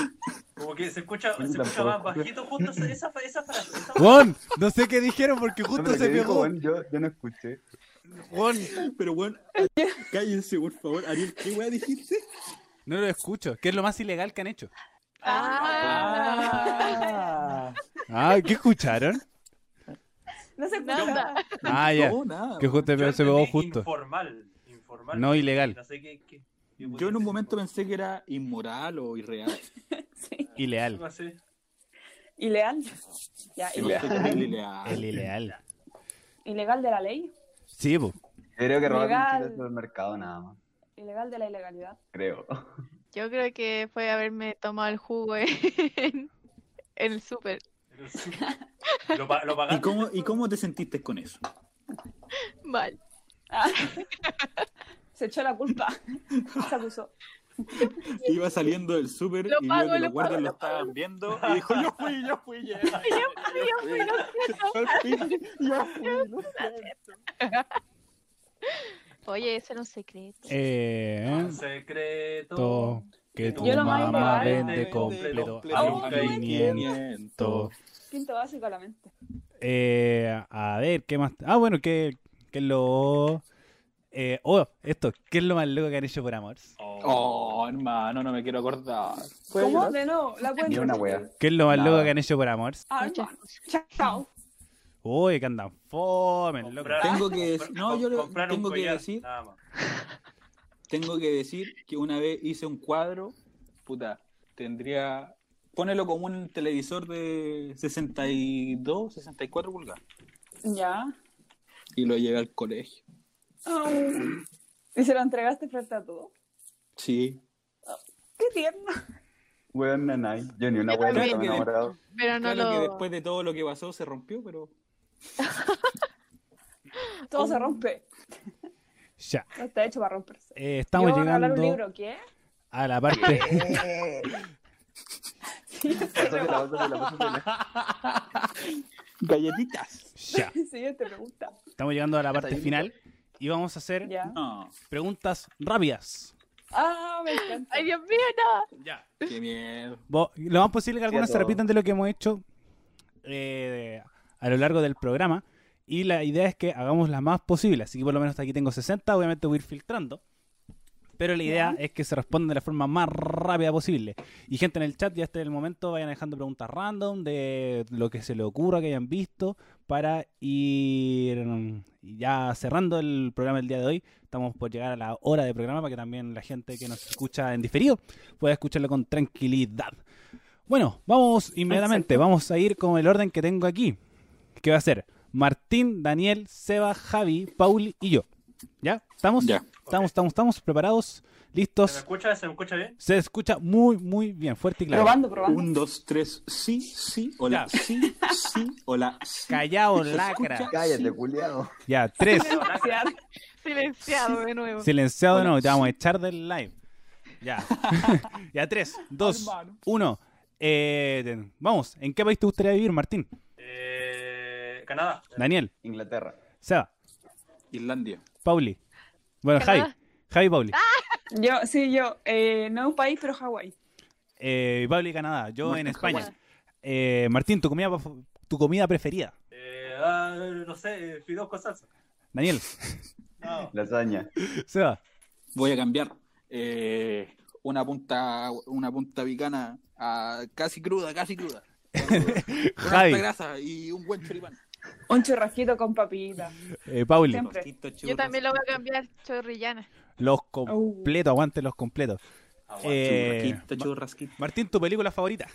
[SPEAKER 3] Como que se escucha, se escucha más bajito justo esa, esa, esa frase. Esa
[SPEAKER 1] Juan, no sé qué dijeron porque
[SPEAKER 6] No,
[SPEAKER 1] justo
[SPEAKER 6] pero
[SPEAKER 1] se
[SPEAKER 6] ¿qué dijo,
[SPEAKER 1] pegó.
[SPEAKER 6] weón? Yo, yo no escuché.
[SPEAKER 1] Juan,
[SPEAKER 4] Pero bueno, cállense, por favor. Ariel, ¿qué weá dijiste?
[SPEAKER 1] No lo escucho. ¿Qué es lo más ilegal que han hecho?
[SPEAKER 2] Ah,
[SPEAKER 4] Ah,
[SPEAKER 1] Ah, ¿qué escucharon?
[SPEAKER 5] No se escucha.
[SPEAKER 2] nada.
[SPEAKER 1] Ah, ya.
[SPEAKER 4] no, nada.
[SPEAKER 1] Que justo
[SPEAKER 3] Yo
[SPEAKER 1] se
[SPEAKER 3] entendí
[SPEAKER 1] pegó justo.
[SPEAKER 3] Informal. Informal.
[SPEAKER 1] No ilegal.
[SPEAKER 3] No sé qué. qué-
[SPEAKER 4] Yo en un momento pensé que era inmoral o irreal.
[SPEAKER 5] Sí.
[SPEAKER 1] Ilegal.
[SPEAKER 3] No sé.
[SPEAKER 5] Ilegal. Ya,
[SPEAKER 4] No sé,
[SPEAKER 5] ilegal.
[SPEAKER 4] terrible ilegal.
[SPEAKER 1] El ilegal.
[SPEAKER 5] Ilegal de la ley.
[SPEAKER 1] Sí, po.
[SPEAKER 6] Yo creo que robaron
[SPEAKER 5] Legal.
[SPEAKER 6] un chile al supermercado nada más.
[SPEAKER 5] Ilegal de la ilegalidad.
[SPEAKER 6] Creo.
[SPEAKER 2] Yo creo que fue haberme tomado el jugo en, en el súper.
[SPEAKER 3] Pero sí. Lo, pa- lo pagaste.
[SPEAKER 4] ¿Y cómo, ¿Y cómo te sentiste con eso?
[SPEAKER 2] Mal.
[SPEAKER 5] Ah. Se echó la culpa. Se acusó.
[SPEAKER 4] Iba saliendo del súper
[SPEAKER 2] Lo
[SPEAKER 4] y vio
[SPEAKER 2] pago,
[SPEAKER 4] que
[SPEAKER 2] lo
[SPEAKER 4] los guardias
[SPEAKER 2] pago,
[SPEAKER 4] lo
[SPEAKER 2] lo pago.
[SPEAKER 4] estaban viendo y dijo, yo fui, yo fui, yo fui, yo fui, yo fui, yo fui.
[SPEAKER 2] Oye, ese era un secreto.
[SPEAKER 1] Eh,
[SPEAKER 3] Secreto.
[SPEAKER 1] to- que tu
[SPEAKER 5] Yo lo más
[SPEAKER 1] mamá
[SPEAKER 5] ilegal.
[SPEAKER 1] vende completo
[SPEAKER 5] Oh,
[SPEAKER 1] a
[SPEAKER 5] qué
[SPEAKER 1] 500.
[SPEAKER 5] Quinto básico a la mente.
[SPEAKER 1] Eh, a ver, ¿qué más? Ah, bueno, ¿qué, qué es lo...? Eh, oh, esto. ¿Qué es lo más loco que han hecho por amor?
[SPEAKER 4] Oh, hermano, no me quiero acordar.
[SPEAKER 5] ¿Cómo? De nuevo, la cuenta.
[SPEAKER 6] Ni una wea.
[SPEAKER 1] ¿Qué es lo más
[SPEAKER 6] Nada.
[SPEAKER 1] loco que han hecho por amor?
[SPEAKER 5] Ah,
[SPEAKER 2] Muchas
[SPEAKER 5] hermano. Chao.
[SPEAKER 1] Uy, que andan fome, loco.
[SPEAKER 3] Comprar-
[SPEAKER 4] Tengo que decir-
[SPEAKER 3] comprar-
[SPEAKER 4] no, yo le-
[SPEAKER 3] comprar un
[SPEAKER 4] tengo que
[SPEAKER 3] collar,
[SPEAKER 4] decir-
[SPEAKER 3] nada más.
[SPEAKER 4] Tengo que decir que una vez hice un cuadro, puta, tendría... Pónelo como un televisor de 62, 64 pulgadas.
[SPEAKER 5] Ya.
[SPEAKER 4] Y lo llevé al colegio.
[SPEAKER 5] Au. Y se lo entregaste frente a todo.
[SPEAKER 4] Sí.
[SPEAKER 5] Qué tierno.
[SPEAKER 6] Weón, nanay. Yo ni una
[SPEAKER 2] Yo
[SPEAKER 6] wea no
[SPEAKER 2] también.
[SPEAKER 6] estaba enamorado.
[SPEAKER 2] Pero no
[SPEAKER 4] Claro que
[SPEAKER 2] lo.
[SPEAKER 4] después de todo lo que pasó se rompió, pero...
[SPEAKER 5] Todo se rompe.
[SPEAKER 1] Ya.
[SPEAKER 5] No está hecho para romperse.
[SPEAKER 1] Eh, estamos
[SPEAKER 5] Yo voy a regalar un
[SPEAKER 1] llegando
[SPEAKER 5] libro, ¿qué?
[SPEAKER 1] a la parte...
[SPEAKER 6] Pásatela, pásatela, pásatela.
[SPEAKER 4] Galletitas.
[SPEAKER 1] Ya.
[SPEAKER 5] Siguiente pregunta.
[SPEAKER 1] Estamos llegando a la parte
[SPEAKER 4] ahí.
[SPEAKER 1] final y vamos a hacer
[SPEAKER 5] Ya.
[SPEAKER 4] No,
[SPEAKER 1] preguntas rápidas.
[SPEAKER 5] Ah, me encanta.
[SPEAKER 2] Ay, Dios mío, no.
[SPEAKER 4] qué miedo.
[SPEAKER 1] Bo- Lo más posible que algunas se
[SPEAKER 6] todo.
[SPEAKER 1] repitan de lo que hemos hecho eh, a lo largo del programa. Y la idea es que hagamos las más posibles. Así que por lo menos hasta aquí tengo 60. Obviamente voy a ir filtrando. Pero la idea es que se responda de la forma más rápida posible. Y gente en el chat, ya este es el momento, vayan dejando preguntas random de lo que se le ocurra que hayan visto para ir mm, ya cerrando el programa del día de hoy. Estamos por llegar a la hora de programa para que también la gente que nos escucha en diferido pueda escucharlo con tranquilidad. Bueno, vamos inmediatamente, vamos a ir con el orden que tengo aquí, que va a ser Martín, Daniel, Seba, Javi, Paul y yo. ¿Ya? ¿Estamos?
[SPEAKER 4] Ya.
[SPEAKER 1] Estamos, estamos, estamos preparados,
[SPEAKER 3] ¿Se me
[SPEAKER 1] listos.
[SPEAKER 3] escucha? ¿Se me escucha bien?
[SPEAKER 1] Se escucha muy, muy bien, fuerte y claro.
[SPEAKER 5] Probando, probando.
[SPEAKER 4] Un, dos, tres, sí, sí, hola, sí, sí, hola, sí.
[SPEAKER 1] Callao,
[SPEAKER 4] Se escucha,
[SPEAKER 1] lacra.
[SPEAKER 6] Cállate,
[SPEAKER 4] sí,
[SPEAKER 6] culiado.
[SPEAKER 1] Ya, tres.
[SPEAKER 5] Gracias.
[SPEAKER 2] Silenciado de nuevo.
[SPEAKER 1] Silenciado de
[SPEAKER 4] Hola.
[SPEAKER 1] nuevo, te vamos a echar del live. Ya. ya, tres, dos,
[SPEAKER 4] Hermano.
[SPEAKER 1] uno. Eh, ten- vamos, ¿en qué país te gustaría vivir, Martín?
[SPEAKER 3] Eh, Canadá.
[SPEAKER 1] Daniel,
[SPEAKER 6] Inglaterra.
[SPEAKER 1] Seba,
[SPEAKER 4] Irlandia.
[SPEAKER 1] Pauli. Bueno, Javi.
[SPEAKER 2] Canadá.
[SPEAKER 1] Javi, Pauli.
[SPEAKER 5] Yo, sí, yo. Eh, no un país, pero Hawái.
[SPEAKER 1] Eh, Pauli, Canadá. Yo
[SPEAKER 4] Martín,
[SPEAKER 1] en España.
[SPEAKER 2] Hawái.
[SPEAKER 1] Eh, Martín, tu comida, pa- tu comida preferida.
[SPEAKER 3] Eh, ah, no sé, eh, fideos con salsa.
[SPEAKER 1] Daniel,
[SPEAKER 3] No.
[SPEAKER 6] Lasaña.
[SPEAKER 1] Seba,
[SPEAKER 4] Voy a cambiar eh, una punta una punta picana a casi cruda, casi cruda. Con
[SPEAKER 1] Javi.
[SPEAKER 4] alta grasa y un buen choripán.
[SPEAKER 5] Un churrasquito con papita.
[SPEAKER 1] eh, Pauli.
[SPEAKER 5] Siempre.
[SPEAKER 2] Yo también lo voy a cambiar, chorrillana.
[SPEAKER 1] Los completos, aguanten los completos. Eh,
[SPEAKER 4] Churrasquito, churrasquito.
[SPEAKER 1] Martín, tu película favorita.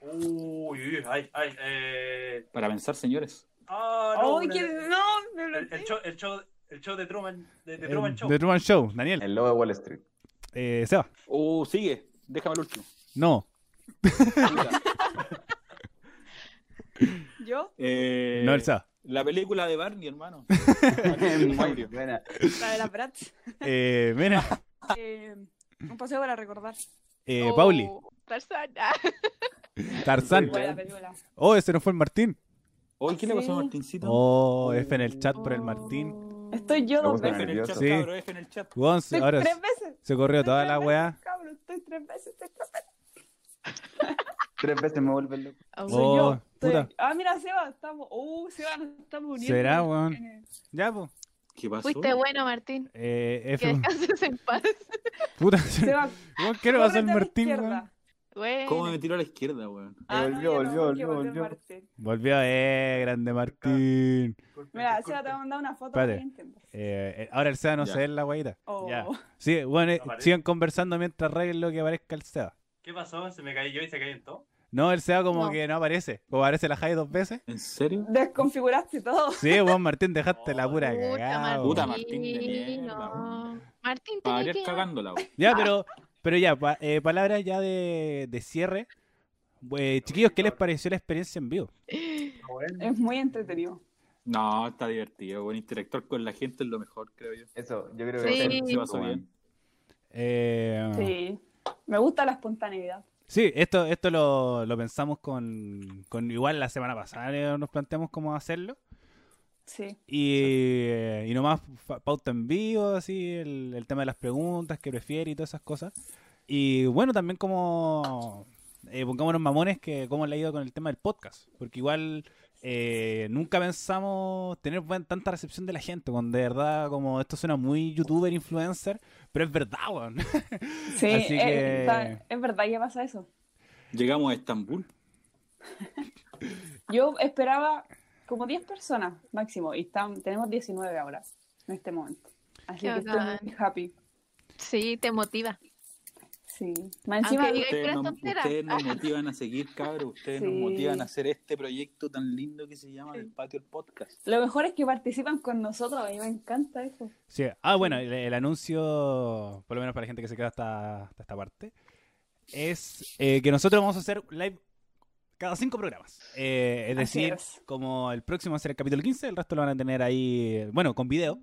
[SPEAKER 3] Uy, uy, ay, ay. Eh...
[SPEAKER 4] Para pensar, señores.
[SPEAKER 3] Ah, no,
[SPEAKER 5] ¡Ay,
[SPEAKER 3] una-
[SPEAKER 5] qué... No, me
[SPEAKER 3] el, el
[SPEAKER 5] bloqueé.
[SPEAKER 3] show, el, show, el show de Truman, de, de
[SPEAKER 1] Eh,
[SPEAKER 3] Truman Show.
[SPEAKER 1] The Truman Show. Daniel,
[SPEAKER 6] El lobo de Wall Street.
[SPEAKER 1] eh, Seba.
[SPEAKER 4] Oh, sigue. Déjame el último.
[SPEAKER 1] No,
[SPEAKER 4] Puta.
[SPEAKER 5] Yo,
[SPEAKER 4] Eh,
[SPEAKER 1] no el Seba.
[SPEAKER 4] La película de Barney, hermano.
[SPEAKER 6] Muy buena.
[SPEAKER 5] la de las brats.
[SPEAKER 1] Eh, mira,
[SPEAKER 5] Eh, un paseo para recordar.
[SPEAKER 1] eh,
[SPEAKER 2] Oh,
[SPEAKER 1] Pauli,
[SPEAKER 2] Tarzán. Ah,
[SPEAKER 1] Tarzán.
[SPEAKER 5] Buena película.
[SPEAKER 1] Oh, ese no fue el Martín.
[SPEAKER 4] Hoy, ¿qué le pasó a
[SPEAKER 5] Sí.
[SPEAKER 4] Martincito?
[SPEAKER 1] Oh, F en el chat por el Martín.
[SPEAKER 5] Estoy yo
[SPEAKER 6] Me
[SPEAKER 5] dos
[SPEAKER 6] gusta
[SPEAKER 4] F
[SPEAKER 5] veces.
[SPEAKER 4] en el chat,
[SPEAKER 1] Sí.
[SPEAKER 4] cabro, F en el chat.
[SPEAKER 1] Weón, se-
[SPEAKER 5] Estoy
[SPEAKER 1] ahora
[SPEAKER 5] tres veces.
[SPEAKER 1] se corrió toda
[SPEAKER 5] Estoy
[SPEAKER 1] la
[SPEAKER 5] tres
[SPEAKER 1] weá.
[SPEAKER 5] veces, Cabrón, estoy tres veces, estoy tres veces.
[SPEAKER 6] Tres veces me vuelve loco.
[SPEAKER 2] oh,
[SPEAKER 5] Soy
[SPEAKER 1] Oh,
[SPEAKER 5] yo. estoy-
[SPEAKER 1] puta.
[SPEAKER 5] Ah, mira, Seba, estamos. Uh, Seba, nos estamos uniendo.
[SPEAKER 1] ¿Será, weón?
[SPEAKER 5] En el-
[SPEAKER 1] Ya, pues.
[SPEAKER 4] ¿Qué pasó?
[SPEAKER 2] Fuiste bueno, Martín.
[SPEAKER 1] Eh,
[SPEAKER 2] Que
[SPEAKER 1] F.
[SPEAKER 2] descanses en paz.
[SPEAKER 1] Puta.
[SPEAKER 5] Seba,
[SPEAKER 1] Weón, ¿qué le pasó al
[SPEAKER 5] córrete a la
[SPEAKER 1] Martín,
[SPEAKER 5] izquierda.
[SPEAKER 1] weón?
[SPEAKER 2] Bueno.
[SPEAKER 4] ¿Cómo me tiró a la izquierda, weón?
[SPEAKER 5] Ah, no,
[SPEAKER 6] Volvió,
[SPEAKER 5] ya
[SPEAKER 6] volvió,
[SPEAKER 5] no, porque
[SPEAKER 6] volvió, volvió.
[SPEAKER 5] Martín.
[SPEAKER 1] Volvió, eh, grande Martín.
[SPEAKER 3] Disculpe,
[SPEAKER 5] Mira,
[SPEAKER 3] disculpe.
[SPEAKER 5] Seba, te voy a mandar una foto.
[SPEAKER 1] Espérate.
[SPEAKER 5] para que entiendas.
[SPEAKER 1] Eh, eh, ahora el Seba no
[SPEAKER 4] Ya.
[SPEAKER 1] se ve en la guaita.
[SPEAKER 5] Oh.
[SPEAKER 1] Ya. Sí, bueno, eh,
[SPEAKER 3] Aparece.
[SPEAKER 1] sigan conversando mientras arreglo que aparezca el Seba.
[SPEAKER 3] ¿Qué pasó? Se me caí yo y se cayó todo.
[SPEAKER 1] No, el Seba como
[SPEAKER 2] No.
[SPEAKER 1] que no aparece. Como aparece la Jai dos veces.
[SPEAKER 4] ¿En serio?
[SPEAKER 5] Desconfiguraste todo.
[SPEAKER 1] Sí, weón, Martín, dejaste la pura
[SPEAKER 2] Puta,
[SPEAKER 1] cagada.
[SPEAKER 4] Puta,
[SPEAKER 1] weón.
[SPEAKER 4] Martín de mierda,
[SPEAKER 2] no.
[SPEAKER 4] weón.
[SPEAKER 2] Martín,
[SPEAKER 4] Para
[SPEAKER 2] tenés
[SPEAKER 4] variar
[SPEAKER 2] que...
[SPEAKER 4] cagándola, weón.
[SPEAKER 1] Ya, pero, pero ya, pa- eh, palabras ya de, de cierre. Eh, chiquillos, ¿qué les pareció la experiencia en vivo?
[SPEAKER 3] Ah,
[SPEAKER 1] Mm.
[SPEAKER 5] Es muy entretenido.
[SPEAKER 4] No, está divertido, weón. Interactuar con la gente es lo mejor, creo yo.
[SPEAKER 6] Eso, yo creo que
[SPEAKER 2] Sí.
[SPEAKER 6] va a
[SPEAKER 4] Se
[SPEAKER 6] ser-
[SPEAKER 4] se pasó bien.
[SPEAKER 1] Eh, sí.
[SPEAKER 5] Sí. Me gusta la espontaneidad.
[SPEAKER 1] esto, esto lo, lo pensamos con, con igual la semana pasada, eh, nos planteamos cómo hacerlo.
[SPEAKER 5] Sí.
[SPEAKER 1] Y, eh, y nomás fa- pauta en vivo, así, el, el tema de las preguntas, que prefiere y todas esas cosas. Y bueno, también como eh, pongámonos mamones, que cómo le ha ido con el tema del podcast. Porque igual eh, nunca pensamos tener buen- tanta recepción de la gente, cuando de verdad, como esto suena muy youtuber, influencer, pero es verdad, weón.
[SPEAKER 5] Sí,
[SPEAKER 1] Así
[SPEAKER 5] es,
[SPEAKER 1] que-
[SPEAKER 5] está- es verdad que pasa eso.
[SPEAKER 4] Llegamos a Estambul.
[SPEAKER 5] Yo esperaba como 10 personas máximo y están, tenemos 19 ahora en este momento. Así
[SPEAKER 2] Qué
[SPEAKER 5] que estoy
[SPEAKER 2] bacán.
[SPEAKER 5] muy happy.
[SPEAKER 2] Sí, te motiva.
[SPEAKER 5] Sí. Más encima,
[SPEAKER 2] Aunque-
[SPEAKER 4] Ustedes
[SPEAKER 2] puras
[SPEAKER 4] nos,
[SPEAKER 2] tonteras.
[SPEAKER 4] ustedes nos motivan a seguir, cabros. Ustedes nos
[SPEAKER 5] Sí.
[SPEAKER 4] motivan a hacer este proyecto tan lindo que se llama El Patio del Podcast.
[SPEAKER 5] lo mejor es que participan con nosotros. A mí me encanta eso.
[SPEAKER 1] Sí. Ah, bueno, el, el anuncio, por lo menos para la gente que se queda hasta, hasta esta parte, es eh, que nosotros vamos a hacer live cada cinco programas. Eh, es
[SPEAKER 5] Así
[SPEAKER 1] decir,
[SPEAKER 5] es.
[SPEAKER 1] como el próximo va a ser el capítulo 15, el resto lo van a tener ahí, bueno, con video.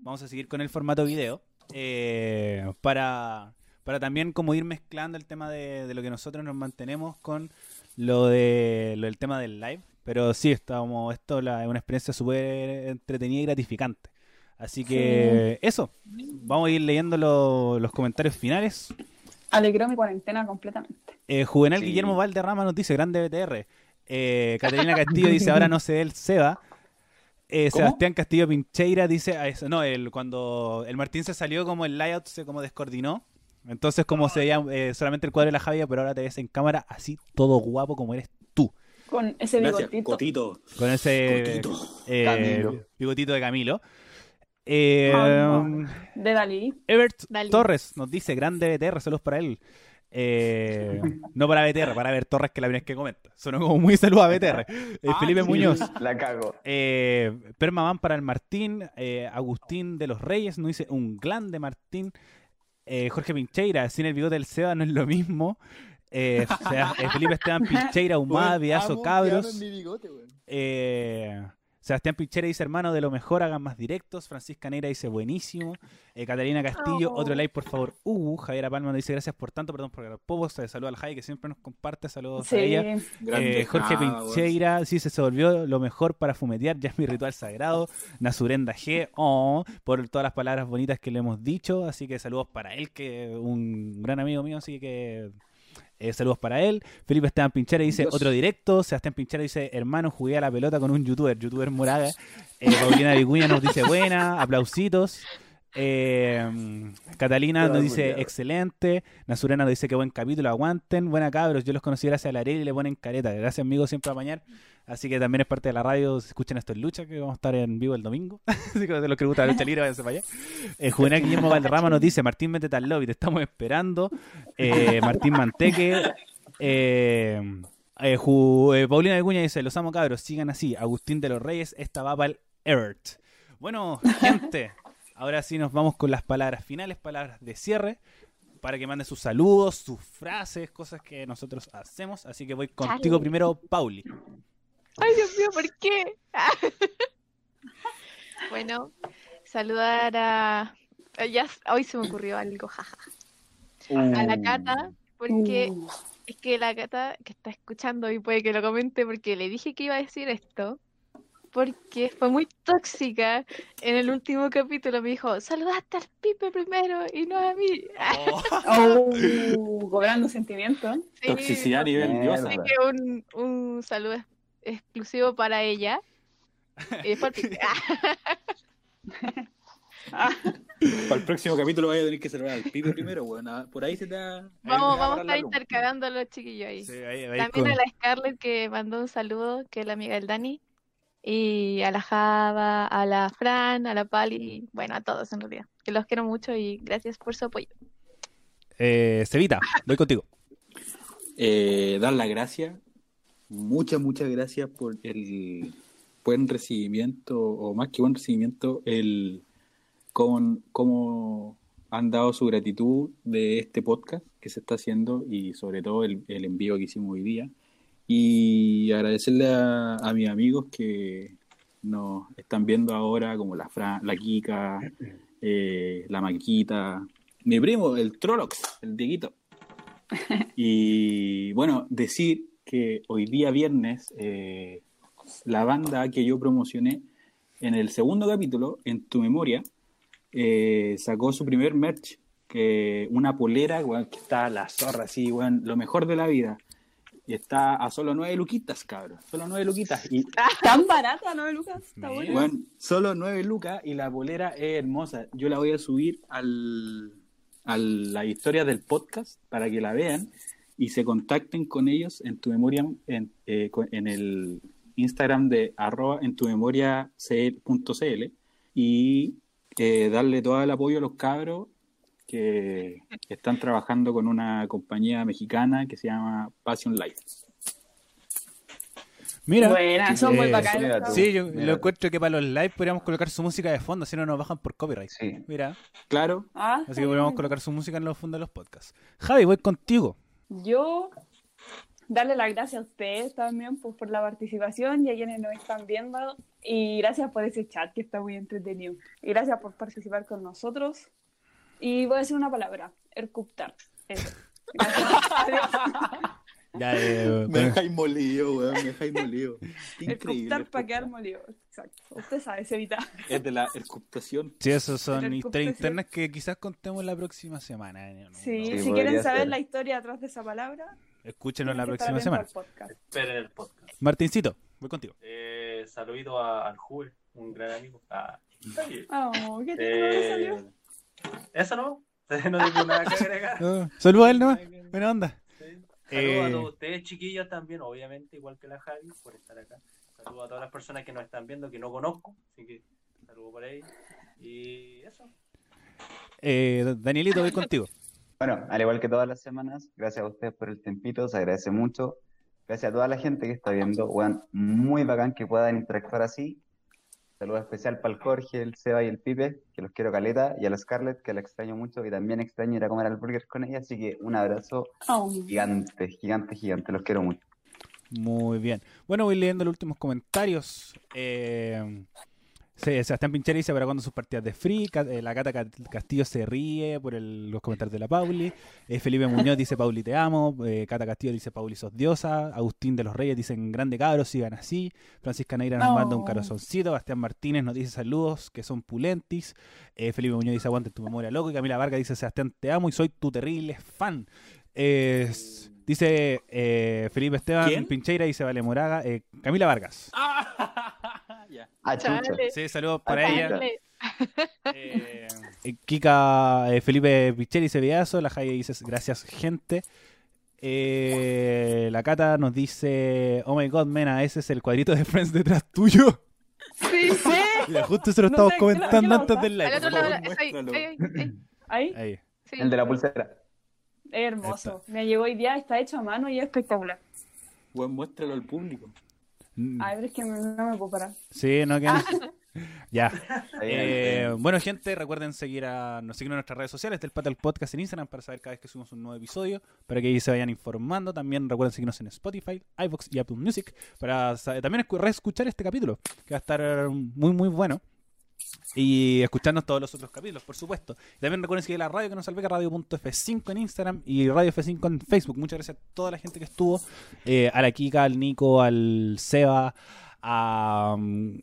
[SPEAKER 1] Vamos a seguir con el formato video eh, para, para también como ir mezclando el tema de, de lo que nosotros nos mantenemos con lo, de, lo del tema del live. Pero sí, estamos, esto la- es una experiencia súper entretenida y gratificante. Así que eso, vamos a ir leyendo lo- los comentarios finales.
[SPEAKER 5] Alegró mi cuarentena completamente.
[SPEAKER 1] Eh, Juvenal
[SPEAKER 6] Sí.
[SPEAKER 1] Guillermo Valderrama nos dice, grande BTR. Eh, Catalina Castillo dice, ahora no se ve el Seba. eh,
[SPEAKER 4] ¿Cómo?
[SPEAKER 1] Sebastián Castillo Pincheira dice, ah, eso, no, el, cuando el Martín se salió como el layout se como descoordinó. Entonces como se veía eh, solamente el cuadro de la Javier, pero ahora te ves en cámara así todo guapo como eres tú.
[SPEAKER 5] Con ese
[SPEAKER 4] Gracias,
[SPEAKER 5] bigotito.
[SPEAKER 4] Cotito.
[SPEAKER 1] Con ese
[SPEAKER 4] Cotito.
[SPEAKER 1] eh,
[SPEAKER 6] Camilo.
[SPEAKER 1] bigotito de Camilo. Eh,
[SPEAKER 5] Ah, no. De Dalí.
[SPEAKER 1] Ebert
[SPEAKER 2] Dale.
[SPEAKER 1] Torres nos dice, grande BTR, saludos para él. Eh, no para BTR, para ver Torres que la primera vez que comenta. Sonó como muy saludos a BTR. Eh, Felipe Muñoz.
[SPEAKER 6] La cago.
[SPEAKER 1] Eh, Permaban para el Martín. eh, Agustín de los Reyes nos dice un glan de Martín. eh, Jorge Pincheira, sin el bigote del Seba no es lo mismo. Eh, o sea, eh, Felipe Esteban Pincheira, humada,
[SPEAKER 7] Weón,
[SPEAKER 1] vidazo,
[SPEAKER 7] amo que hablen
[SPEAKER 1] cabros.
[SPEAKER 7] mi bigote, weón.
[SPEAKER 1] Eh, Sebastián Pinchera dice, hermano, de lo mejor hagan más directos. Francisca Neira dice, buenísimo. Eh, Catalina Castillo,
[SPEAKER 2] Oh.
[SPEAKER 1] otro like, por favor. Uh, Javiera Palma nos dice, gracias por tanto, perdón por el povo. Se saluda al Jai, que siempre nos comparte. Saludos a ella.
[SPEAKER 5] Sí.
[SPEAKER 4] Grande Ah,
[SPEAKER 1] Eh, Jorge
[SPEAKER 4] nada, weón.
[SPEAKER 1] Pincheira, sí, se volvió lo mejor para fumetear, ya es mi ritual sagrado. Nazurenda G, oh, por todas las palabras bonitas que le hemos dicho. Así que saludos para él, que es un gran amigo mío, así que eh, saludos para él. Felipe Esteban Pinchera dice
[SPEAKER 4] Dios.
[SPEAKER 1] otro directo. Sebastián Pinchera dice, hermano, jugué a la pelota con un youtuber, youtuber Moraga. Eh, Paulina Vicuña nos dice buena, aplausitos. Eh, Catalina nos
[SPEAKER 4] Claro,
[SPEAKER 1] dice
[SPEAKER 4] claro.
[SPEAKER 1] excelente. Nazurena nos dice que buen capítulo, aguanten. Buena cabros, yo los conocí gracias a la y le ponen careta. Gracias amigos siempre a apañar. Así que también es parte de la radio. si Escuchen esto en lucha, que vamos a estar en vivo el domingo. Así que de los que les gusta la lucha libre, váyanse para allá. Eh, Juvenal Guillermo Valderrama nos dice, Martín, métete al lobby, te estamos esperando. Eh, Martín Manteque. eh, eh, Ju- eh, Paulina Acuña dice, los amo cabros, sigan así. Agustín de los Reyes, esta va para el Ebert. Bueno, gente, ahora sí nos vamos con las palabras finales, palabras de cierre, para que manden sus saludos, sus frases, cosas que nosotros hacemos. Así que voy contigo
[SPEAKER 2] Chale.
[SPEAKER 1] primero, Pauli.
[SPEAKER 2] Ay, Dios mío, ¿por qué? bueno, saludar a... eh, Ya, s- hoy se me ocurrió algo, jaja. A
[SPEAKER 6] Mm. Uh.
[SPEAKER 2] la Cata, porque
[SPEAKER 5] Uh,
[SPEAKER 2] es que la Cata que está escuchando y puede que lo comente porque le dije que iba a decir esto. Porque fue muy tóxica en el último capítulo. Me dijo, saludaste al Pipe primero y no a mí. Ah,
[SPEAKER 5] oh, cobrando sentimientos.
[SPEAKER 2] Sí,
[SPEAKER 4] Toxicidad a nivel
[SPEAKER 6] Mierda.
[SPEAKER 4] diosa.
[SPEAKER 2] Así que un, un saludo ex- exclusivo para ella. Eh, Y después al Pipe.
[SPEAKER 5] Ah,
[SPEAKER 4] Para el próximo capítulo vaya a tener que salvar al pibe primero, weón. Ah, Por ahí se te da.
[SPEAKER 2] Vamos, vamos a
[SPEAKER 4] la
[SPEAKER 2] estar intercalando a los chiquillos ahí.
[SPEAKER 1] Sí, ahí- ahí
[SPEAKER 2] También
[SPEAKER 1] con-
[SPEAKER 2] a la Scarlett que mandó un saludo, que es la amiga del Dani. Y a la Java, a la Fran, a la Pali, bueno, a todos en realidad. Que los quiero mucho y gracias por su apoyo.
[SPEAKER 1] Eh, Cevita, voy contigo.
[SPEAKER 4] eh, dar las gracias. Muchas, muchas gracias por el buen recibimiento, o más que buen recibimiento, el con cómo han dado su gratitud de este podcast que se está haciendo y sobre todo el, el envío que hicimos hoy día. Y agradecerle a, a mis amigos que nos están viendo ahora, como la Fran, la Kika, eh, la Maquita, mi primo, el Trollox, el Dieguito. Y bueno, decir que hoy día viernes eh, la banda que yo promocioné en el segundo capítulo, En tu memoria, eh, sacó su primer merch, que una polera weón, que está a la zorra, así, weón, lo mejor de la vida. Y está a solo nueve luquitas, cabrón. Solo nueve luquitas. Y
[SPEAKER 5] Tan barata, ¿no, Lucas? Está
[SPEAKER 1] Mira.
[SPEAKER 5] buena.
[SPEAKER 4] bueno, solo 9 lucas y la bolera es hermosa. Yo la voy a subir al, a la historia del podcast para que la vean y se contacten con ellos en tu memoria, en, eh, con- en el Instagram de arroba en tu memoria cl.cl y eh, darle todo el apoyo a los cabros que están trabajando con una compañía mexicana que se llama Passion Light.
[SPEAKER 1] Mira.
[SPEAKER 5] Buena, son muy
[SPEAKER 1] Eh,
[SPEAKER 5] bacanas.
[SPEAKER 6] sí,
[SPEAKER 1] Sí, yo
[SPEAKER 6] Mira.
[SPEAKER 1] lo encuentro que para los live podríamos colocar su música de fondo, si no nos bajan por copyright.
[SPEAKER 6] Sí.
[SPEAKER 1] Mira,
[SPEAKER 4] Claro,
[SPEAKER 5] Ah,
[SPEAKER 1] así que podríamos colocar su música en los fondos de los podcasts. Javi, voy contigo.
[SPEAKER 5] Yo darle las gracias a ustedes también pues, por la participación y a quienes nos están viendo. Y gracias por ese chat que está muy entretenido. Y gracias por participar con nosotros. Y voy a decir una palabra, Ercuptar. Eso. Gracias. Adiós.
[SPEAKER 1] Ya, eh,
[SPEAKER 7] Me
[SPEAKER 1] con,
[SPEAKER 7] dejáis molido, weón. Me dejáis molido. este
[SPEAKER 5] Ercuptar para
[SPEAKER 4] el
[SPEAKER 5] quedar molido. Exacto. Usted sabe, Sevita.
[SPEAKER 4] es de la escultación.
[SPEAKER 1] sí, esas son
[SPEAKER 5] Pero el
[SPEAKER 1] historias
[SPEAKER 5] Cupta sí-
[SPEAKER 1] internas que quizás contemos la próxima semana. eh, no-
[SPEAKER 5] Sí,
[SPEAKER 1] no-
[SPEAKER 5] si
[SPEAKER 6] podría
[SPEAKER 5] quieren saber
[SPEAKER 6] ser.
[SPEAKER 5] la historia detrás de esa palabra,
[SPEAKER 1] Escúchenos la
[SPEAKER 5] tienen que
[SPEAKER 1] próxima
[SPEAKER 5] estar
[SPEAKER 1] semana.
[SPEAKER 5] atentos al podcast.
[SPEAKER 3] Esperen el podcast.
[SPEAKER 1] Martincito, voy contigo.
[SPEAKER 3] Eh, saludito a- al Juve, un gran amigo. Ah, está bien.
[SPEAKER 5] Oh, qué tierno me salió.
[SPEAKER 3] Eh, eso no, no tengo nada que agregar.
[SPEAKER 5] Ah.
[SPEAKER 1] Saludos a él nomás. Buena onda.
[SPEAKER 3] Sí. Saludos
[SPEAKER 1] Eh.
[SPEAKER 3] a todos ustedes, chiquillos, también, obviamente, igual que la Javi, por estar acá. Saludos a todas las personas que nos están viendo, que no conozco, así que saludos por ahí. Y eso.
[SPEAKER 1] Eh, Danielito, voy contigo.
[SPEAKER 6] Bueno, al igual que todas las semanas, gracias a ustedes por el tempito, se agradece mucho. Gracias a toda la gente que está viendo, weón, muy bacán que puedan interactuar así. Saludo especial para el Jorge, el Seba y el Pipe, que los quiero caleta, y a la Scarlett, que la extraño mucho, y también extraño ir a comer al burger con ella, así que un abrazo
[SPEAKER 5] Oh.
[SPEAKER 6] gigante, gigante, gigante, los quiero mucho.
[SPEAKER 1] Muy bien. Bueno, voy leyendo los últimos comentarios. Eh, se- Sebastián Pincheri dice para cuando sus partidas de free. Ca- eh, La Cata Ca- Castillo se ríe por el- los comentarios de la Pauli. Eh, Felipe Muñoz dice Pauli te amo. Eh, Cata Castillo dice Pauli sos diosa. Agustín de los Reyes dicen grande cabros, sigan así. Francisca Neira nos
[SPEAKER 5] No.
[SPEAKER 1] manda un carozoncito. Bastián Martínez nos dice saludos que son pulentis. Eh, Felipe Muñoz dice aguante tu memoria loco. Y Camila Vargas dice Sebastián te amo y soy tu terrible fan. Eh, s- dice eh, Felipe Esteban
[SPEAKER 4] ¿Quién?
[SPEAKER 1] Pincheira, dice Vale Moraga, eh, Camila Vargas.
[SPEAKER 4] ya.
[SPEAKER 6] Ah, chucha.
[SPEAKER 2] Chale,
[SPEAKER 1] Sí, saludos para
[SPEAKER 6] Ay,
[SPEAKER 1] ella.
[SPEAKER 6] ya.
[SPEAKER 2] chale.
[SPEAKER 1] Eh, eh, Kika eh, Felipe Pincheira dice Vidazo, la Jaya dice gracias gente. Eh, la Cata nos dice, oh my god, mena, ese es el cuadrito de Friends detrás tuyo.
[SPEAKER 5] Sí, sí.
[SPEAKER 1] Mira, justo se lo
[SPEAKER 5] No
[SPEAKER 1] estamos
[SPEAKER 5] sé, ¿qué la- qué
[SPEAKER 1] comentando
[SPEAKER 5] la
[SPEAKER 1] antes
[SPEAKER 5] pasa?
[SPEAKER 1] del
[SPEAKER 2] Al
[SPEAKER 1] live.
[SPEAKER 2] otro
[SPEAKER 1] por
[SPEAKER 2] lado,
[SPEAKER 1] favor.
[SPEAKER 2] ahí, ahí,
[SPEAKER 4] muéstralo.
[SPEAKER 2] ahí, ahí,
[SPEAKER 5] Ahí.
[SPEAKER 1] Ahí.
[SPEAKER 2] sí.
[SPEAKER 6] El de la pulsera.
[SPEAKER 5] Es hermoso. Me llegó hoy día, está hecho a mano y es espectacular.
[SPEAKER 4] Weón, muéstralo al público.
[SPEAKER 1] Mm,
[SPEAKER 5] Ay, pero es que no me puedo parar.
[SPEAKER 1] Sí, no que Ya.
[SPEAKER 6] Ahí
[SPEAKER 1] Eh,
[SPEAKER 6] en el-
[SPEAKER 1] bueno, gente, recuerden seguir a nos siguen en nuestras redes sociales del Patal Podcast en Instagram para saber cada vez que subimos un nuevo episodio, para que ahí se vayan informando. También recuerden seguirnos en Spotify, iVoox y Apple Music para sa- también escu- reescuchar este capítulo, que va a estar mm, muy, muy bueno. Y escucharnos todos los otros capítulos, por supuesto. Y también recuerden seguir la radio que nos salve, radio.f5 en Instagram y radio F5 en Facebook. Muchas gracias a toda la gente que estuvo. eh, a la Kika, al Nico, al Seba, a, mm,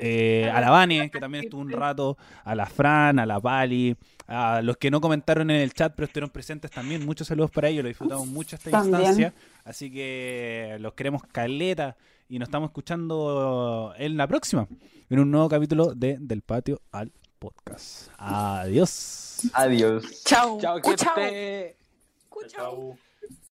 [SPEAKER 1] eh, a la Vane, que también estuvo un rato, a la Fran, a la Pali, a los que no comentaron en el chat pero estuvieron presentes también. Muchos saludos para ellos, lo disfrutamos mucho esta
[SPEAKER 5] También.
[SPEAKER 1] instancia. Así que los queremos caleta y nos estamos escuchando en la próxima, en un nuevo capítulo de Del Patio al Podcast. Adiós.
[SPEAKER 6] Adiós.
[SPEAKER 5] Chao.
[SPEAKER 4] Chao,
[SPEAKER 5] Chao.
[SPEAKER 4] gente.
[SPEAKER 5] Chao.
[SPEAKER 3] Chau.